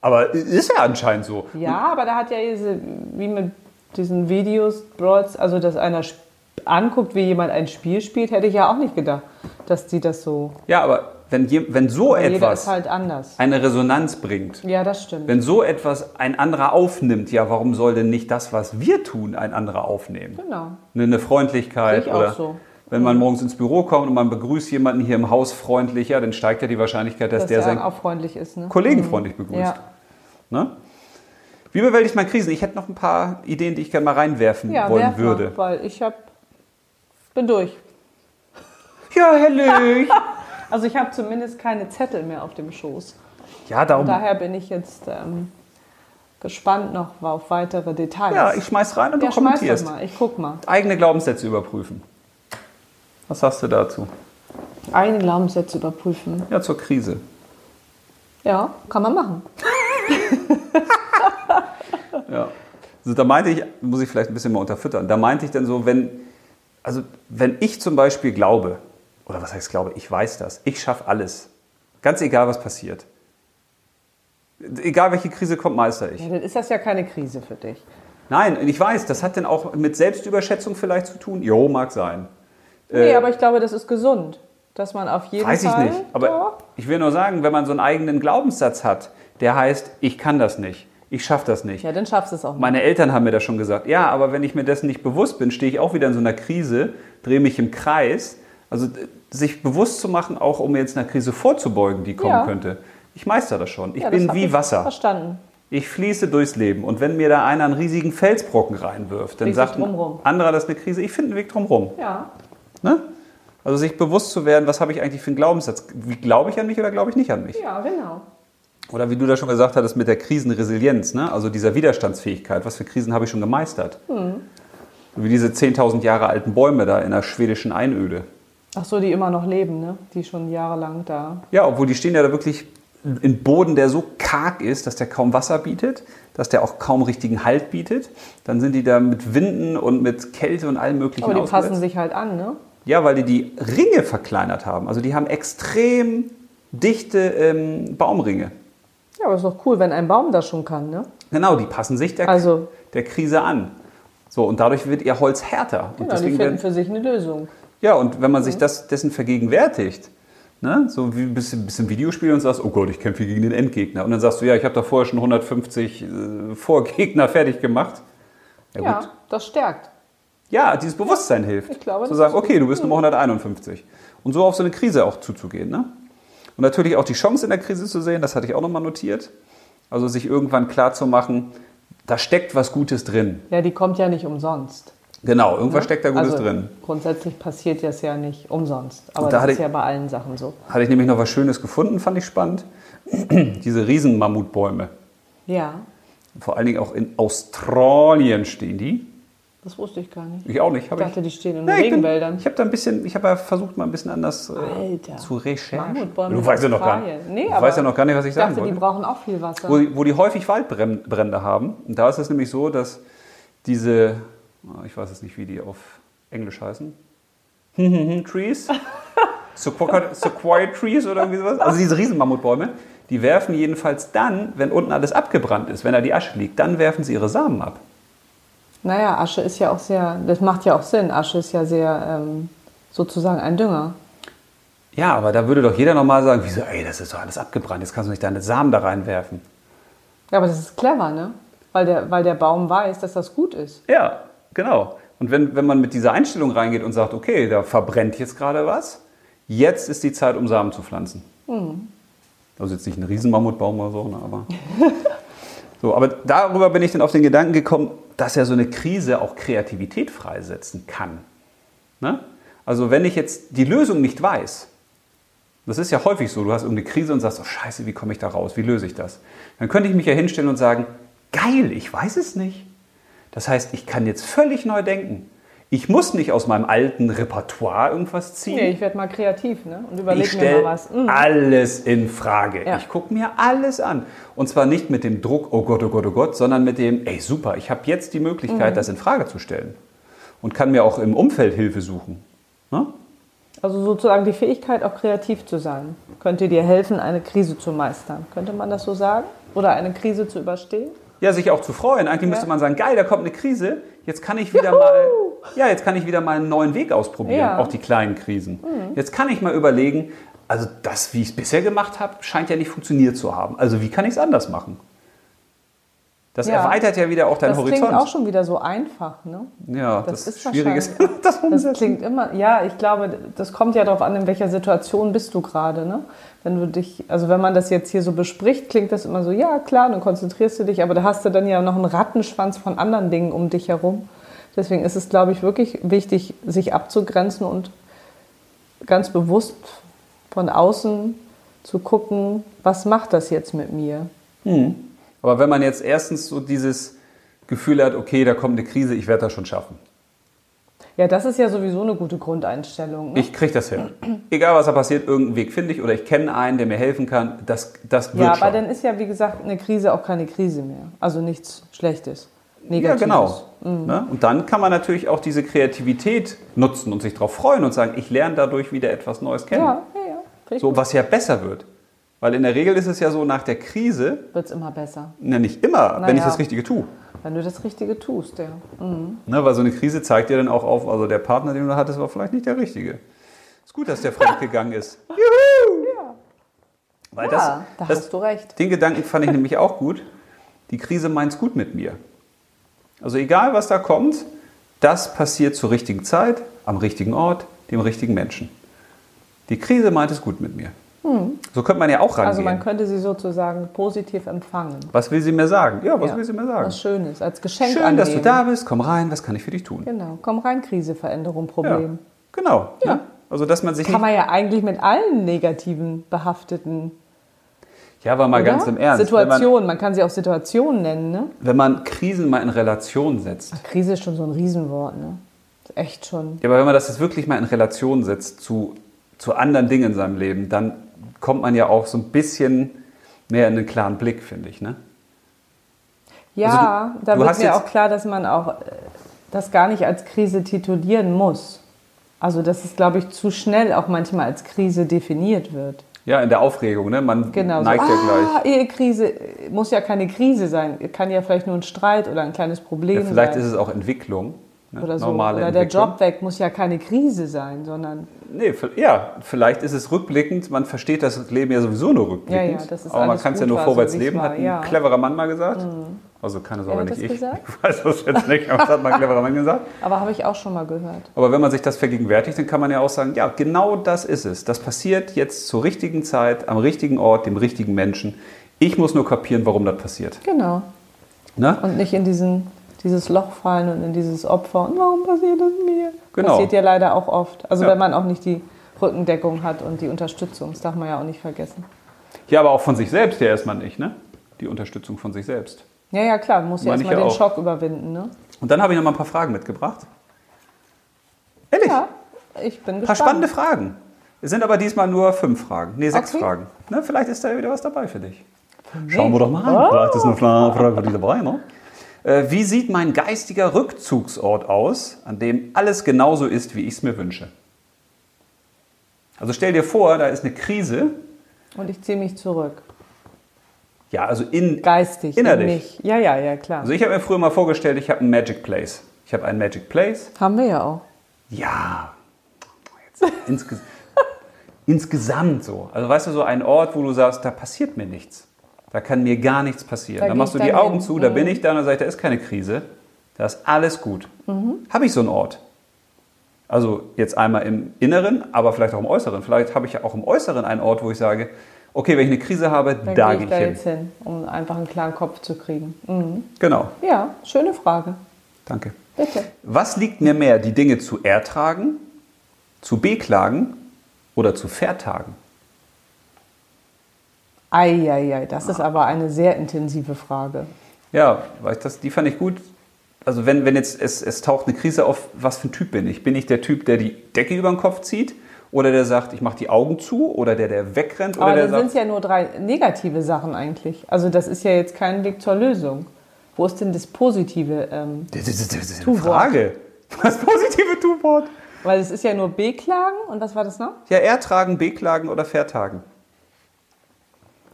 Speaker 1: Aber ist ja anscheinend so.
Speaker 2: Ja, aber da hat ja diese, wie mit diesen Videos, Broads, also dass einer sp- anguckt, wie jemand ein Spiel spielt, hätte ich ja auch nicht gedacht, dass die das so.
Speaker 1: Ja, aber wenn, je, wenn so
Speaker 2: Jeder ist
Speaker 1: etwas
Speaker 2: halt anders.
Speaker 1: eine Resonanz bringt,
Speaker 2: Ja, das stimmt.
Speaker 1: Wenn so etwas ein anderer aufnimmt, ja, warum soll denn nicht das, was wir tun, ein anderer aufnehmen? Ne,
Speaker 2: genau.
Speaker 1: Eine, eine Freundlichkeit
Speaker 2: Sehe ich auch
Speaker 1: oder
Speaker 2: so. Mhm.
Speaker 1: wenn man morgens ins Büro kommt und man begrüßt jemanden hier im Haus freundlich, ja, dann steigt ja die Wahrscheinlichkeit, dass,
Speaker 2: Dass
Speaker 1: der
Speaker 2: der
Speaker 1: seinen
Speaker 2: auch freundlich ist. Ne?
Speaker 1: Kollegen freundlich begrüßt.
Speaker 2: Ja.
Speaker 1: Ne? Wie bewältigt man Krisen? Ich hätte noch ein paar Ideen, die ich gerne mal reinwerfen
Speaker 2: ja,
Speaker 1: wollen
Speaker 2: werf mal,
Speaker 1: würde.
Speaker 2: weil ich hab, bin durch.
Speaker 1: Ja, herrlich!
Speaker 2: Also ich habe zumindest keine Zettel mehr auf dem Schoß.
Speaker 1: ja, darum.
Speaker 2: Daher bin ich jetzt ähm, gespannt noch auf weitere Details.
Speaker 1: Ja, ich schmeiß rein und
Speaker 2: Ja,
Speaker 1: du
Speaker 2: schmeiß doch
Speaker 1: kommentierst.
Speaker 2: mal, ich guck mal.
Speaker 1: Eigene Glaubenssätze überprüfen. Was sagst du dazu?
Speaker 2: Eigene Glaubenssätze überprüfen.
Speaker 1: Ja, zur Krise.
Speaker 2: Ja, kann man machen.
Speaker 1: Ja. Also da meinte ich, muss ich vielleicht ein bisschen mal unterfüttern, da meinte ich dann so, wenn, also wenn ich zum Beispiel glaube, oder was heißt glaube, ich weiß das, ich schaffe alles, ganz egal was passiert. Egal welche Krise kommt, meister ich.
Speaker 2: Ja, dann ist das ja keine Krise für dich.
Speaker 1: Nein, ich weiß, das hat dann auch mit Selbstüberschätzung vielleicht zu tun. Jo, mag sein.
Speaker 2: Nee, aber ich glaube, das ist gesund, dass man auf jeden
Speaker 1: Äh, Weiß ich
Speaker 2: Fall.
Speaker 1: nicht. Aber
Speaker 2: Doch.
Speaker 1: ich will nur sagen, wenn man so einen eigenen Glaubenssatz hat, der heißt, ich kann das nicht, ich schaffe das nicht.
Speaker 2: Ja, dann schaffst du es auch. Nicht.
Speaker 1: Meine Eltern haben mir das schon gesagt. Ja, aber wenn ich mir dessen nicht bewusst bin, stehe ich auch wieder in so einer Krise, drehe mich im Kreis. Also d- sich bewusst zu machen, auch um jetzt einer Krise vorzubeugen, die kommen
Speaker 2: Ja.
Speaker 1: könnte. Ich meister das schon. Ich
Speaker 2: ja, das
Speaker 1: bin
Speaker 2: hab
Speaker 1: wie Wasser.
Speaker 2: Verstanden.
Speaker 1: Ich fließe durchs Leben. Und wenn mir da einer einen riesigen Felsbrocken reinwirft, dann
Speaker 2: Fliegst
Speaker 1: sagt
Speaker 2: du
Speaker 1: ein
Speaker 2: drumrum.
Speaker 1: anderer, das ist eine Krise. Ich finde einen Weg drumherum.
Speaker 2: Ja.
Speaker 1: Ne? Also sich bewusst zu werden, was habe ich eigentlich für einen Glaubenssatz? Wie glaube ich an mich oder glaube ich nicht an mich?
Speaker 2: Ja, genau.
Speaker 1: Oder wie du da schon gesagt hattest mit der Krisenresilienz, ne? also dieser Widerstandsfähigkeit. Was für Krisen habe ich schon gemeistert?
Speaker 2: Hm.
Speaker 1: Wie diese 10.000 Jahre alten Bäume da in der schwedischen Einöde.
Speaker 2: Ach so, die immer noch leben, ne? Die schon jahrelang da.
Speaker 1: Ja, obwohl die stehen ja da wirklich in Boden, der so karg ist, dass der kaum Wasser bietet, dass der auch kaum richtigen Halt bietet. Dann sind die da mit Winden und mit Kälte und allem Möglichen
Speaker 2: Aber die
Speaker 1: ausgesetzt.
Speaker 2: passen sich halt an, ne?
Speaker 1: Ja, weil die die Ringe verkleinert haben. Also die haben extrem dichte ähm, Baumringe.
Speaker 2: Ja, aber ist doch cool, wenn ein Baum das schon kann, ne?
Speaker 1: Genau, die passen sich der,
Speaker 2: Also-
Speaker 1: der Krise an. So, und dadurch wird ihr Holz härter. Und
Speaker 2: Genau, die finden
Speaker 1: werden-
Speaker 2: für sich eine Lösung.
Speaker 1: ja, und wenn man sich das, dessen vergegenwärtigt, ne? so wie ein bisschen, bisschen Videospiel und sagst, oh Gott, ich kämpfe gegen den Endgegner. Und dann sagst du, ja, ich habe da vorher schon 150 äh, Vorgegner fertig gemacht. Ja,
Speaker 2: Ja,
Speaker 1: gut.
Speaker 2: das stärkt.
Speaker 1: Ja, dieses Bewusstsein hilft.
Speaker 2: ich glaube,
Speaker 1: zu
Speaker 2: das
Speaker 1: sagen,
Speaker 2: ist-
Speaker 1: okay, du bist Nummer 151. Und so auf so eine Krise auch zuzugehen. Ne? Und natürlich auch die Chance in der Krise zu sehen, das hatte ich auch nochmal notiert. Also sich irgendwann klar zu machen, da steckt was Gutes drin.
Speaker 2: Ja, die kommt ja nicht umsonst.
Speaker 1: Genau, irgendwas steckt da Gutes
Speaker 2: also,
Speaker 1: drin.
Speaker 2: Grundsätzlich passiert das ja nicht umsonst. Aber
Speaker 1: Und da
Speaker 2: das
Speaker 1: hatte
Speaker 2: ist
Speaker 1: ich-
Speaker 2: ja bei allen Sachen so.
Speaker 1: Hatte ich nämlich noch was Schönes gefunden, fand ich spannend. Diese Riesenmammutbäume.
Speaker 2: Ja,
Speaker 1: Vor allen Dingen auch in Australien stehen die.
Speaker 2: das wusste ich gar nicht.
Speaker 1: Ich auch nicht. hab
Speaker 2: Ich dachte, die stehen in
Speaker 1: Ja, ich bin-
Speaker 2: Regenwäldern.
Speaker 1: Ich habe da ein bisschen, ich habe ja versucht, mal ein bisschen anders äh,
Speaker 2: Alter.
Speaker 1: zu recherchen.
Speaker 2: Mammutbäume
Speaker 1: Du weißt ja noch gar
Speaker 2: in
Speaker 1: nicht.
Speaker 2: Australien. Nee,
Speaker 1: du
Speaker 2: aber
Speaker 1: weißt ja noch gar nicht, was ich
Speaker 2: Ich dachte,
Speaker 1: sagen
Speaker 2: die
Speaker 1: wollte.
Speaker 2: brauchen auch viel Wasser.
Speaker 1: Wo, die- wo die häufig Waldbrände haben. Und da ist es nämlich so, dass diese, ah, ich weiß jetzt nicht, wie die auf Englisch heißen. Trees? Sequoia Sequoia Trees oder irgendwie sowas? Also diese Riesenmammutbäume, die werfen jedenfalls dann, wenn unten alles abgebrannt ist, wenn da die Asche liegt, dann werfen sie ihre Samen ab.
Speaker 2: Naja, Asche ist ja auch sehr, das macht ja auch Sinn. Asche ist ja sehr ähm, sozusagen ein Dünger.
Speaker 1: Ja, aber da würde doch jeder normal sagen, wieso, ey, das ist doch alles abgebrannt, jetzt kannst du nicht deine Samen da reinwerfen.
Speaker 2: Ja, aber das ist clever, ne? Weil der, weil der Baum weiß, dass das gut ist.
Speaker 1: Ja, genau. Und wenn, wenn man mit dieser Einstellung reingeht und sagt, okay, da verbrennt jetzt gerade was, jetzt ist die Zeit, um Samen zu pflanzen. Also jetzt nicht ein Riesenmammutbaum oder so, ne, aber. so, aber darüber bin ich dann auf den Gedanken gekommen, dass ja so eine Krise auch Kreativität freisetzen kann. Ne? Also wenn ich jetzt die Lösung nicht weiß, das ist ja häufig so, du hast irgendeine Krise und sagst, oh scheiße, wie komme ich da raus, wie löse ich das? Dann könnte ich mich ja hinstellen und sagen, geil, ich weiß es nicht. Das heißt, ich kann jetzt völlig neu denken. Ich muss nicht aus meinem alten Repertoire irgendwas ziehen.
Speaker 2: Nee, ich werde mal kreativ, ne? Und
Speaker 1: Ich
Speaker 2: überleg mir
Speaker 1: stelle
Speaker 2: mal was. Mhm.
Speaker 1: alles in Frage.
Speaker 2: Ja.
Speaker 1: Ich gucke mir alles an. Und zwar nicht mit dem Druck, oh Gott, oh Gott, oh Gott, sondern mit dem, ey super, ich habe jetzt die
Speaker 2: Mhm.
Speaker 1: Möglichkeit, das in Frage zu stellen. Und kann mir auch im Umfeld Hilfe suchen. Ne?
Speaker 2: Also sozusagen die Fähigkeit, auch kreativ zu sein, könnte dir helfen, eine Krise zu meistern. Könnte man das so sagen? Oder eine Krise zu überstehen?
Speaker 1: Ja, sich auch zu freuen. Eigentlich müsste man sagen, geil, da kommt eine Krise. Jetzt kann ich wieder mal, ja, jetzt kann ich wieder mal einen neuen Weg ausprobieren.
Speaker 2: Ja. Mhm.
Speaker 1: Auch die kleinen Krisen. Jetzt kann ich mal überlegen, also das, wie ich es bisher gemacht habe, scheint ja nicht funktioniert zu haben. Also wie kann ich es anders machen? Das
Speaker 2: Ja.
Speaker 1: erweitert ja wieder auch deinen
Speaker 2: das
Speaker 1: Horizont.
Speaker 2: klingt auch schon wieder so einfach, ne?
Speaker 1: ja, das,
Speaker 2: das
Speaker 1: ist
Speaker 2: ist
Speaker 1: schwierig ist
Speaker 2: wahrscheinlich-
Speaker 1: das
Speaker 2: Das
Speaker 1: umsetzen.
Speaker 2: klingt immer, ja, ich glaube, das kommt ja darauf an, in welcher Situation bist du gerade, ne? Wenn du dich, also wenn man das jetzt hier so bespricht, klingt das immer so, ja klar, dann konzentrierst du dich, aber da hast du dann ja noch einen Rattenschwanz von anderen Dingen um dich herum. Deswegen ist es, glaube ich, wirklich wichtig, sich abzugrenzen und ganz bewusst von außen zu gucken, was macht das jetzt mit mir?
Speaker 1: Aber wenn man jetzt erstens so dieses Gefühl hat, okay, da kommt eine Krise, ich werde das schon schaffen.
Speaker 2: Ja, das ist ja sowieso eine gute Grundeinstellung. Ne?
Speaker 1: Ich kriege das hin. Egal was da passiert, irgendeinen Weg finde ich oder ich kenne einen, der mir helfen kann. Das, das wird
Speaker 2: ja,
Speaker 1: schon.
Speaker 2: aber dann ist ja, wie gesagt, eine Krise auch keine Krise mehr. Also nichts Schlechtes.
Speaker 1: ja,
Speaker 2: Negatives. Mhm.
Speaker 1: genau. Ne? Und dann kann man natürlich auch diese Kreativität nutzen und sich darauf freuen und sagen, ich lerne dadurch wieder etwas Neues kennen.
Speaker 2: Ja, ja, ja. Richtig.
Speaker 1: So, was ja besser wird. Weil in der Regel ist es ja so, nach der Krise,
Speaker 2: Wird es immer besser,
Speaker 1: na nicht immer, wenn ich
Speaker 2: ja.
Speaker 1: das Richtige tue.
Speaker 2: wenn du das Richtige tust, ja. Mhm.
Speaker 1: Ne? Weil so eine Krise zeigt dir dann auch auf, also der Partner, den du hattest, war vielleicht nicht der Richtige. Ist gut, dass der fremd gegangen ist. Juhu!
Speaker 2: Ja.
Speaker 1: Weil
Speaker 2: Ja, da
Speaker 1: das, das,
Speaker 2: hast du recht.
Speaker 1: Den Gedanken fand ich nämlich auch gut. Die Krise meint's gut mit mir. Also egal, was da kommt, das passiert zur richtigen Zeit, am richtigen Ort, dem richtigen Menschen. Die Krise meint es gut mit mir. So könnte man ja auch rangehen.
Speaker 2: Hm. Also man könnte sie sozusagen positiv empfangen.
Speaker 1: was will sie mir sagen? Ja, was
Speaker 2: Ja.
Speaker 1: will sie mir sagen?
Speaker 2: Was Schönes, als Geschenk
Speaker 1: Schön,
Speaker 2: annehmen.
Speaker 1: dass du da bist. Komm rein, was kann ich für dich tun?
Speaker 2: Genau, komm rein, Krise, Veränderung,
Speaker 1: Ja,
Speaker 2: Problem.
Speaker 1: Genau.
Speaker 2: Ja.
Speaker 1: Ne? Also, dass man sich
Speaker 2: Kann
Speaker 1: nicht,
Speaker 2: man ja eigentlich mit allen negativen behafteten
Speaker 1: ja, aber mal
Speaker 2: oder?
Speaker 1: ganz im Ernst.
Speaker 2: Situationen, man, kann sie auch Situationen nennen, ne?
Speaker 1: Wenn man, wenn man Krisen mal in Relation setzt,
Speaker 2: Krise ist schon so ein Riesenwort, ne? Ist Echt schon.
Speaker 1: Ja, aber wenn man das jetzt wirklich mal in Relation setzt zu, zu anderen Dingen in seinem Leben, dann kommt man ja auch so ein bisschen mehr in einen klaren Blick, finde ich. Ne?
Speaker 2: Ja,
Speaker 1: Also du-
Speaker 2: da
Speaker 1: du
Speaker 2: wird
Speaker 1: hast
Speaker 2: mir
Speaker 1: jetzt-
Speaker 2: auch klar, dass man auch äh, das gar nicht als Krise titulieren muss. Also das ist, glaube ich, zu schnell auch manchmal als Krise definiert wird.
Speaker 1: Ja, in der Aufregung, ne? man
Speaker 2: Genau. so,
Speaker 1: neigt ja gleich.
Speaker 2: ah, Ehekrise äh, muss ja keine Krise sein. Kann ja vielleicht nur ein Streit oder ein kleines Problem
Speaker 1: Ja, vielleicht
Speaker 2: sein.
Speaker 1: ist es auch Entwicklung. Ne?
Speaker 2: oder so.
Speaker 1: Normale
Speaker 2: Oder der
Speaker 1: Entwicklung.
Speaker 2: Job weg muss ja keine Krise sein, sondern
Speaker 1: Nee, vi- ja, vielleicht ist es rückblickend. Man versteht das Leben ja sowieso nur rückblickend.
Speaker 2: Ja, ja, das ist
Speaker 1: aber man
Speaker 2: alles
Speaker 1: kann es ja
Speaker 2: gut
Speaker 1: nur
Speaker 2: war,
Speaker 1: vorwärts
Speaker 2: so wie es
Speaker 1: leben,
Speaker 2: war,
Speaker 1: hat ein
Speaker 2: ja. Mhm.
Speaker 1: cleverer Mann mal gesagt. Also keine Sorge,
Speaker 2: hat
Speaker 1: nicht
Speaker 2: das
Speaker 1: ich.
Speaker 2: gesagt?
Speaker 1: Ich weiß das jetzt nicht, aber das hat mal ein cleverer Mann gesagt.
Speaker 2: aber habe ich auch schon mal gehört.
Speaker 1: Aber wenn man sich das vergegenwärtigt, dann kann man ja auch sagen, ja, genau das ist es. Das passiert jetzt zur richtigen Zeit, am richtigen Ort, dem richtigen Menschen. Ich muss nur kapieren, warum das passiert.
Speaker 2: Genau.
Speaker 1: Ne?
Speaker 2: Und nicht in diesen, dieses Loch fallen und in dieses Opfer. Und warum passiert das mir?
Speaker 1: Genau.
Speaker 2: Passiert ja leider auch oft. Also
Speaker 1: Ja.
Speaker 2: wenn man auch nicht die Rückendeckung hat und die Unterstützung, das darf man ja auch nicht vergessen.
Speaker 1: Ja, aber auch von sich selbst ja erstmal nicht, ne? Die Unterstützung von sich selbst.
Speaker 2: Ja, ja, klar, man muss ja
Speaker 1: Meine ich
Speaker 2: erstmal
Speaker 1: ja
Speaker 2: den
Speaker 1: auch.
Speaker 2: Schock überwinden. Ne?
Speaker 1: Und dann habe ich noch mal ein paar Fragen mitgebracht. Ehrlich?
Speaker 2: Ja, ich bin
Speaker 1: ein paar
Speaker 2: gespannt.
Speaker 1: spannende Fragen. Es sind aber diesmal nur fünf Fragen. Nee, sechs
Speaker 2: Okay.
Speaker 1: Fragen. Ne? Vielleicht ist da ja wieder was dabei für dich.
Speaker 2: Nee. Oh.
Speaker 1: Schauen wir doch mal an. Vielleicht ist eine Fra- Frage für dich dabei, ne? Äh, Wie sieht mein geistiger Rückzugsort aus, an dem alles genauso ist, wie ich es mir wünsche? Also stell dir vor, da ist eine Krise.
Speaker 2: Und ich ziehe mich zurück.
Speaker 1: Ja, also in,
Speaker 2: Geistig. in
Speaker 1: innerlich.
Speaker 2: Mich. Ja, ja, ja, klar.
Speaker 1: Also ich habe mir früher mal vorgestellt, ich habe einen Magic Place. Ich habe einen Magic Place.
Speaker 2: Haben wir ja auch.
Speaker 1: Ja. Jetzt insge insgesamt so. Also weißt du, so ein Ort, wo du sagst, da passiert mir nichts. Da kann mir gar nichts passieren. Da
Speaker 2: Da geh
Speaker 1: dann machst du
Speaker 2: ich
Speaker 1: die
Speaker 2: dann
Speaker 1: Augen
Speaker 2: hin. Mhm.
Speaker 1: zu, da bin ich da und dann sag ich, da ist keine Krise. Da ist alles gut.
Speaker 2: Mhm.
Speaker 1: Habe ich so einen Ort? Also jetzt einmal im Inneren, aber vielleicht auch im Äußeren. Vielleicht habe ich ja auch im Äußeren einen Ort, wo ich sage, okay, wenn ich eine Krise habe,
Speaker 2: Dann
Speaker 1: da gehe
Speaker 2: gehe ich
Speaker 1: ich
Speaker 2: da
Speaker 1: hin.
Speaker 2: jetzt hin, um einfach einen klaren Kopf zu kriegen. Mhm.
Speaker 1: Genau,
Speaker 2: Ja, schöne Frage.
Speaker 1: danke.
Speaker 2: Bitte.
Speaker 1: Was liegt mir mehr, die Dinge zu ertragen, zu beklagen oder zu vertagen?
Speaker 2: Eieiei, das
Speaker 1: Ah.
Speaker 2: ist aber eine sehr intensive Frage.
Speaker 1: Ja, weil ich das, die fand ich gut. Also wenn, wenn jetzt es, es taucht eine Krise auf, was für ein Typ bin ich? Bin ich der Typ, der die Decke über den Kopf zieht? Oder der sagt, ich mache die Augen zu? Oder der, der wegrennt? Oder
Speaker 2: Aber
Speaker 1: der
Speaker 2: dann sind es
Speaker 1: sagt,
Speaker 2: ja nur drei negative Sachen eigentlich. Also das ist ja jetzt kein Weg zur Lösung. Wo ist denn das Positive? Ähm,
Speaker 1: das ist, das ist eine
Speaker 2: Tu-Wort.
Speaker 1: Frage. Das positive Tu-Wort.
Speaker 2: weil es ist ja nur Beklagen und was war das noch?
Speaker 1: Ja, ertragen, beklagen oder vertagen.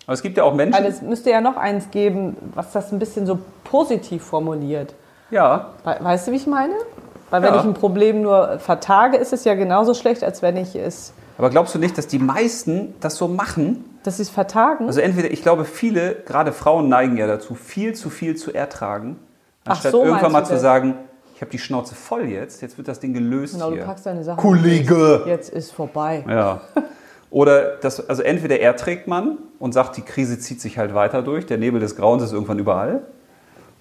Speaker 1: Aber es gibt ja auch Menschen,
Speaker 2: Also es müsste ja noch eins geben, was das ein bisschen so positiv formuliert.
Speaker 1: ja,
Speaker 2: We weißt du, wie ich meine? Weil wenn
Speaker 1: Ja.
Speaker 2: ich ein Problem nur vertage, ist es ja genauso schlecht, als wenn ich es...
Speaker 1: aber glaubst du nicht, dass die meisten das so machen,
Speaker 2: Das ist vertagen.
Speaker 1: Also entweder, ich glaube, viele, gerade Frauen neigen ja dazu, viel zu viel zu ertragen,
Speaker 2: Ach,
Speaker 1: anstatt
Speaker 2: so
Speaker 1: irgendwann
Speaker 2: meinst
Speaker 1: mal
Speaker 2: du
Speaker 1: zu
Speaker 2: das?
Speaker 1: sagen, ich habe die Schnauze voll jetzt, jetzt wird das Ding gelöst
Speaker 2: genau, du
Speaker 1: hier.
Speaker 2: packst deine Sachen.
Speaker 1: Kollege!
Speaker 2: Jetzt ist vorbei.
Speaker 1: Ja. Oder das, also entweder erträgt man und sagt, die Krise zieht sich halt weiter durch, der Nebel des Grauens ist irgendwann überall.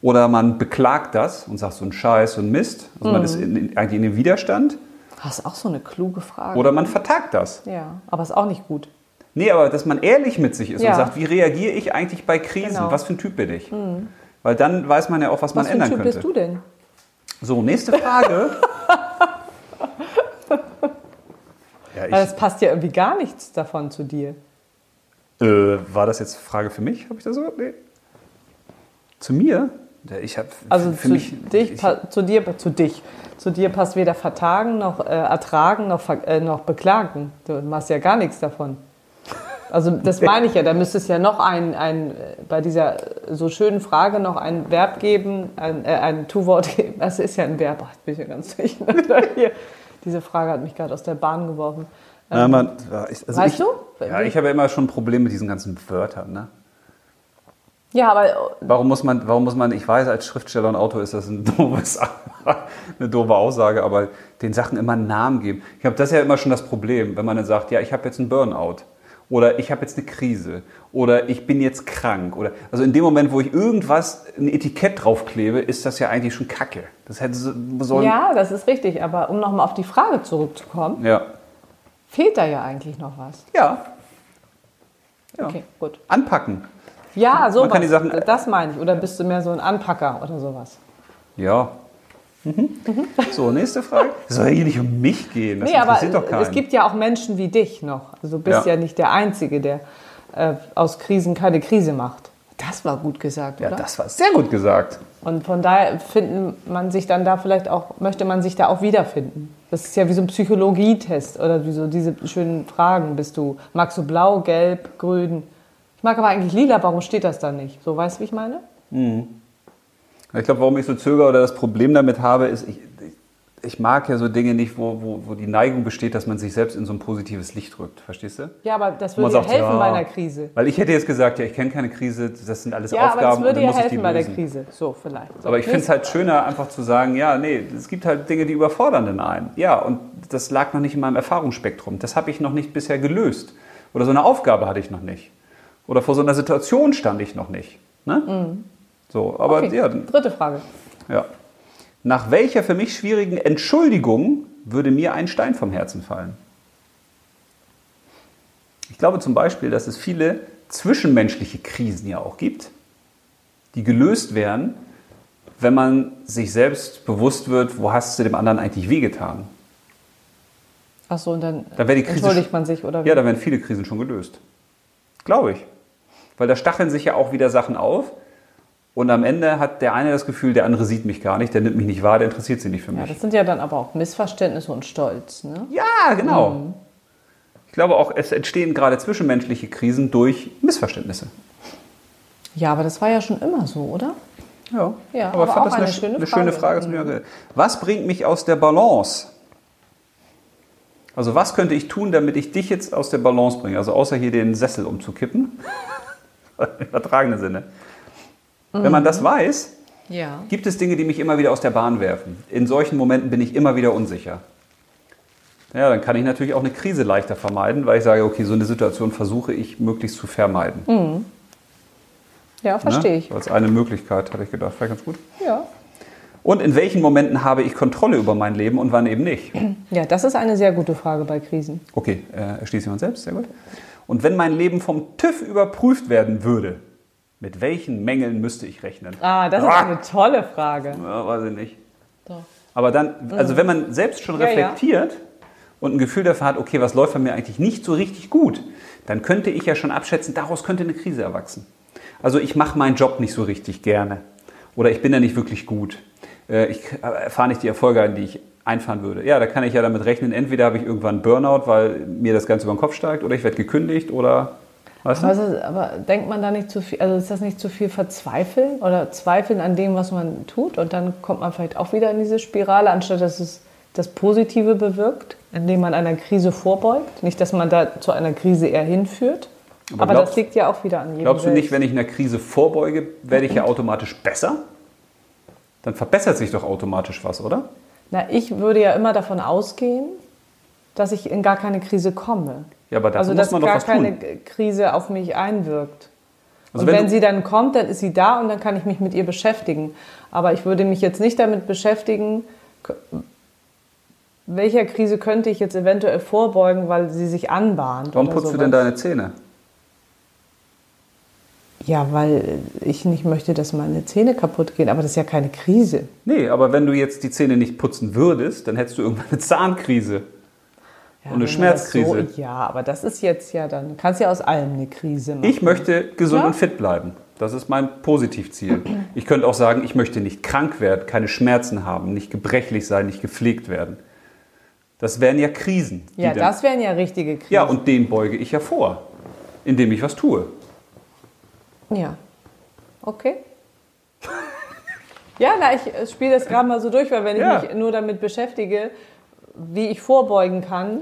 Speaker 1: Oder man beklagt das und sagt so ein Scheiß und Mist. Also
Speaker 2: Mhm.
Speaker 1: man ist in, in, eigentlich in dem Widerstand.
Speaker 2: Das ist auch so eine kluge Frage.
Speaker 1: Oder man vertagt das.
Speaker 2: Ja, aber ist auch nicht gut.
Speaker 1: Nee, aber dass man ehrlich mit sich ist
Speaker 2: Ja.
Speaker 1: und sagt, wie reagiere ich eigentlich bei Krisen?
Speaker 2: Genau. Mhm.
Speaker 1: Was für ein Typ bin ich? Weil dann weiß man ja auch, was, man
Speaker 2: Was für ein
Speaker 1: ändern
Speaker 2: Typ
Speaker 1: könnte.
Speaker 2: bist du denn?
Speaker 1: So, nächste Frage. ja, ich,
Speaker 2: Weil das passt ja irgendwie gar nichts davon zu dir.
Speaker 1: äh, war das jetzt Frage für mich? Habe ich das so? Nee. Zu mir? Ja, ich habe
Speaker 2: Also
Speaker 1: für
Speaker 2: zu,
Speaker 1: mich.
Speaker 2: dich,
Speaker 1: ich,
Speaker 2: pa- zu dir, zu dich. Zu dir passt weder vertagen noch äh, ertragen noch, ver- äh, noch beklagen. Du machst ja gar nichts davon. Also das meine ich ja, da müsste es ja noch ein, ein äh, bei dieser äh, so schönen Frage noch ein Verb geben, ein, äh, ein Tu-Wort geben. Das ist ja ein Verb, Ach, jetzt bin ich ja ganz durcheinander hier. Diese Frage hat mich gerade aus der Bahn geworfen. Ähm,
Speaker 1: na, man, ja, ich, also
Speaker 2: weißt
Speaker 1: ich,
Speaker 2: du?
Speaker 1: Ja, ich habe ja immer schon ein Problem mit diesen ganzen Wörtern. Ne?
Speaker 2: ja, aber
Speaker 1: Warum muss man, warum muss man, ich weiß, als Schriftsteller und Autor ist das ein doofes, eine doofe Aussage, aber den Sachen immer einen Namen geben. Ich habe das ist ja immer schon das Problem, wenn man dann sagt, ja, ich habe jetzt einen Burnout oder ich habe jetzt eine Krise oder ich bin jetzt krank oder, also in dem Moment, wo ich irgendwas, ein Etikett draufklebe, ist das ja eigentlich schon Kacke. Das hätte so- sollen,
Speaker 2: ja, das ist richtig. Aber um nochmal auf die Frage zurückzukommen,
Speaker 1: ja.
Speaker 2: fehlt da ja eigentlich noch was.
Speaker 1: Ja. Ja.
Speaker 2: Okay, gut.
Speaker 1: Anpacken.
Speaker 2: Ja, sowas. Äh,
Speaker 1: kann die Sachen-
Speaker 2: das meine ich. Oder bist du mehr so ein Anpacker oder sowas?
Speaker 1: Ja. Mhm. So, nächste Frage. Es soll ja hier nicht um mich gehen. Das
Speaker 2: nee, aber
Speaker 1: interessiert doch keinen.
Speaker 2: es gibt ja auch Menschen wie dich noch. Also du bist ja,
Speaker 1: Ja.
Speaker 2: nicht der Einzige, der äh, aus Krisen keine Krise macht. Das war gut gesagt,
Speaker 1: ja,
Speaker 2: oder?
Speaker 1: das war sehr gut gesagt.
Speaker 2: Und von daher finden man sich dann da vielleicht auch, möchte man sich da auch wiederfinden. Das ist ja wie so ein Psychologietest oder wie so diese schönen Fragen. Bist du, magst du blau, gelb, grün? Ich mag aber eigentlich lila, warum steht das dann nicht? So, weißt du, wie ich meine?
Speaker 1: Ich glaube, warum ich so zögere oder das Problem damit habe, ist, ich, ich- ich mag ja so Dinge nicht, wo, wo, wo die Neigung besteht, dass man sich selbst in so ein positives Licht rückt. Verstehst du?
Speaker 2: Ja, aber das
Speaker 1: Wo man
Speaker 2: würde ja
Speaker 1: sagt,
Speaker 2: helfen
Speaker 1: ja.
Speaker 2: bei einer Krise.
Speaker 1: Weil ich hätte jetzt gesagt, ja, ich kenne keine Krise, das sind alles
Speaker 2: Ja, aber
Speaker 1: Aufgaben
Speaker 2: das würde
Speaker 1: und dann
Speaker 2: ja
Speaker 1: muss ich die
Speaker 2: helfen bei der
Speaker 1: lösen.
Speaker 2: Krise. So, vielleicht. So.
Speaker 1: Aber ich finde es
Speaker 2: Nee,
Speaker 1: halt schöner, einfach zu sagen, ja, nee, es gibt halt Dinge, die überfordern den einen. Ja, und das lag noch nicht in meinem Erfahrungsspektrum. Das habe ich noch nicht bisher gelöst. Oder so eine Aufgabe hatte ich noch nicht. Oder vor so einer Situation stand ich noch nicht. Ne? So, aber
Speaker 2: okay.
Speaker 1: ja,
Speaker 2: Dritte Frage.
Speaker 1: ja. Nach welcher für mich schwierigen Entschuldigung würde mir ein Stein vom Herzen fallen? Ich glaube zum Beispiel, dass es viele zwischenmenschliche Krisen ja auch gibt, die gelöst werden, wenn man sich selbst bewusst wird, wo hast du dem anderen eigentlich wehgetan.
Speaker 2: Achso, und dann,
Speaker 1: Dann wäre die Krise
Speaker 2: entschuldigt
Speaker 1: sch-
Speaker 2: man sich, oder wie?
Speaker 1: Ja, da werden viele Krisen schon gelöst. Glaube ich. Weil da stacheln sich ja auch wieder Sachen auf. Und am Ende hat der eine das Gefühl, der andere sieht mich gar nicht, der nimmt mich nicht wahr, der interessiert sich nicht für
Speaker 2: ja,
Speaker 1: mich.
Speaker 2: das sind ja dann aber auch Missverständnisse und Stolz. Ne?
Speaker 1: Ja, genau. Ich glaube auch, es entstehen gerade zwischenmenschliche Krisen durch Missverständnisse.
Speaker 2: Ja, aber das war ja schon immer so, oder?
Speaker 1: Ja,
Speaker 2: Ja,
Speaker 1: aber,
Speaker 2: aber
Speaker 1: ich
Speaker 2: auch
Speaker 1: fand das
Speaker 2: eine
Speaker 1: eine,
Speaker 2: schöne
Speaker 1: schöne eine schöne
Speaker 2: Frage. Hm.
Speaker 1: Frage. Zum Jörg. Was bringt mich aus der Balance? Also was könnte ich tun, damit ich dich jetzt aus der Balance bringe? Also außer hier den Sessel umzukippen. Im übertragenen Sinne. Wenn man das weiß,
Speaker 2: Ja.
Speaker 1: gibt es Dinge, die mich immer wieder aus der Bahn werfen. In solchen Momenten bin ich immer wieder unsicher. Ja, dann kann ich natürlich auch eine Krise leichter vermeiden, weil ich sage, okay, so eine Situation versuche ich möglichst zu vermeiden.
Speaker 2: Ja, Hm, verstehe ich.
Speaker 1: Ne? Als eine Möglichkeit, hatte ich gedacht, vielleicht ganz gut.
Speaker 2: Ja.
Speaker 1: Und in welchen Momenten habe ich Kontrolle über mein Leben und wann eben nicht?
Speaker 2: ja, das ist eine sehr gute Frage bei Krisen.
Speaker 1: Okay, äh, erschließt jemand selbst, sehr gut. Und wenn mein Leben vom TÜV überprüft werden würde, mit welchen Mängeln müsste ich rechnen?
Speaker 2: Ah, das ist eine tolle Frage.
Speaker 1: Ja, weiß ich nicht.
Speaker 2: Doch. Mhm.
Speaker 1: Aber dann, also wenn man selbst schon
Speaker 2: Ja, ja.
Speaker 1: reflektiert und ein Gefühl dafür hat, okay, was läuft bei mir eigentlich nicht so richtig gut, dann könnte ich ja schon abschätzen, daraus könnte eine Krise erwachsen. Also ich mache meinen Job nicht so richtig gerne oder ich bin da nicht wirklich gut. Äh, Ich k- erfahre nicht die Erfolge, an die ich einfahren würde. Ja, da kann ich ja damit rechnen, entweder habe ich irgendwann einen Burnout, weil mir das Ganze über den Kopf steigt oder ich werde gekündigt oder... Weißt du?
Speaker 2: Aber, es ist, aber denkt man da nicht zu viel, also ist das nicht zu viel Verzweifeln oder Zweifeln an dem, was man tut? Und dann kommt man vielleicht auch wieder in diese Spirale, anstatt dass es das Positive bewirkt, indem man einer Krise vorbeugt. Nicht, dass man da zu einer Krise eher hinführt. Aber,
Speaker 1: Aber glaubst-
Speaker 2: das liegt ja auch wieder an jedem.
Speaker 1: Glaubst du
Speaker 2: selbst.
Speaker 1: nicht, wenn ich einer Krise vorbeuge, werde ich ja automatisch besser? Dann verbessert sich doch automatisch was, oder?
Speaker 2: Na, ich würde ja immer davon ausgehen, dass ich in gar keine Krise komme.
Speaker 1: Ja, aber dazu
Speaker 2: also,
Speaker 1: muss
Speaker 2: dass
Speaker 1: man doch
Speaker 2: gar
Speaker 1: was tun.
Speaker 2: keine Krise auf mich einwirkt.
Speaker 1: Also
Speaker 2: und
Speaker 1: wenn
Speaker 2: wenn,
Speaker 1: du-
Speaker 2: sie dann kommt, dann ist sie da und dann kann ich mich mit ihr beschäftigen. Aber ich würde mich jetzt nicht damit beschäftigen, k- welcher Krise könnte ich jetzt eventuell vorbeugen, weil sie sich anbahnt.
Speaker 1: Warum
Speaker 2: oder
Speaker 1: putzt du
Speaker 2: sowas.
Speaker 1: denn deine Zähne?
Speaker 2: Ja, weil ich nicht möchte, dass meine Zähne kaputt gehen, aber das ist ja keine Krise.
Speaker 1: Nee, aber wenn du jetzt die Zähne nicht putzen würdest, dann hättest du irgendwann eine Zahnkrise. Und eine
Speaker 2: Ja, wenn man das
Speaker 1: Schmerzkrise.
Speaker 2: So, ja, aber das ist jetzt ja dann, kannst ja aus allem eine Krise machen.
Speaker 1: Ich möchte gesund
Speaker 2: Ja.
Speaker 1: und fit bleiben. Das ist mein Positivziel. Ich könnte auch sagen, ich möchte nicht krank werden, keine Schmerzen haben, nicht gebrechlich sein, nicht gepflegt werden. Das wären ja Krisen. die
Speaker 2: ja,
Speaker 1: dann-
Speaker 2: das wären ja richtige Krisen.
Speaker 1: ja, und den beuge ich ja vor, indem ich was tue.
Speaker 2: Ja. Okay. ja, na, ich spiele das gerade mal so durch, weil wenn ich
Speaker 1: Ja.
Speaker 2: mich nur damit beschäftige, wie ich vorbeugen kann,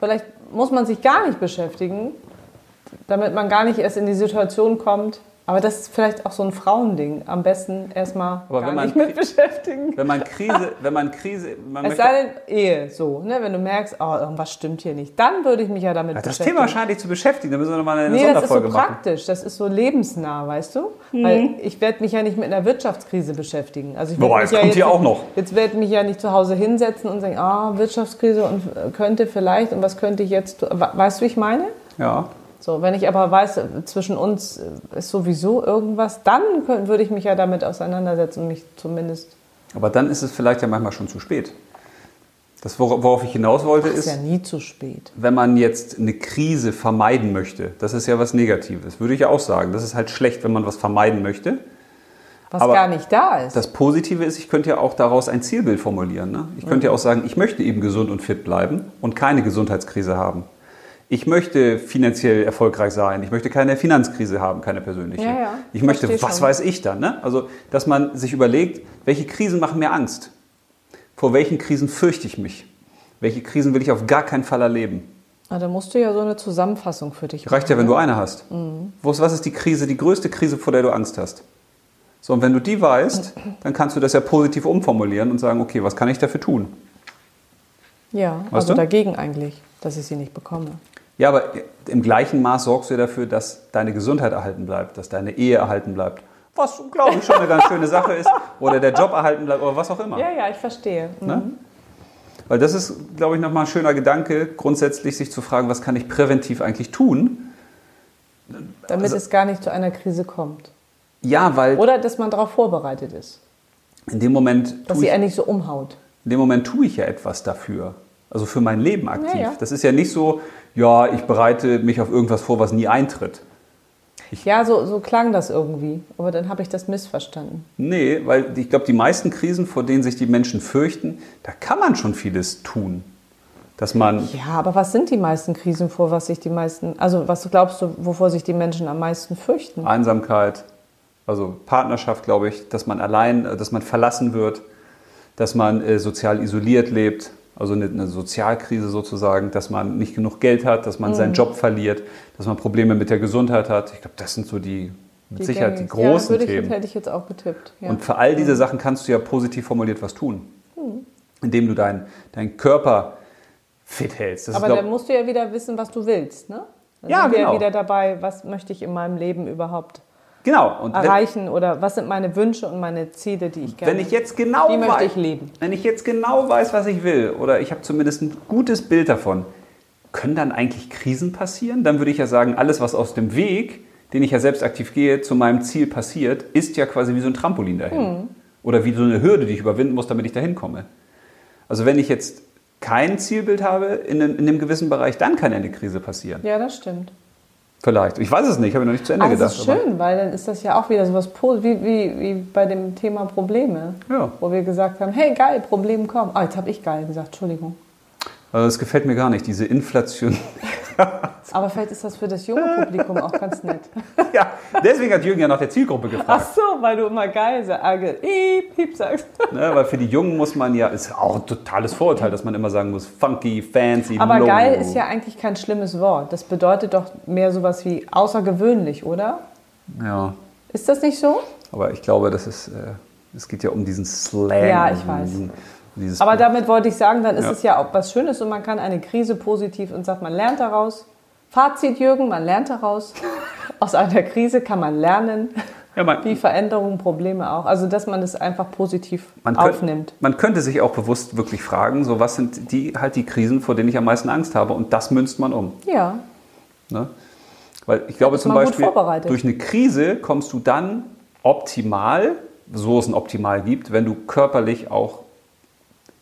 Speaker 2: vielleicht muss man sich gar nicht beschäftigen, damit man gar nicht erst in die Situation kommt. Aber das ist vielleicht auch so ein Frauending. Am besten erstmal
Speaker 1: Aber
Speaker 2: gar
Speaker 1: wenn man
Speaker 2: nicht mit
Speaker 1: krie-
Speaker 2: beschäftigen.
Speaker 1: Wenn man Krise, wenn man Krise, man
Speaker 2: Es
Speaker 1: möchte,
Speaker 2: sei denn, Ehe, so, ne? wenn du merkst, oh, irgendwas stimmt hier nicht, dann würde ich mich ja damit
Speaker 1: Ja, das
Speaker 2: beschäftigen.
Speaker 1: Thema scheint dich zu beschäftigen, da müssen wir nochmal eine
Speaker 2: Nee, das ist so
Speaker 1: Sonderfolge machen.
Speaker 2: praktisch, das ist so lebensnah, weißt du? Weil ich werde mich ja nicht mit einer Wirtschaftskrise beschäftigen. Also ich werd
Speaker 1: Boah,
Speaker 2: mich
Speaker 1: jetzt kommt hier auch noch.
Speaker 2: Jetzt werde ich mich ja nicht zu Hause hinsetzen und sagen, ah, Wirtschaftskrise und äh, könnte vielleicht und was könnte ich jetzt tun? We- Weißt du, wie ich meine?
Speaker 1: Ja.
Speaker 2: So, wenn ich aber weiß, äh, zwischen uns äh, ist sowieso irgendwas, dann könnt- würde ich mich ja damit auseinandersetzen und mich zumindest.
Speaker 1: Aber dann ist es vielleicht ja manchmal schon zu spät. Das, wor- worauf ich hinaus wollte,
Speaker 2: Ist
Speaker 1: ist,
Speaker 2: ja nie zu spät.
Speaker 1: wenn man jetzt eine Krise vermeiden möchte, das ist ja was Negatives, würde ich ja auch sagen. Das ist halt schlecht, wenn man was vermeiden möchte.
Speaker 2: Was
Speaker 1: Aber
Speaker 2: gar nicht da ist.
Speaker 1: Das Positive ist, ich könnte ja auch daraus ein Zielbild formulieren. Ne? Ich könnte ja auch sagen, ich möchte eben gesund und fit bleiben und keine Gesundheitskrise haben. Ich möchte finanziell erfolgreich sein. Ich möchte keine Finanzkrise haben, keine persönliche.
Speaker 2: Ja, ja.
Speaker 1: Ich möchte,
Speaker 2: Verstehe
Speaker 1: was
Speaker 2: schon.
Speaker 1: weiß ich dann? Ne? Also, dass man sich überlegt, welche Krisen machen mir Angst? Vor welchen Krisen fürchte ich mich? Welche Krisen will ich auf gar keinen Fall erleben?
Speaker 2: Ah, da musst du ja so eine Zusammenfassung für dich
Speaker 1: Reicht ja,
Speaker 2: machen,
Speaker 1: wenn
Speaker 2: ne?
Speaker 1: du eine hast. Wo ist- Was ist die Krise, die größte Krise, vor der du Angst hast? So, und wenn du die weißt, dann kannst du das ja positiv umformulieren und sagen, okay, was kann ich dafür tun?
Speaker 2: Ja, also
Speaker 1: du?
Speaker 2: dagegen eigentlich, dass ich sie nicht bekomme.
Speaker 1: Ja, aber im gleichen Maß sorgst du ja dafür, dass deine Gesundheit erhalten bleibt, dass deine Ehe erhalten bleibt. Was, glaube ich, schon eine ganz schöne Sache ist. Oder der Job erhalten bleibt oder was auch immer.
Speaker 2: Ja, ja, ich verstehe.
Speaker 1: Ne? Weil das ist, glaube ich, nochmal ein schöner Gedanke, grundsätzlich sich zu fragen, was kann ich präventiv eigentlich tun?
Speaker 2: Damit
Speaker 1: Also
Speaker 2: es gar nicht zu einer Krise kommt.
Speaker 1: Ja, weil
Speaker 2: Oder dass man darauf vorbereitet ist.
Speaker 1: in dem Moment tue
Speaker 2: Dass sie
Speaker 1: ich
Speaker 2: einen nicht so umhaut.
Speaker 1: In dem Moment tue ich ja etwas dafür. Also für mein Leben aktiv.
Speaker 2: Ja, ja.
Speaker 1: Das ist ja nicht so, ja, ich bereite mich auf irgendwas vor, was nie eintritt.
Speaker 2: Ja, so, so klang das irgendwie. Aber dann habe ich das missverstanden.
Speaker 1: Nee, weil ich glaube, die meisten Krisen, vor denen sich die Menschen fürchten, da kann man schon vieles tun. Dass man,
Speaker 2: Ja, aber was sind die meisten Krisen vor, was sich die meisten, also was glaubst du, wovor sich die Menschen am meisten
Speaker 1: Ah,
Speaker 2: fürchten?
Speaker 1: Einsamkeit, also Partnerschaft, glaube ich, dass man allein, äh, dass man verlassen wird, dass man äh, sozial isoliert lebt, also eine, eine Sozialkrise sozusagen, dass man nicht genug Geld hat, dass man seinen
Speaker 2: Mhm.
Speaker 1: Job verliert, dass man Probleme mit der Gesundheit hat. Ich glaube, das sind so die mit
Speaker 2: Die
Speaker 1: Sicherheit die
Speaker 2: gängigsten.
Speaker 1: großen
Speaker 2: ja, würde ich,
Speaker 1: Themen.
Speaker 2: Hätte ich jetzt auch getippt. Ja. Mhm.
Speaker 1: Und für all diese Sachen kannst du ja positiv formuliert was tun, indem du deinen deinen Körper fit hältst. Das
Speaker 2: aber
Speaker 1: ist,
Speaker 2: dann
Speaker 1: glaub,
Speaker 2: musst du ja wieder wissen, was du willst, ne? Dann
Speaker 1: Also Ja,
Speaker 2: sind wir
Speaker 1: genau.
Speaker 2: ja wieder dabei, was möchte ich in meinem Leben überhaupt
Speaker 1: genau. Und wenn,
Speaker 2: erreichen oder was sind meine Wünsche und meine Ziele, die ich gerne
Speaker 1: Wenn ich jetzt genau
Speaker 2: Wie möchte
Speaker 1: wei-
Speaker 2: ich leben?
Speaker 1: Wenn ich jetzt genau weiß, was ich will, oder ich habe zumindest ein gutes Bild davon, können dann eigentlich Krisen passieren? Dann würde ich ja sagen, alles, was aus dem Weg, den ich ja selbst aktiv gehe, zu meinem Ziel passiert, ist ja quasi wie so ein Trampolin dahin.
Speaker 2: Hm.
Speaker 1: Oder wie so eine Hürde, die ich überwinden muss, damit ich dahin komme. Also wenn ich jetzt kein Zielbild habe in, einem- in einem gewissen Bereich, dann kann ja eine Krise passieren.
Speaker 2: Ja, das stimmt.
Speaker 1: Vielleicht. Ich weiß es nicht, habe ich noch nicht zu Ende
Speaker 2: Aber
Speaker 1: gedacht.
Speaker 2: das Also ist
Speaker 1: aber-
Speaker 2: schön, weil dann ist das ja auch wieder sowas Pos- wie, wie, wie bei dem Thema Probleme,
Speaker 1: Ja.
Speaker 2: wo wir gesagt haben, hey geil, Problem kommen. Ah, jetzt habe ich geil gesagt, Entschuldigung.
Speaker 1: Also das gefällt mir gar nicht, diese Inflation.
Speaker 2: Aber vielleicht ist das für das junge Publikum auch ganz nett.
Speaker 1: ja, deswegen hat Jürgen ja nach der Zielgruppe gefragt.
Speaker 2: Ach so, weil du immer geil sagst, äh, piep sagst.
Speaker 1: Ne, weil für die Jungen muss man ja, ist auch ein totales Vorurteil, dass man immer sagen muss, funky, fancy,
Speaker 2: Aber
Speaker 1: low.
Speaker 2: geil ist ja eigentlich kein schlimmes Wort. Das bedeutet doch mehr sowas wie außergewöhnlich, oder?
Speaker 1: Ja,
Speaker 2: Ist das nicht so?
Speaker 1: aber ich glaube, das ist, äh, es geht ja um diesen Slang.
Speaker 2: Ja, ich weiß.
Speaker 1: Diesen, dieses
Speaker 2: Aber damit wollte ich sagen, dann ist
Speaker 1: Ja.
Speaker 2: es ja auch was Schönes und man kann eine Krise positiv und sagt, man lernt daraus. Fazit, Jürgen, man lernt daraus. Aus einer Krise kann man lernen.
Speaker 1: Ja, man-
Speaker 2: Wie Veränderungen, Probleme auch. Also, dass man es einfach positiv
Speaker 1: Man könnt-
Speaker 2: aufnimmt.
Speaker 1: Man könnte sich auch bewusst wirklich fragen, so was sind die halt die Krisen, vor denen ich am meisten Angst habe und das münzt man um.
Speaker 2: Ja,
Speaker 1: Ne? Weil ich glaube
Speaker 2: ist
Speaker 1: zum
Speaker 2: man gut
Speaker 1: Beispiel,
Speaker 2: vorbereitet.
Speaker 1: durch eine Krise kommst du dann optimal, so es ein Optimal gibt, wenn du körperlich auch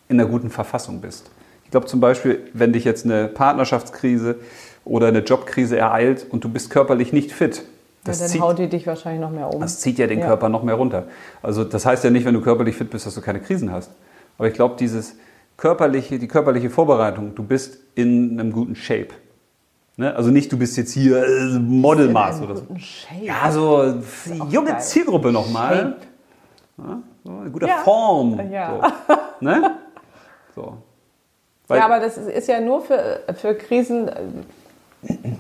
Speaker 1: in einer guten Verfassung bist. Ich glaube zum Beispiel, wenn dich jetzt eine Partnerschaftskrise oder eine Jobkrise ereilt und du bist körperlich nicht fit,
Speaker 2: ja
Speaker 1: das,
Speaker 2: dann
Speaker 1: zieht,
Speaker 2: haut die dich wahrscheinlich noch mehr um.
Speaker 1: das zieht ja den Körper noch mehr runter. Also das heißt ja nicht, wenn du körperlich fit bist, dass du keine Krisen hast. Aber ich glaube, dieses körperliche, die körperliche Vorbereitung, du bist in einem guten Shape. Ne? Also nicht, du bist jetzt hier äh, Modelmaß oder so.
Speaker 2: Shape.
Speaker 1: Ja, so junge
Speaker 2: geil.
Speaker 1: Zielgruppe nochmal.
Speaker 2: Shape.
Speaker 1: Ja, so in guter
Speaker 2: Ja.
Speaker 1: Form.
Speaker 2: Ja.
Speaker 1: So. Ne? so. Weil,
Speaker 2: Ja, aber das ist- ist ja nur für, für Krisen, äh,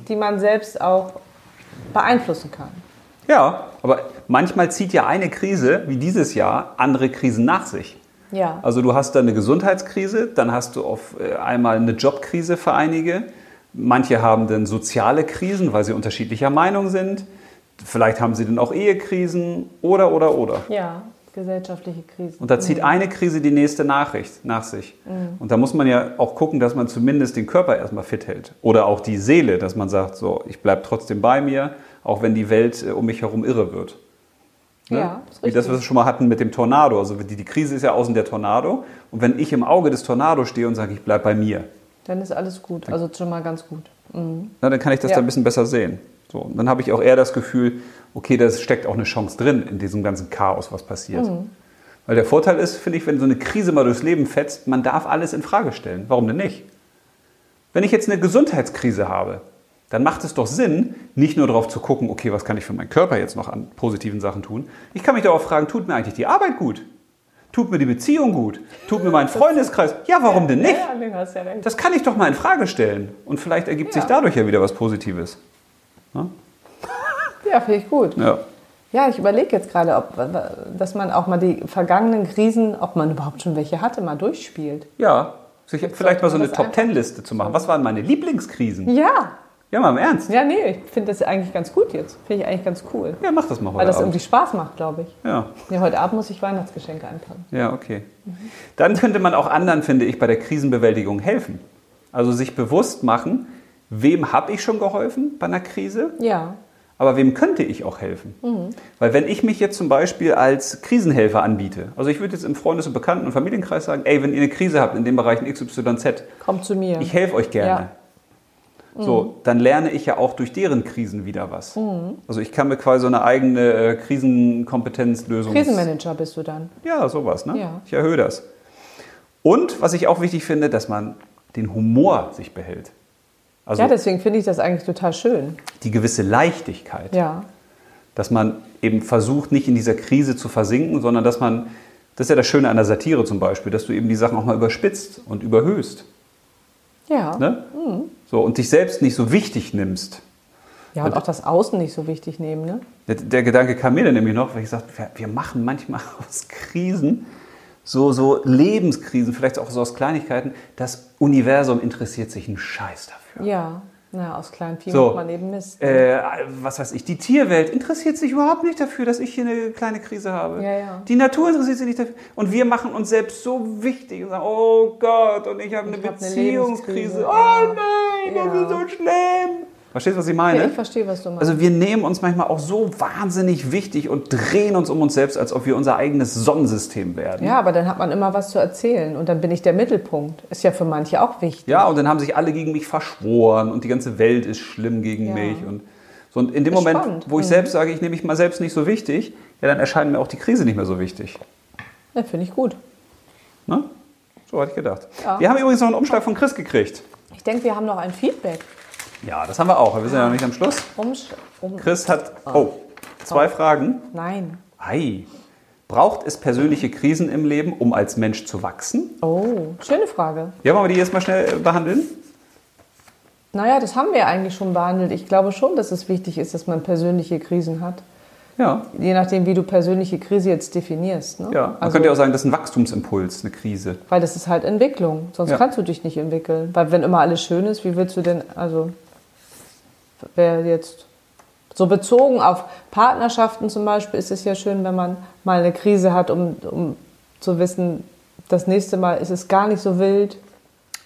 Speaker 2: die man selbst auch beeinflussen kann.
Speaker 1: ja, aber manchmal zieht ja eine Krise, wie dieses Jahr, andere Krisen nach sich.
Speaker 2: Ja.
Speaker 1: Also du hast dann eine Gesundheitskrise, dann hast du auf äh, einmal eine Jobkrise für einige. Manche haben dann soziale Krisen, weil sie unterschiedlicher Meinung sind. Vielleicht haben sie dann auch Ehekrisen oder oder oder.
Speaker 2: ja, gesellschaftliche Krisen.
Speaker 1: Und da zieht eine Krise die nächste Nachricht nach sich. Und da muss man ja auch gucken, dass man zumindest den Körper erstmal fit hält. Oder auch die Seele, dass man sagt, so, ich bleibe trotzdem bei mir, auch wenn die Welt äh, um mich herum irre wird. Ne?
Speaker 2: Ja, ist
Speaker 1: Wie das, was wir
Speaker 2: richtig.
Speaker 1: schon mal hatten mit dem Tornado. Also die, die Krise ist ja außen der Tornado. Und wenn ich im Auge des Tornado stehe und sage, ich bleibe bei mir,
Speaker 2: Dann ist alles gut. Also schon mal ganz gut. Mhm.
Speaker 1: na, dann kann ich das
Speaker 2: Ja.
Speaker 1: da ein bisschen besser sehen. So, und dann habe ich auch eher das Gefühl, okay, da steckt auch eine Chance drin in diesem ganzen Chaos, was passiert.
Speaker 2: Mhm.
Speaker 1: Weil der Vorteil ist, finde ich, wenn so eine Krise mal durchs Leben fetzt, man darf alles in Frage stellen. Warum denn nicht? Wenn ich jetzt eine Gesundheitskrise habe, dann macht es doch Sinn, nicht nur darauf zu gucken, okay, was kann ich für meinen Körper jetzt noch an positiven Sachen tun. Ich kann mich darauf fragen, tut mir eigentlich die Arbeit gut? Tut mir die Beziehung gut? Tut mir mein Freundeskreis? Ja, warum denn nicht?
Speaker 2: Ja, du hast ja recht.
Speaker 1: Das kann ich doch mal in Frage stellen. Und vielleicht ergibt
Speaker 2: Ja.
Speaker 1: sich dadurch ja wieder was Positives.
Speaker 2: Ja, finde ich gut.
Speaker 1: Ja.
Speaker 2: Ja, ich überlege jetzt gerade, ob, dass man auch mal die vergangenen Krisen, ob man überhaupt schon welche hatte, mal durchspielt.
Speaker 1: Ja. Sich vielleicht
Speaker 2: sollte
Speaker 1: mal so
Speaker 2: man
Speaker 1: eine
Speaker 2: das
Speaker 1: Top
Speaker 2: einfach-
Speaker 1: Ten-Liste zu machen. Was waren meine Lieblingskrisen?
Speaker 2: Ja.
Speaker 1: Ja, mal im Ernst.
Speaker 2: Ja, nee, ich finde das eigentlich ganz gut jetzt. Finde ich eigentlich ganz cool.
Speaker 1: Ja, mach das mal heute.
Speaker 2: Weil das
Speaker 1: Abend.
Speaker 2: irgendwie Spaß macht, glaube ich.
Speaker 1: Ja.
Speaker 2: Ja, heute Abend muss ich Weihnachtsgeschenke einpacken.
Speaker 1: Ja, okay. Dann könnte man auch anderen, finde ich, bei der Krisenbewältigung helfen. Also sich bewusst machen, wem habe ich schon geholfen bei einer Krise,
Speaker 2: Ja.
Speaker 1: aber wem könnte ich auch helfen?
Speaker 2: Mhm.
Speaker 1: Weil wenn ich mich jetzt zum Beispiel als Krisenhelfer anbiete, also ich würde jetzt im Freundes- und Bekannten- und Familienkreis sagen, ey, wenn ihr eine Krise habt in den Bereichen XYZ,
Speaker 2: Kommt zu mir.
Speaker 1: ich helfe euch gerne. So, dann lerne ich ja auch durch deren Krisen wieder was.
Speaker 2: Mhm.
Speaker 1: Also ich kann mir quasi so eine eigene äh, Krisenkompetenzlösung.
Speaker 2: Krisenmanager bist du dann.
Speaker 1: Ja, sowas, ne?
Speaker 2: Ja.
Speaker 1: Ich erhöhe das. Und was ich auch wichtig finde, dass man den Humor sich behält. Also
Speaker 2: ja, deswegen finde ich das eigentlich total schön.
Speaker 1: die gewisse Leichtigkeit,
Speaker 2: Ja.
Speaker 1: dass man eben versucht, nicht in dieser Krise zu versinken, sondern dass man, das ist ja das Schöne an der Satire zum Beispiel, dass du eben die Sachen auch mal überspitzt und überhöhst.
Speaker 2: Ja.
Speaker 1: Ne?
Speaker 2: Mhm.
Speaker 1: So, und dich selbst nicht so wichtig nimmst.
Speaker 2: Ja, und auch das Außen nicht so wichtig nehmen, ne?
Speaker 1: Der, der Gedanke kam mir dann nämlich noch, weil ich sagte, wir, wir machen manchmal aus Krisen, so, so Lebenskrisen, vielleicht auch so aus Kleinigkeiten, das Universum interessiert sich einen Scheiß dafür.
Speaker 2: Ja. Na, aus kleinen Vieh
Speaker 1: So.
Speaker 2: macht man eben Mist.
Speaker 1: Äh, was weiß ich, die Tierwelt interessiert sich überhaupt nicht dafür, dass ich hier eine kleine Krise habe.
Speaker 2: Ja, ja.
Speaker 1: Die Natur interessiert sich nicht dafür. Und wir machen uns selbst so wichtig und sagen, oh Gott, und ich habe eine
Speaker 2: Ich hab eine
Speaker 1: Beziehungskrise.
Speaker 2: Lebenskrise.
Speaker 1: oh nein, das
Speaker 2: Ja.
Speaker 1: ist so schlimm. Verstehst du, was ich meine?
Speaker 2: Ja, ich verstehe, was du meinst.
Speaker 1: Ne? Also wir nehmen uns manchmal auch so wahnsinnig wichtig und drehen uns um uns selbst, als ob wir unser eigenes Sonnensystem werden.
Speaker 2: ja, aber dann hat man immer was zu erzählen und dann bin ich der Mittelpunkt. Ist ja für manche auch wichtig.
Speaker 1: Ja, und dann haben sich alle gegen mich verschworen und die ganze Welt ist schlimm gegen
Speaker 2: Ja.
Speaker 1: mich. Und, so, und in dem
Speaker 2: Ist
Speaker 1: Moment,
Speaker 2: spannend.
Speaker 1: wo ich
Speaker 2: Mhm.
Speaker 1: selbst sage, ich nehme mich mal selbst nicht so wichtig, ja, dann erscheint mir auch die Krise nicht mehr so wichtig.
Speaker 2: Ja, finde ich gut.
Speaker 1: Ne? So hatte ich gedacht.
Speaker 2: Ja.
Speaker 1: Wir haben übrigens noch einen Umschlag von Chris gekriegt.
Speaker 2: Ich denke, wir haben noch ein Feedback.
Speaker 1: Ja, das haben wir auch, aber wir sind ja noch nicht am Schluss.
Speaker 2: Umsch um
Speaker 1: Chris hat, oh, zwei Fragen.
Speaker 2: Nein.
Speaker 1: Ei. Braucht es persönliche Krisen im Leben, um als Mensch zu wachsen?
Speaker 2: Oh, schöne Frage.
Speaker 1: Ja, wollen wir die jetzt mal schnell äh, behandeln?
Speaker 2: Naja, das haben wir eigentlich schon behandelt. Ich glaube schon, dass es wichtig ist, dass man persönliche Krisen hat.
Speaker 1: Ja.
Speaker 2: Je nachdem, wie du persönliche Krise jetzt definierst. Ne?
Speaker 1: ja. Man
Speaker 2: also,
Speaker 1: könnte ja auch sagen, das ist ein Wachstumsimpuls, eine Krise.
Speaker 2: Weil das ist halt Entwicklung. Sonst
Speaker 1: Ja.
Speaker 2: kannst du dich nicht entwickeln. Weil wenn immer alles schön ist, wie willst du denn, also wer jetzt So bezogen auf Partnerschaften zum Beispiel ist es ja schön, wenn man mal eine Krise hat, um, um zu wissen, das nächste Mal ist es gar nicht so wild.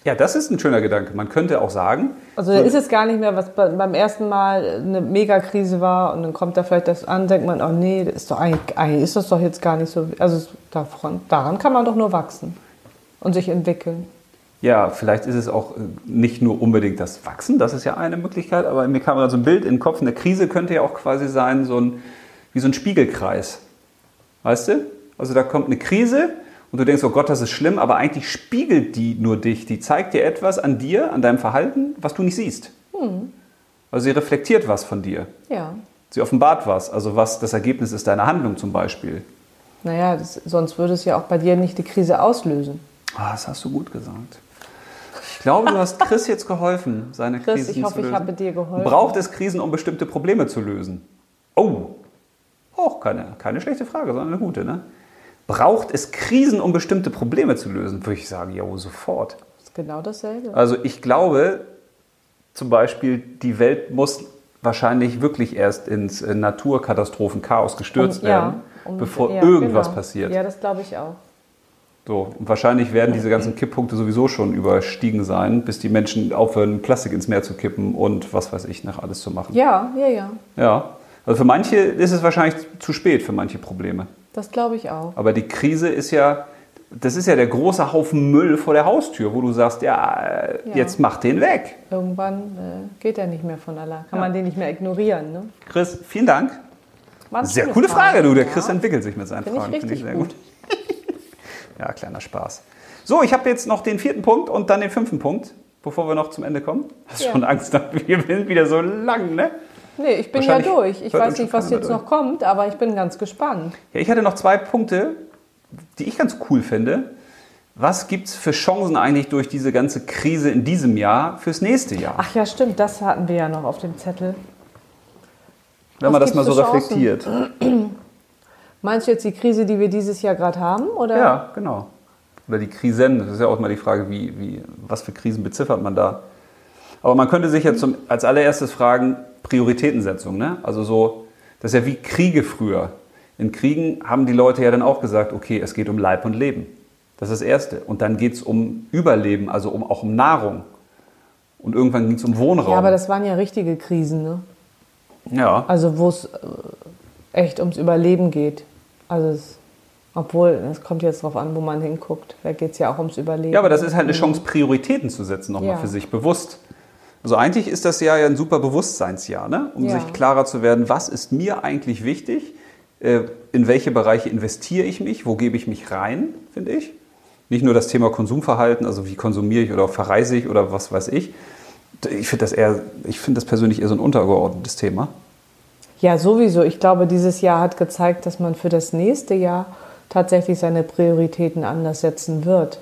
Speaker 1: Ja, das ist ein schöner Gedanke. Man könnte auch sagen,
Speaker 2: Also da ist es gar nicht mehr, was be- beim ersten Mal eine Megakrise war und dann kommt da vielleicht das an, denkt man, oh nee, das ist doch eigentlich, eigentlich ist das doch jetzt gar nicht so. Also es- davon, daran kann man doch nur wachsen und sich entwickeln.
Speaker 1: ja, vielleicht ist es auch äh, nicht nur unbedingt das Wachsen, das ist ja eine Möglichkeit, aber mir kam gerade so ein Bild in den Kopf, eine Krise könnte ja auch quasi sein, so ein, wie so ein Spiegelkreis. Weißt du? Also da kommt eine Krise und du denkst, oh Gott, das ist schlimm, aber eigentlich spiegelt die nur dich. Die zeigt dir etwas an dir, an deinem Verhalten, was du nicht siehst. Also sie reflektiert was von dir.
Speaker 2: Ja.
Speaker 1: Sie offenbart was, also was das Ergebnis ist deiner Handlung zum Beispiel.
Speaker 2: Naja, das, sonst würde es ja auch bei dir nicht die Krise auslösen.
Speaker 1: Ah, das hast du gut gesagt. Ich glaube, du hast Chris jetzt geholfen, seine
Speaker 2: Chris,
Speaker 1: Krisen
Speaker 2: ich hoffe,
Speaker 1: zu
Speaker 2: ich
Speaker 1: lösen.
Speaker 2: habe dir geholfen.
Speaker 1: Braucht es Krisen, um bestimmte Probleme zu lösen? Oh, auch keine, keine schlechte Frage, sondern eine gute, ne? Braucht es Krisen, um bestimmte Probleme zu lösen? Würde ich sagen, ja, sofort.
Speaker 2: Das ist genau dasselbe.
Speaker 1: Also ich glaube, zum Beispiel, die Welt muss wahrscheinlich wirklich erst ins äh, Naturkatastrophen-Chaos gestürzt
Speaker 2: Um- ja,
Speaker 1: werden,
Speaker 2: um-
Speaker 1: bevor
Speaker 2: ja,
Speaker 1: irgendwas
Speaker 2: genau.
Speaker 1: passiert.
Speaker 2: Ja, das glaube ich auch.
Speaker 1: So, und wahrscheinlich werden diese ganzen Kipppunkte sowieso schon überstiegen sein, bis die Menschen aufhören, Plastik ins Meer zu kippen und was weiß ich, nach alles zu machen. Ja.
Speaker 2: Ja, ja, ja.
Speaker 1: Also für manche ist es wahrscheinlich zu spät für manche Probleme.
Speaker 2: Das glaube ich auch.
Speaker 1: Aber die Krise ist ja, das ist ja der große Haufen Müll vor der Haustür, wo du sagst, ja, äh,
Speaker 2: Ja.
Speaker 1: jetzt mach den weg.
Speaker 2: Irgendwann äh, geht er nicht mehr von allein.
Speaker 1: Ja.
Speaker 2: Kann man den nicht mehr ignorieren. Ne?
Speaker 1: Chris, vielen Dank.
Speaker 2: Waren
Speaker 1: Sehr coole Frage,
Speaker 2: Fragen,
Speaker 1: du. Der
Speaker 2: ja.
Speaker 1: Chris entwickelt sich mit seinen
Speaker 2: Finde ich
Speaker 1: Fragen.
Speaker 2: richtig
Speaker 1: sehr
Speaker 2: gut.
Speaker 1: ja, kleiner Spaß. So, ich habe jetzt noch den vierten Punkt und dann den fünften Punkt, bevor wir noch zum Ende kommen. Hast
Speaker 2: Ja.
Speaker 1: schon Angst, wir sind wieder so lang, ne?
Speaker 2: Nee, ich bin ja
Speaker 1: Wahrscheinlich
Speaker 2: durch. Ich
Speaker 1: hört
Speaker 2: weiß
Speaker 1: uns
Speaker 2: nicht,
Speaker 1: schon
Speaker 2: was
Speaker 1: keiner
Speaker 2: jetzt
Speaker 1: mehr
Speaker 2: noch kommt, aber ich bin ganz gespannt.
Speaker 1: Ja, ich hatte noch zwei Punkte, die ich ganz cool finde. Was gibt es für Chancen eigentlich durch diese ganze Krise in diesem Jahr fürs nächste Jahr?
Speaker 2: Ach ja, stimmt, das hatten wir ja noch auf dem Zettel.
Speaker 1: Wenn man
Speaker 2: was
Speaker 1: das mal so
Speaker 2: gibt's für Chancen?
Speaker 1: reflektiert.
Speaker 2: Meinst du jetzt die Krise, die wir dieses Jahr gerade haben? Oder?
Speaker 1: Ja, genau. Oder die Krisen, das ist ja auch immer die Frage, wie, wie, was für Krisen beziffert man da. Aber man könnte sich jetzt zum, als allererstes fragen, Prioritätensetzung, ne? Also so, das ist ja wie Kriege früher. In Kriegen haben die Leute ja dann auch gesagt, okay, es geht um Leib und Leben. Das ist das Erste. Und dann geht es um Überleben, also um, auch um Nahrung. Und irgendwann ging es um Wohnraum.
Speaker 2: ja, aber das waren ja richtige Krisen, ne?
Speaker 1: ja.
Speaker 2: Also wo es äh, echt ums Überleben geht. Also es, obwohl, es kommt jetzt drauf an, wo man hinguckt. Da geht es ja auch ums Überleben.
Speaker 1: Ja, aber das ist halt eine Chance, Prioritäten zu setzen, nochmal
Speaker 2: Mhm. Ja.
Speaker 1: für sich bewusst. Also eigentlich ist das Jahr ja ein super Bewusstseinsjahr, ne? um
Speaker 2: Ja.
Speaker 1: sich klarer zu werden, was ist mir eigentlich wichtig, äh, in welche Bereiche investiere ich mich, wo gebe ich mich rein, finde ich. Nicht nur das Thema Konsumverhalten, also wie konsumiere ich oder verreise ich oder was weiß ich. Ich finde das eher, ich finde das persönlich eher so ein untergeordnetes Thema.
Speaker 2: Ja, sowieso. Ich glaube, dieses Jahr hat gezeigt, dass man für das nächste Jahr tatsächlich seine Prioritäten anders setzen wird.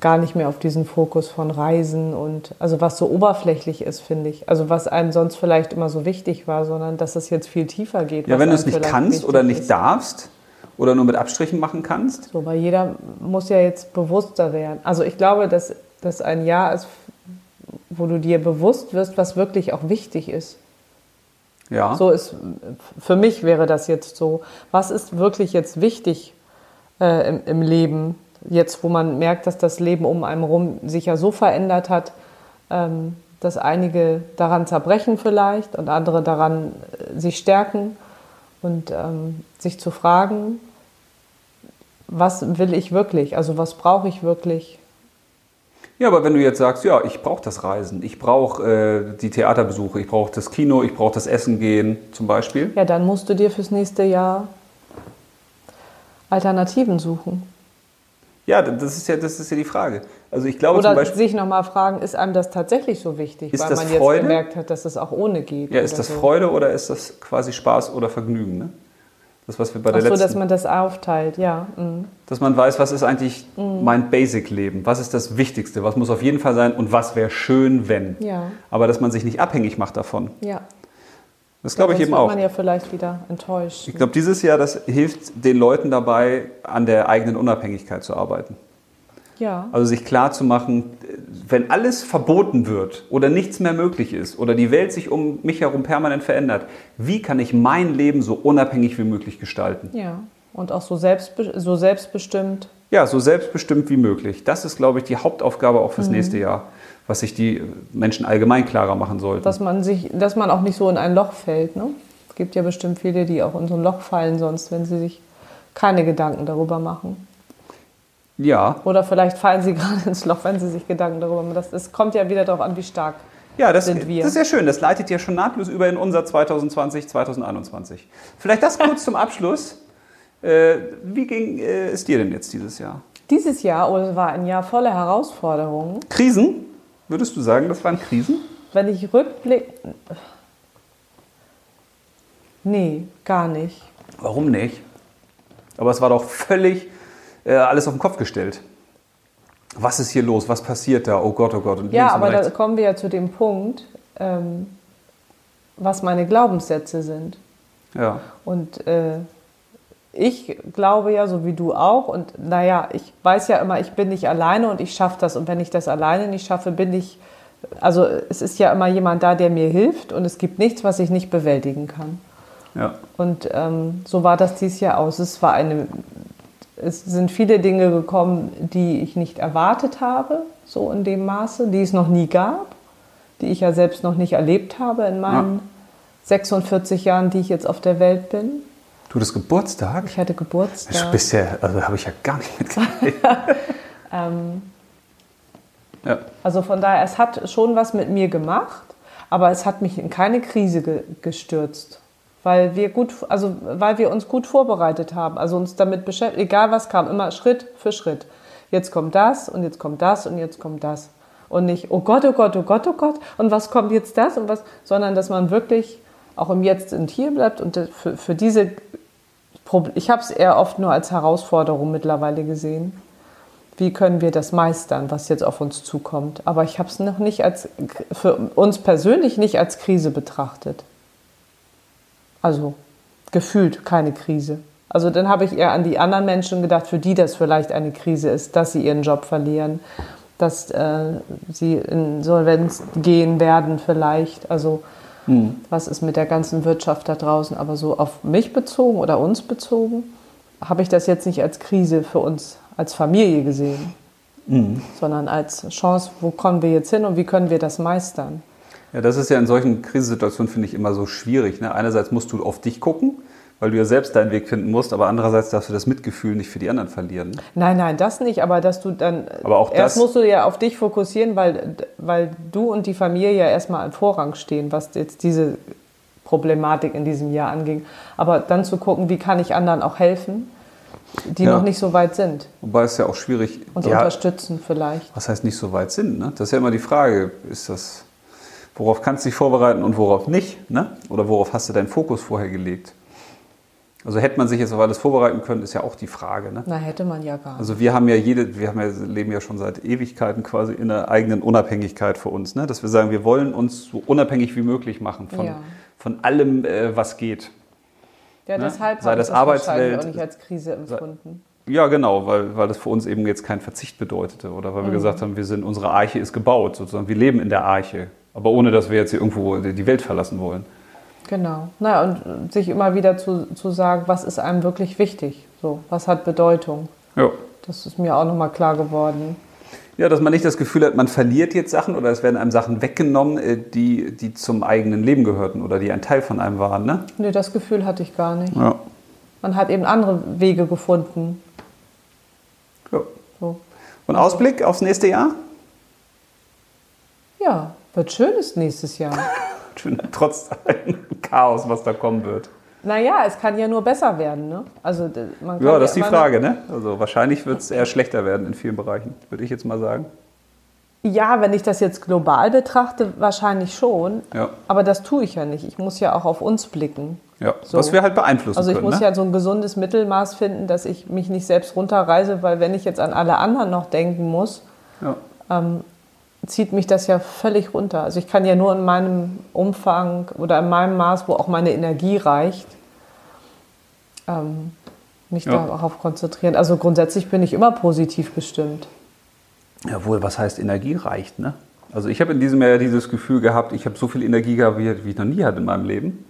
Speaker 2: Gar nicht mehr auf diesen Fokus von Reisen und also was so oberflächlich ist, finde ich. Also was einem sonst vielleicht immer so wichtig war, sondern dass es jetzt viel tiefer geht.
Speaker 1: Ja,
Speaker 2: was
Speaker 1: wenn du
Speaker 2: einem
Speaker 1: es nicht
Speaker 2: vielleicht
Speaker 1: kannst
Speaker 2: wichtig
Speaker 1: oder nicht
Speaker 2: ist.
Speaker 1: darfst oder nur mit Abstrichen machen kannst,
Speaker 2: So, weil jeder muss ja jetzt bewusster werden. Also ich glaube, dass das ein Jahr ist, wo du dir bewusst wirst, was wirklich auch wichtig ist.
Speaker 1: ja.
Speaker 2: So ist, für mich wäre das jetzt so. Was ist wirklich jetzt wichtig äh, im, im Leben? Jetzt, wo man merkt, dass das Leben um einem rum sich ja so verändert hat, ähm, dass einige daran zerbrechen vielleicht und andere daran äh, sich stärken und ähm, sich zu fragen, was will ich wirklich? Also was brauche ich wirklich?
Speaker 1: Ja, aber wenn du jetzt sagst, ja, ich brauche das Reisen, ich brauche äh, die Theaterbesuche, ich brauche das Kino, ich brauche das Essen gehen zum Beispiel.
Speaker 2: Ja, dann musst du dir fürs nächste Jahr Alternativen suchen.
Speaker 1: Ja, d- das ist ja, das ist ja die Frage. Also ich glaube
Speaker 2: Oder
Speaker 1: zum Beispiel,
Speaker 2: sich nochmal fragen, ist einem das tatsächlich so wichtig,
Speaker 1: Ist
Speaker 2: weil
Speaker 1: das
Speaker 2: man
Speaker 1: Freude?
Speaker 2: jetzt gemerkt hat, dass es auch ohne geht.
Speaker 1: ja, ist
Speaker 2: oder
Speaker 1: das
Speaker 2: so.
Speaker 1: Freude oder ist das quasi Spaß oder Vergnügen? Ne? Das, was wir bei der
Speaker 2: Ach so,
Speaker 1: letzten,
Speaker 2: dass man das aufteilt, ja. mhm.
Speaker 1: dass man weiß, was ist eigentlich mein Basic-Leben, was ist das Wichtigste, was muss auf jeden Fall sein und was wäre schön, wenn.
Speaker 2: Ja.
Speaker 1: Aber dass man sich nicht abhängig macht davon.
Speaker 2: ja.
Speaker 1: Das glaube ich
Speaker 2: Sonst
Speaker 1: eben
Speaker 2: wird
Speaker 1: auch.
Speaker 2: man ja vielleicht wieder enttäuscht.
Speaker 1: Ich glaube, dieses Jahr, das hilft den Leuten dabei, an der eigenen Unabhängigkeit zu arbeiten.
Speaker 2: Ja,
Speaker 1: Also sich klar zu machen, Also wenn alles verboten wird oder nichts mehr möglich ist oder die Welt sich um mich herum permanent verändert, wie kann ich mein Leben so unabhängig wie möglich gestalten?
Speaker 2: Ja. Und auch so, selbstbe so selbstbestimmt.
Speaker 1: Ja, so selbstbestimmt wie möglich. Das ist, glaube ich, die Hauptaufgabe auch
Speaker 2: Mhm.
Speaker 1: fürs nächste Jahr, was sich die Menschen allgemein klarer machen sollten.
Speaker 2: Dass man sich, dass man auch nicht so in ein Loch fällt. Ne? Es gibt ja bestimmt viele, die auch in so ein Loch fallen, sonst, wenn sie sich keine Gedanken darüber machen.
Speaker 1: ja.
Speaker 2: Oder vielleicht fallen sie gerade ins Loch, wenn sie sich Gedanken darüber machen. Das, das kommt ja wieder darauf an, wie stark.
Speaker 1: Ja, das,
Speaker 2: sind wir.
Speaker 1: das ist ja schön. Das leitet ja schon nahtlos über in unser 2020, 2021. Vielleicht das kurz zum Abschluss. Äh, wie ging äh, es dir denn jetzt dieses Jahr?
Speaker 2: Dieses Jahr oh, es war ein Jahr voller Herausforderungen.
Speaker 1: Krisen? Würdest du sagen, das waren Krisen?
Speaker 2: Wenn ich rückblick. Nee, gar nicht.
Speaker 1: Warum nicht? Aber es war doch völlig äh, alles auf den Kopf gestellt. Was ist hier los? Was passiert da? Oh Gott, oh Gott. Und
Speaker 2: Ja,
Speaker 1: links und
Speaker 2: aber da
Speaker 1: rechts.
Speaker 2: kommen wir ja zu dem Punkt, ähm, was meine Glaubenssätze sind.
Speaker 1: ja.
Speaker 2: Und äh, ich glaube ja, so wie du auch, und naja, ich weiß ja immer, ich bin nicht alleine und ich schaffe das. Und wenn ich das alleine nicht schaffe, bin ich, also es ist ja immer jemand da, der mir hilft und es gibt nichts, was ich nicht bewältigen kann.
Speaker 1: ja.
Speaker 2: Und ähm, so war das dieses Jahr aus. Es war eine, es sind viele Dinge gekommen, die ich nicht erwartet habe, so in dem Maße, die es noch nie gab, die ich ja selbst noch nicht erlebt habe in meinen 46 Jahren, die ich jetzt auf der Welt bin.
Speaker 1: Du, das Geburtstag?
Speaker 2: Ich hatte Geburtstag.
Speaker 1: Bisher, also habe ich ja gar nicht mitgekriegt.
Speaker 2: Ähm,
Speaker 1: ja.
Speaker 2: also von daher, es hat schon was mit mir gemacht, aber es hat mich in keine Krise ge gestürzt. Weil wir gut, also weil wir uns gut vorbereitet haben, also uns damit beschäftigt, egal was kam, immer Schritt für Schritt. Jetzt kommt das und jetzt kommt das und jetzt kommt das. Und nicht, oh Gott, oh Gott, oh Gott, oh Gott, und was kommt jetzt das und was, sondern dass man wirklich auch im Jetzt und Hier bleibt und für, für diese, Prob- ich habe es eher oft nur als Herausforderung mittlerweile gesehen wie können wir das meistern, was jetzt auf uns zukommt. Aber ich habe es noch nicht als, für uns persönlich nicht als Krise betrachtet. Also gefühlt keine Krise. Also dann habe ich eher an die anderen Menschen gedacht, für die das vielleicht eine Krise ist, dass sie ihren Job verlieren, dass äh, sie insolvenz gehen werden vielleicht. Also was ist mit der ganzen Wirtschaft da draußen? Aber so auf mich bezogen oder uns bezogen, habe ich das jetzt nicht als Krise für uns als Familie gesehen,
Speaker 1: Mhm.
Speaker 2: sondern als Chance, wo kommen wir jetzt hin und wie können wir das meistern?
Speaker 1: Ja, das ist ja in solchen Krisensituationen, finde ich, immer so schwierig. Ne? Einerseits musst du auf dich gucken, weil du ja selbst deinen Weg finden musst, aber andererseits darfst du das Mitgefühl nicht für die anderen verlieren.
Speaker 2: Nein, nein, das nicht, aber dass du dann.
Speaker 1: Aber auch
Speaker 2: erst
Speaker 1: das-
Speaker 2: musst du ja auf dich fokussieren, weil, weil du und die Familie ja erstmal im Vorrang stehen, was jetzt diese Problematik in diesem Jahr anging. Aber dann zu gucken, wie kann ich anderen auch helfen, die
Speaker 1: Ja.
Speaker 2: noch nicht so weit sind
Speaker 1: Wobei es ja auch schwierig
Speaker 2: und
Speaker 1: ja,
Speaker 2: unterstützen vielleicht.
Speaker 1: Was heißt nicht so weit sind? Ne? Das ist ja immer die Frage, ist das, worauf kannst du dich vorbereiten und worauf nicht? Ne? Oder worauf hast du deinen Fokus vorher gelegt? Also hätte man sich jetzt auf alles vorbereiten können, ist ja auch die Frage. Ne?
Speaker 2: Na, hätte man ja gar nicht.
Speaker 1: Also wir haben ja jede, wir haben ja, leben ja schon seit Ewigkeiten quasi in einer eigenen Unabhängigkeit für uns, ne? dass wir sagen, wir wollen uns so unabhängig wie möglich machen von,
Speaker 2: Ja.
Speaker 1: von allem, äh, was geht.
Speaker 2: Ja,
Speaker 1: ne?
Speaker 2: deshalb
Speaker 1: Sei
Speaker 2: habe
Speaker 1: das
Speaker 2: ich das wahrscheinlich
Speaker 1: Arbeitswelt-
Speaker 2: auch nicht als Krise empfunden.
Speaker 1: Ja, genau, weil, weil das für uns eben jetzt keinen Verzicht bedeutete oder
Speaker 2: Mhm.
Speaker 1: weil wir gesagt haben, wir sind, unsere Arche ist gebaut sozusagen, wir leben in der Arche, aber ohne, dass wir jetzt hier irgendwo die Welt verlassen wollen.
Speaker 2: Genau. Na, und sich immer wieder zu, zu sagen, was ist einem wirklich wichtig? So, was hat Bedeutung?
Speaker 1: Ja.
Speaker 2: Das ist mir auch nochmal klar geworden.
Speaker 1: Ja, dass man nicht das Gefühl hat, man verliert jetzt Sachen oder es werden einem Sachen weggenommen, äh, die, die zum eigenen Leben gehörten oder die ein Teil von einem waren, ne?
Speaker 2: Nee, das Gefühl hatte ich gar nicht.
Speaker 1: Ja.
Speaker 2: Man hat eben andere Wege gefunden.
Speaker 1: ja.
Speaker 2: So.
Speaker 1: Und Ausblick aufs nächste Jahr?
Speaker 2: Ja, wird schönes nächsts Jahr.
Speaker 1: Schön, Trotz allem Chaos, was da kommen wird.
Speaker 2: naja, es kann ja nur besser werden, ne? Also, d- man kann
Speaker 1: Ja, das ist die
Speaker 2: man-
Speaker 1: Frage, ne? Also wahrscheinlich wird es eher schlechter werden in vielen Bereichen, würde ich jetzt mal sagen.
Speaker 2: Ja, wenn ich das jetzt global betrachte, wahrscheinlich schon.
Speaker 1: Ja.
Speaker 2: Aber das tue ich ja nicht. Ich muss ja auch auf uns blicken.
Speaker 1: Ja,
Speaker 2: So.
Speaker 1: was wir halt beeinflussen
Speaker 2: Also ich
Speaker 1: können.
Speaker 2: muss
Speaker 1: ne?
Speaker 2: ja so ein gesundes Mittelmaß finden, dass ich mich nicht selbst runterreise, weil wenn ich jetzt an alle anderen noch denken muss,
Speaker 1: Ja.
Speaker 2: zieht mich das ja völlig runter. Also ich kann ja nur in meinem Umfang oder in meinem Maß, wo auch meine Energie reicht, ähm, mich
Speaker 1: Ja.
Speaker 2: darauf konzentrieren. Also grundsätzlich bin ich immer positiv gestimmt.
Speaker 1: Jawohl, was heißt Energie reicht, ne? Also ich habe in diesem Jahr ja dieses Gefühl gehabt, ich habe so viel Energie gehabt, wie wie ich noch nie hatte in meinem Leben.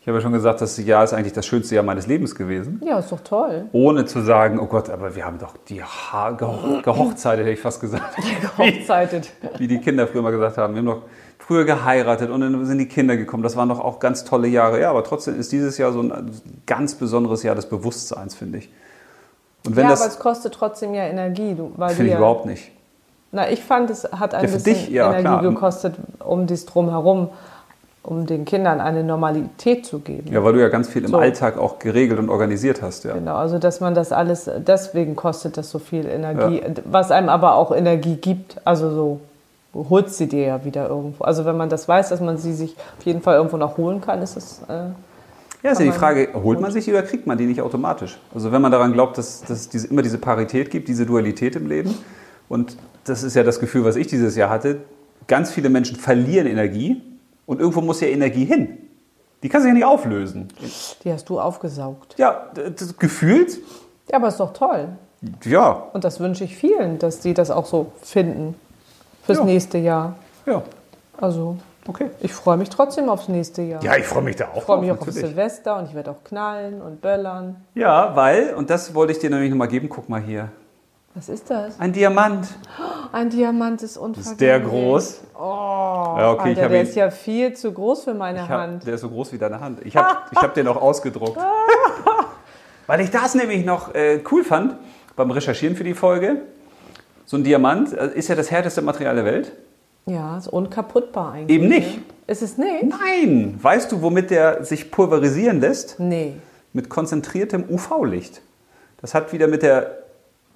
Speaker 1: Ich habe ja schon gesagt, das Jahr ist eigentlich das schönste Jahr meines Lebens gewesen.
Speaker 2: Ja, ist doch toll.
Speaker 1: Ohne zu sagen, oh Gott, aber wir haben doch die ha geho gehochzeitet, hätte ich fast gesagt.
Speaker 2: Hochzeitet.
Speaker 1: Wie die Kinder früher mal gesagt haben. Wir haben doch früher geheiratet und dann sind die Kinder gekommen. Das waren doch auch ganz tolle Jahre. Ja, aber trotzdem ist dieses Jahr so ein ganz besonderes Jahr des Bewusstseins, finde ich. Und wenn
Speaker 2: Ja, aber
Speaker 1: das
Speaker 2: es kostet trotzdem ja Energie. Du, weil
Speaker 1: finde
Speaker 2: wir,
Speaker 1: ich überhaupt nicht.
Speaker 2: Na, ich fand, es hat ein
Speaker 1: Ja, für
Speaker 2: bisschen
Speaker 1: dich, ja,
Speaker 2: Energie
Speaker 1: klar.
Speaker 2: gekostet, um dies drumherum, um den Kindern eine Normalität zu geben.
Speaker 1: Ja, weil du ja ganz viel im
Speaker 2: So.
Speaker 1: Alltag auch geregelt und organisiert hast, ja.
Speaker 2: Genau, also dass man das alles, deswegen kostet das so viel Energie, was einem aber auch Energie gibt, also so holt sie dir ja wieder irgendwo. Also wenn man das weiß, dass man sie sich auf jeden Fall irgendwo noch holen kann, ist es, äh,
Speaker 1: Ja, ist ja
Speaker 2: Kann
Speaker 1: die
Speaker 2: man-
Speaker 1: Frage, holt man sich die oder kriegt man die nicht automatisch? Also wenn man daran glaubt, dass, dass es diese, immer diese Parität gibt, diese Dualität im Leben, und das ist ja das Gefühl, was ich dieses Jahr hatte, ganz viele Menschen verlieren Energie und irgendwo muss ja Energie hin. Die kann sich ja nicht auflösen.
Speaker 2: die hast du aufgesaugt.
Speaker 1: Ja, das gefühlt,
Speaker 2: Ja, aber ist doch toll.
Speaker 1: ja,
Speaker 2: Und das wünsche ich vielen, dass die das auch so finden fürs
Speaker 1: Ja.
Speaker 2: nächste Jahr.
Speaker 1: ja,
Speaker 2: Also
Speaker 1: okay.
Speaker 2: ich freue mich trotzdem aufs nächste Jahr.
Speaker 1: Ja, ich freue mich da auch.
Speaker 2: Ich freue mich auch auf Silvester und ich werde auch knallen und böllern.
Speaker 1: Ja, weil, und das wollte ich dir nämlich nochmal geben, guck mal hier,
Speaker 2: Was ist das?
Speaker 1: ein Diamant.
Speaker 2: Ein Diamant ist unvergänglich.
Speaker 1: Ist der groß?
Speaker 2: Oh,
Speaker 1: okay, ich
Speaker 2: Alter,
Speaker 1: hab
Speaker 2: der
Speaker 1: ihn-
Speaker 2: ist ja viel zu groß für meine
Speaker 1: Ich hab,
Speaker 2: Hand.
Speaker 1: der ist so groß wie deine Hand. Ich habe ich hab den auch ausgedruckt. Weil ich das nämlich noch äh, cool fand beim Recherchieren für die Folge. So ein Diamant äh, ist ja das härteste Material der Welt.
Speaker 2: Ja, ist unkaputtbar eigentlich. ne?
Speaker 1: Eben nicht.
Speaker 2: Ist es nicht?
Speaker 1: Nein! Weißt du, womit der sich pulverisieren lässt?
Speaker 2: Nee.
Speaker 1: Mit konzentriertem UV-Licht. Das hat wieder mit der.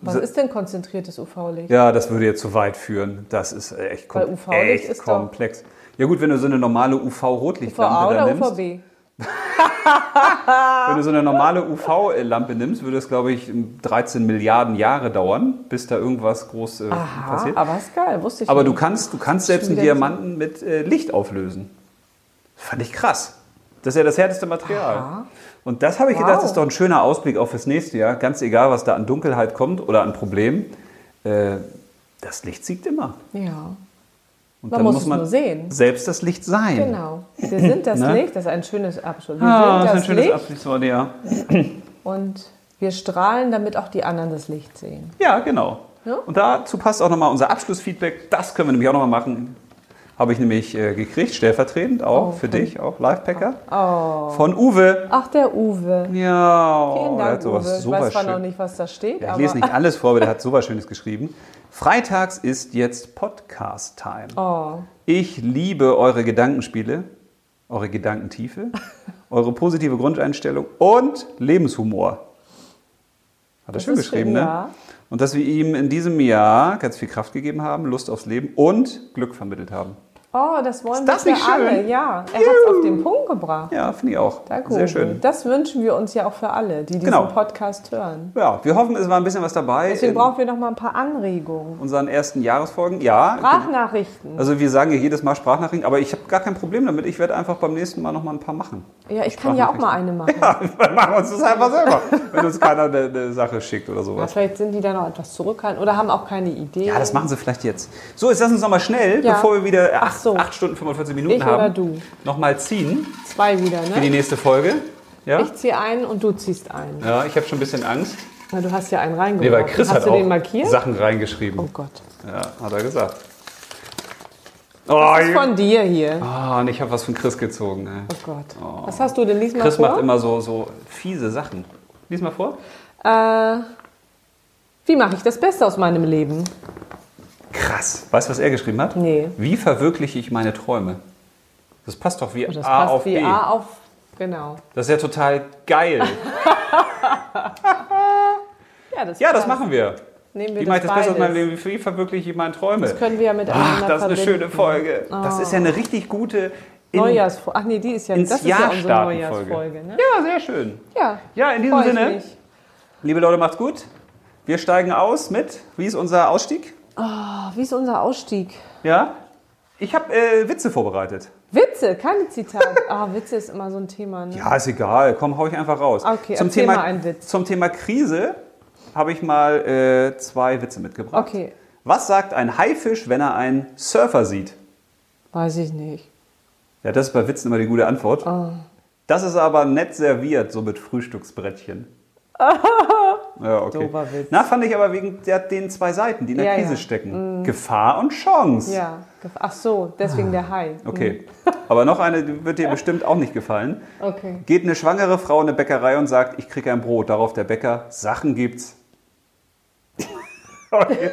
Speaker 2: Was
Speaker 1: So-
Speaker 2: ist denn konzentriertes UV-Licht?
Speaker 1: Ja, das würde jetzt zu weit führen. Das ist echt, kom
Speaker 2: Weil UV-Licht
Speaker 1: echt
Speaker 2: ist doch-
Speaker 1: komplex. Ja, gut, wenn du so eine normale
Speaker 2: UVA
Speaker 1: UV-Rotlichtlampe da
Speaker 2: oder
Speaker 1: nimmst.
Speaker 2: UVB?
Speaker 1: Wenn du so eine normale UV-Lampe nimmst, würde es, glaube ich, 13 Milliarden Jahre dauern, bis da irgendwas groß äh,
Speaker 2: Aha,
Speaker 1: passiert.
Speaker 2: aber ist geil, wusste ich
Speaker 1: Aber du
Speaker 2: nicht.
Speaker 1: kannst, du kannst selbst
Speaker 2: Schon
Speaker 1: einen
Speaker 2: wieder
Speaker 1: Diamanten mit äh, Licht auflösen. Fand ich krass. Das ist ja das härteste Material.
Speaker 2: Aha.
Speaker 1: Und das habe ich
Speaker 2: Wow.
Speaker 1: gedacht, ist doch ein schöner Ausblick auch fürs nächste Jahr. Ganz egal, was da an Dunkelheit kommt oder an Problemen. Äh, das Licht siegt immer.
Speaker 2: Ja,
Speaker 1: Und
Speaker 2: Man muss es nur sehen.
Speaker 1: selbst das Licht sein.
Speaker 2: genau. Wir sind das
Speaker 1: Ne?
Speaker 2: Licht, das ist ein schönes Abschluss. Wir
Speaker 1: Ah, das ist
Speaker 2: sind das
Speaker 1: ein schönes
Speaker 2: Licht
Speaker 1: Abschlusswort, ja.
Speaker 2: und wir strahlen, damit auch die anderen das Licht sehen.
Speaker 1: Ja, genau.
Speaker 2: Ja?
Speaker 1: Und dazu passt auch nochmal unser Abschlussfeedback. Das können wir nämlich auch nochmal machen. Habe ich nämlich äh, gekriegt, stellvertretend auch
Speaker 2: Oh,
Speaker 1: für
Speaker 2: von-
Speaker 1: dich, auch Livepacker.
Speaker 2: Oh.
Speaker 1: Von Uwe.
Speaker 2: Ach, der Uwe.
Speaker 1: Ja, oh,
Speaker 2: Vielen
Speaker 1: der
Speaker 2: Dank,
Speaker 1: hat sowas
Speaker 2: Uwe. Ich
Speaker 1: sowas
Speaker 2: weiß zwar
Speaker 1: schön-
Speaker 2: noch nicht, was da steht,
Speaker 1: ja, ich
Speaker 2: aber
Speaker 1: lese nicht alles vor, aber der hat sowas Schönes geschrieben. Freitags ist jetzt Podcast-Time.
Speaker 2: Oh,
Speaker 1: Ich liebe eure Gedankenspiele, eure Gedankentiefe, eure positive Grundeinstellung und Lebenshumor. Hat er
Speaker 2: Das
Speaker 1: schön
Speaker 2: ist
Speaker 1: geschrieben,
Speaker 2: schön,
Speaker 1: ne?
Speaker 2: ja.
Speaker 1: Und dass wir ihm in diesem Jahr ganz viel Kraft gegeben haben, Lust aufs Leben und Glück vermittelt haben.
Speaker 2: oh das wollen
Speaker 1: Ist das
Speaker 2: wir
Speaker 1: nicht schön?
Speaker 2: alle. Ja, er hat es auf den Punkt gebracht.
Speaker 1: Ja, finde ich auch.
Speaker 2: Danke,
Speaker 1: Sehr
Speaker 2: Uwe.
Speaker 1: schön.
Speaker 2: Das wünschen wir uns ja auch für alle, die diesen
Speaker 1: Genau. Äh,
Speaker 2: Podcast hören.
Speaker 1: Ja, wir hoffen, es war ein bisschen was dabei
Speaker 2: Deswegen
Speaker 1: in
Speaker 2: brauchen wir noch mal ein paar Anregungen.
Speaker 1: unseren ersten Jahresfolgen. Ja,
Speaker 2: Sprachnachrichten.
Speaker 1: also wir sagen ja jedes Mal Sprachnachrichten, aber ich habe gar kein Problem damit. Ich werde einfach beim nächsten Mal nochmal ein paar machen.
Speaker 2: Ja, ich kann ja auch mal eine machen.
Speaker 1: Ja, dann machen wir uns das einfach selber, wenn uns keiner eine, eine Sache schickt oder
Speaker 2: Aber
Speaker 1: sowas.
Speaker 2: vielleicht sind die da noch etwas zurückhaltend oder haben auch keine Idee.
Speaker 1: Ja, das machen sie vielleicht jetzt. So, jetzt lass uns nochmal schnell,
Speaker 2: Ja.
Speaker 1: bevor wir wieder
Speaker 2: Ach
Speaker 1: 8,
Speaker 2: so.
Speaker 1: Stunden 45 Minuten
Speaker 2: ich
Speaker 1: haben,
Speaker 2: oder du.
Speaker 1: nochmal ziehen
Speaker 2: Zwei wieder,
Speaker 1: für die
Speaker 2: ne?
Speaker 1: nächste Folge. Ja,
Speaker 2: Ich ziehe einen und du ziehst einen.
Speaker 1: ja ich habe schon ein bisschen Angst.
Speaker 2: Na, du hast ja einen
Speaker 1: Nee,
Speaker 2: reingebracht.
Speaker 1: weil Chris
Speaker 2: hast
Speaker 1: hat
Speaker 2: du
Speaker 1: auch
Speaker 2: den markiert?
Speaker 1: Sachen reingeschrieben.
Speaker 2: oh Gott.
Speaker 1: Ja, hat er gesagt. Oh,
Speaker 2: Das ist von dir hier.
Speaker 1: Ah, und ich habe was von Chris gezogen. ey.
Speaker 2: Oh Gott. Was hast du denn diesmal
Speaker 1: Chris
Speaker 2: vor?
Speaker 1: macht immer so, so fiese Sachen. Lies mal vor.
Speaker 2: Äh, wie mache ich das Beste aus meinem Leben?
Speaker 1: Krass. Weißt du, was er geschrieben hat?
Speaker 2: Nee.
Speaker 1: Wie verwirkliche ich meine Träume? Das passt doch wie
Speaker 2: Oh, Das
Speaker 1: A
Speaker 2: passt
Speaker 1: auf
Speaker 2: wie
Speaker 1: B.
Speaker 2: A auf. Genau.
Speaker 1: Das ist ja total geil.
Speaker 2: Ja, das,
Speaker 1: Ja, das
Speaker 2: passt.
Speaker 1: machen wir.
Speaker 2: Nehmen wir
Speaker 1: Wie mache ich das besser aus meinem
Speaker 2: beides.
Speaker 1: Leben? Wie verwirkliche ich meine Träume?
Speaker 2: Das können wir ja miteinander
Speaker 1: Ach, das ist eine
Speaker 2: verbinden. Oh.
Speaker 1: schöne Folge. Das ist ja eine richtig gute in
Speaker 2: Neujahrsfolge. Ach nee, die ist ja,
Speaker 1: ins
Speaker 2: das ist ja
Speaker 1: Jahr
Speaker 2: unsere
Speaker 1: starten
Speaker 2: Neujahrsfolge. Ne?
Speaker 1: Ja, sehr schön.
Speaker 2: Ja.
Speaker 1: Ja, in diesem
Speaker 2: freu ich
Speaker 1: Sinne,
Speaker 2: mich.
Speaker 1: liebe Leute, macht's gut. Wir steigen aus mit, wie ist unser Ausstieg?
Speaker 2: Ach, wie ist unser Ausstieg?
Speaker 1: Ja? Ich habe äh, Witze vorbereitet.
Speaker 2: Witze, keine Zitate. Ah, Witze ist immer so ein Thema. Ne?
Speaker 1: Ja, ist egal. Komm, hau ich einfach raus.
Speaker 2: Okay,
Speaker 1: zum
Speaker 2: erzähl
Speaker 1: Thema,
Speaker 2: mal einen Witz.
Speaker 1: Zum Thema Krise habe ich mal äh, zwei Witze mitgebracht.
Speaker 2: Okay.
Speaker 1: Was sagt ein Haifisch, wenn er einen Surfer sieht?
Speaker 2: Weiß ich nicht.
Speaker 1: Ja, das ist bei Witzen immer die gute
Speaker 2: Oh.
Speaker 1: Antwort. Das ist aber nett serviert, so mit Frühstücksbrettchen. ja, okay.
Speaker 2: Dober Witz.
Speaker 1: Na, fand ich aber wegen der, den zwei Seiten, die in der
Speaker 2: Ja,
Speaker 1: Krise
Speaker 2: ja.
Speaker 1: stecken. Gefahr und Chance.
Speaker 2: Ja. gef- Ach so, deswegen der Hai.
Speaker 1: Ah,
Speaker 2: Mhm.
Speaker 1: Okay. Aber noch eine die wird dir bestimmt auch nicht gefallen.
Speaker 2: Okay.
Speaker 1: Geht eine schwangere Frau in eine Bäckerei und sagt, ich kriege ein Brot. Darauf der Bäcker, Sachen gibt's. okay.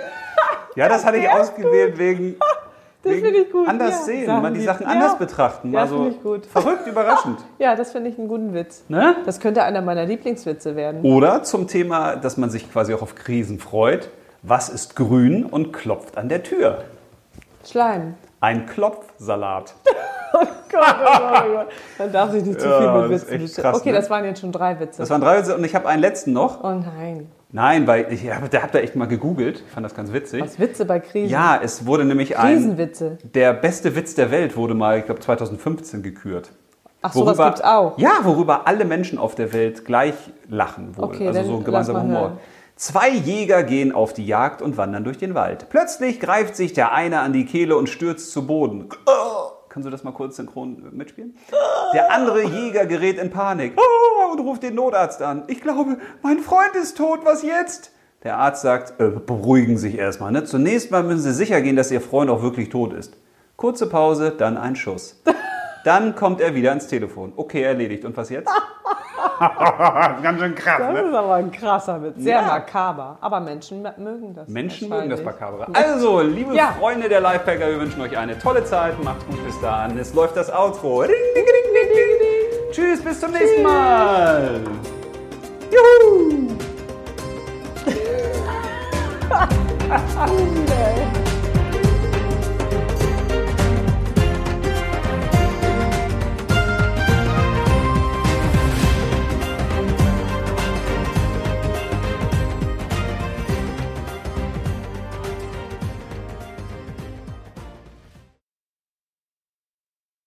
Speaker 1: Ja, das hatte ich
Speaker 2: wär's
Speaker 1: ausgewählt wegen,
Speaker 2: Das
Speaker 1: wegen
Speaker 2: finde ich gut,
Speaker 1: anders
Speaker 2: ja.
Speaker 1: sehen,
Speaker 2: Sachen
Speaker 1: mal die
Speaker 2: gibt's.
Speaker 1: Sachen
Speaker 2: Ja.
Speaker 1: anders betrachten.
Speaker 2: Ja,
Speaker 1: Mal
Speaker 2: finde
Speaker 1: so
Speaker 2: ich gut.
Speaker 1: Verrückt, überraschend.
Speaker 2: Ja, das finde ich einen guten Witz.
Speaker 1: Ne?
Speaker 2: Das könnte einer meiner Lieblingswitze werden.
Speaker 1: Oder zum Thema, dass man sich quasi auch auf Krisen freut. Was ist grün und klopft an der Tür?
Speaker 2: Schleim.
Speaker 1: Ein Klopfsalat.
Speaker 2: Gott, oh Gott, oh Gott. Man darf sich nicht zu
Speaker 1: Ja,
Speaker 2: viel mit
Speaker 1: das ist
Speaker 2: Witzen
Speaker 1: echt
Speaker 2: beschäftigen.
Speaker 1: krass,
Speaker 2: Okay,
Speaker 1: ne?
Speaker 2: das waren jetzt schon drei Witze.
Speaker 1: Das waren drei Witze und ich habe einen letzten noch.
Speaker 2: oh nein.
Speaker 1: Nein, weil ich habe da, hab da echt mal gegoogelt. Ich fand das ganz witzig.
Speaker 2: Was Witze bei Krisen?
Speaker 1: Ja, es wurde nämlich ein.
Speaker 2: Krisenwitze.
Speaker 1: Der beste Witz der Welt wurde mal, ich glaube, 2015 gekürt.
Speaker 2: Ach, sowas
Speaker 1: Worüber-
Speaker 2: gibt's auch.
Speaker 1: Ja, worüber alle Menschen auf der Welt gleich lachen wohl.
Speaker 2: Okay,
Speaker 1: also
Speaker 2: dann
Speaker 1: so ein
Speaker 2: lass
Speaker 1: gemeinsamer
Speaker 2: mal hören.
Speaker 1: Humor. Zwei Jäger gehen auf die Jagd und wandern durch den Wald. Plötzlich greift sich der eine an die Kehle und stürzt zu Boden. Oh! Kannst du das mal kurz synchron mitspielen? Der andere Jäger gerät in Panik oh! und ruft den Notarzt an. Ich glaube, mein Freund ist tot, was jetzt? Der Arzt sagt, äh, beruhigen Sie sich erstmal. Ne? Zunächst mal müssen Sie sicher gehen, dass Ihr Freund auch wirklich tot ist. Kurze Pause, dann ein Schuss. Dann kommt er wieder ans Telefon. Okay, erledigt. Und was jetzt? Ganz schön krass,
Speaker 2: Das ist aber ein krasser Witz. Sehr
Speaker 1: ne? Ja.
Speaker 2: makaber. Aber Menschen ma- mögen das.
Speaker 1: Menschen mögen das
Speaker 2: wahrscheinlich.
Speaker 1: Makabere. Also, liebe
Speaker 2: Ja.
Speaker 1: Freunde der Lifehacker, wir wünschen euch eine tolle Zeit. Macht's gut bis dahin. Es läuft das Outro. Ring, ding, ding, ding, ding. Tschüss, bis zum nächsten Mal. Juhu!
Speaker 2: Ey.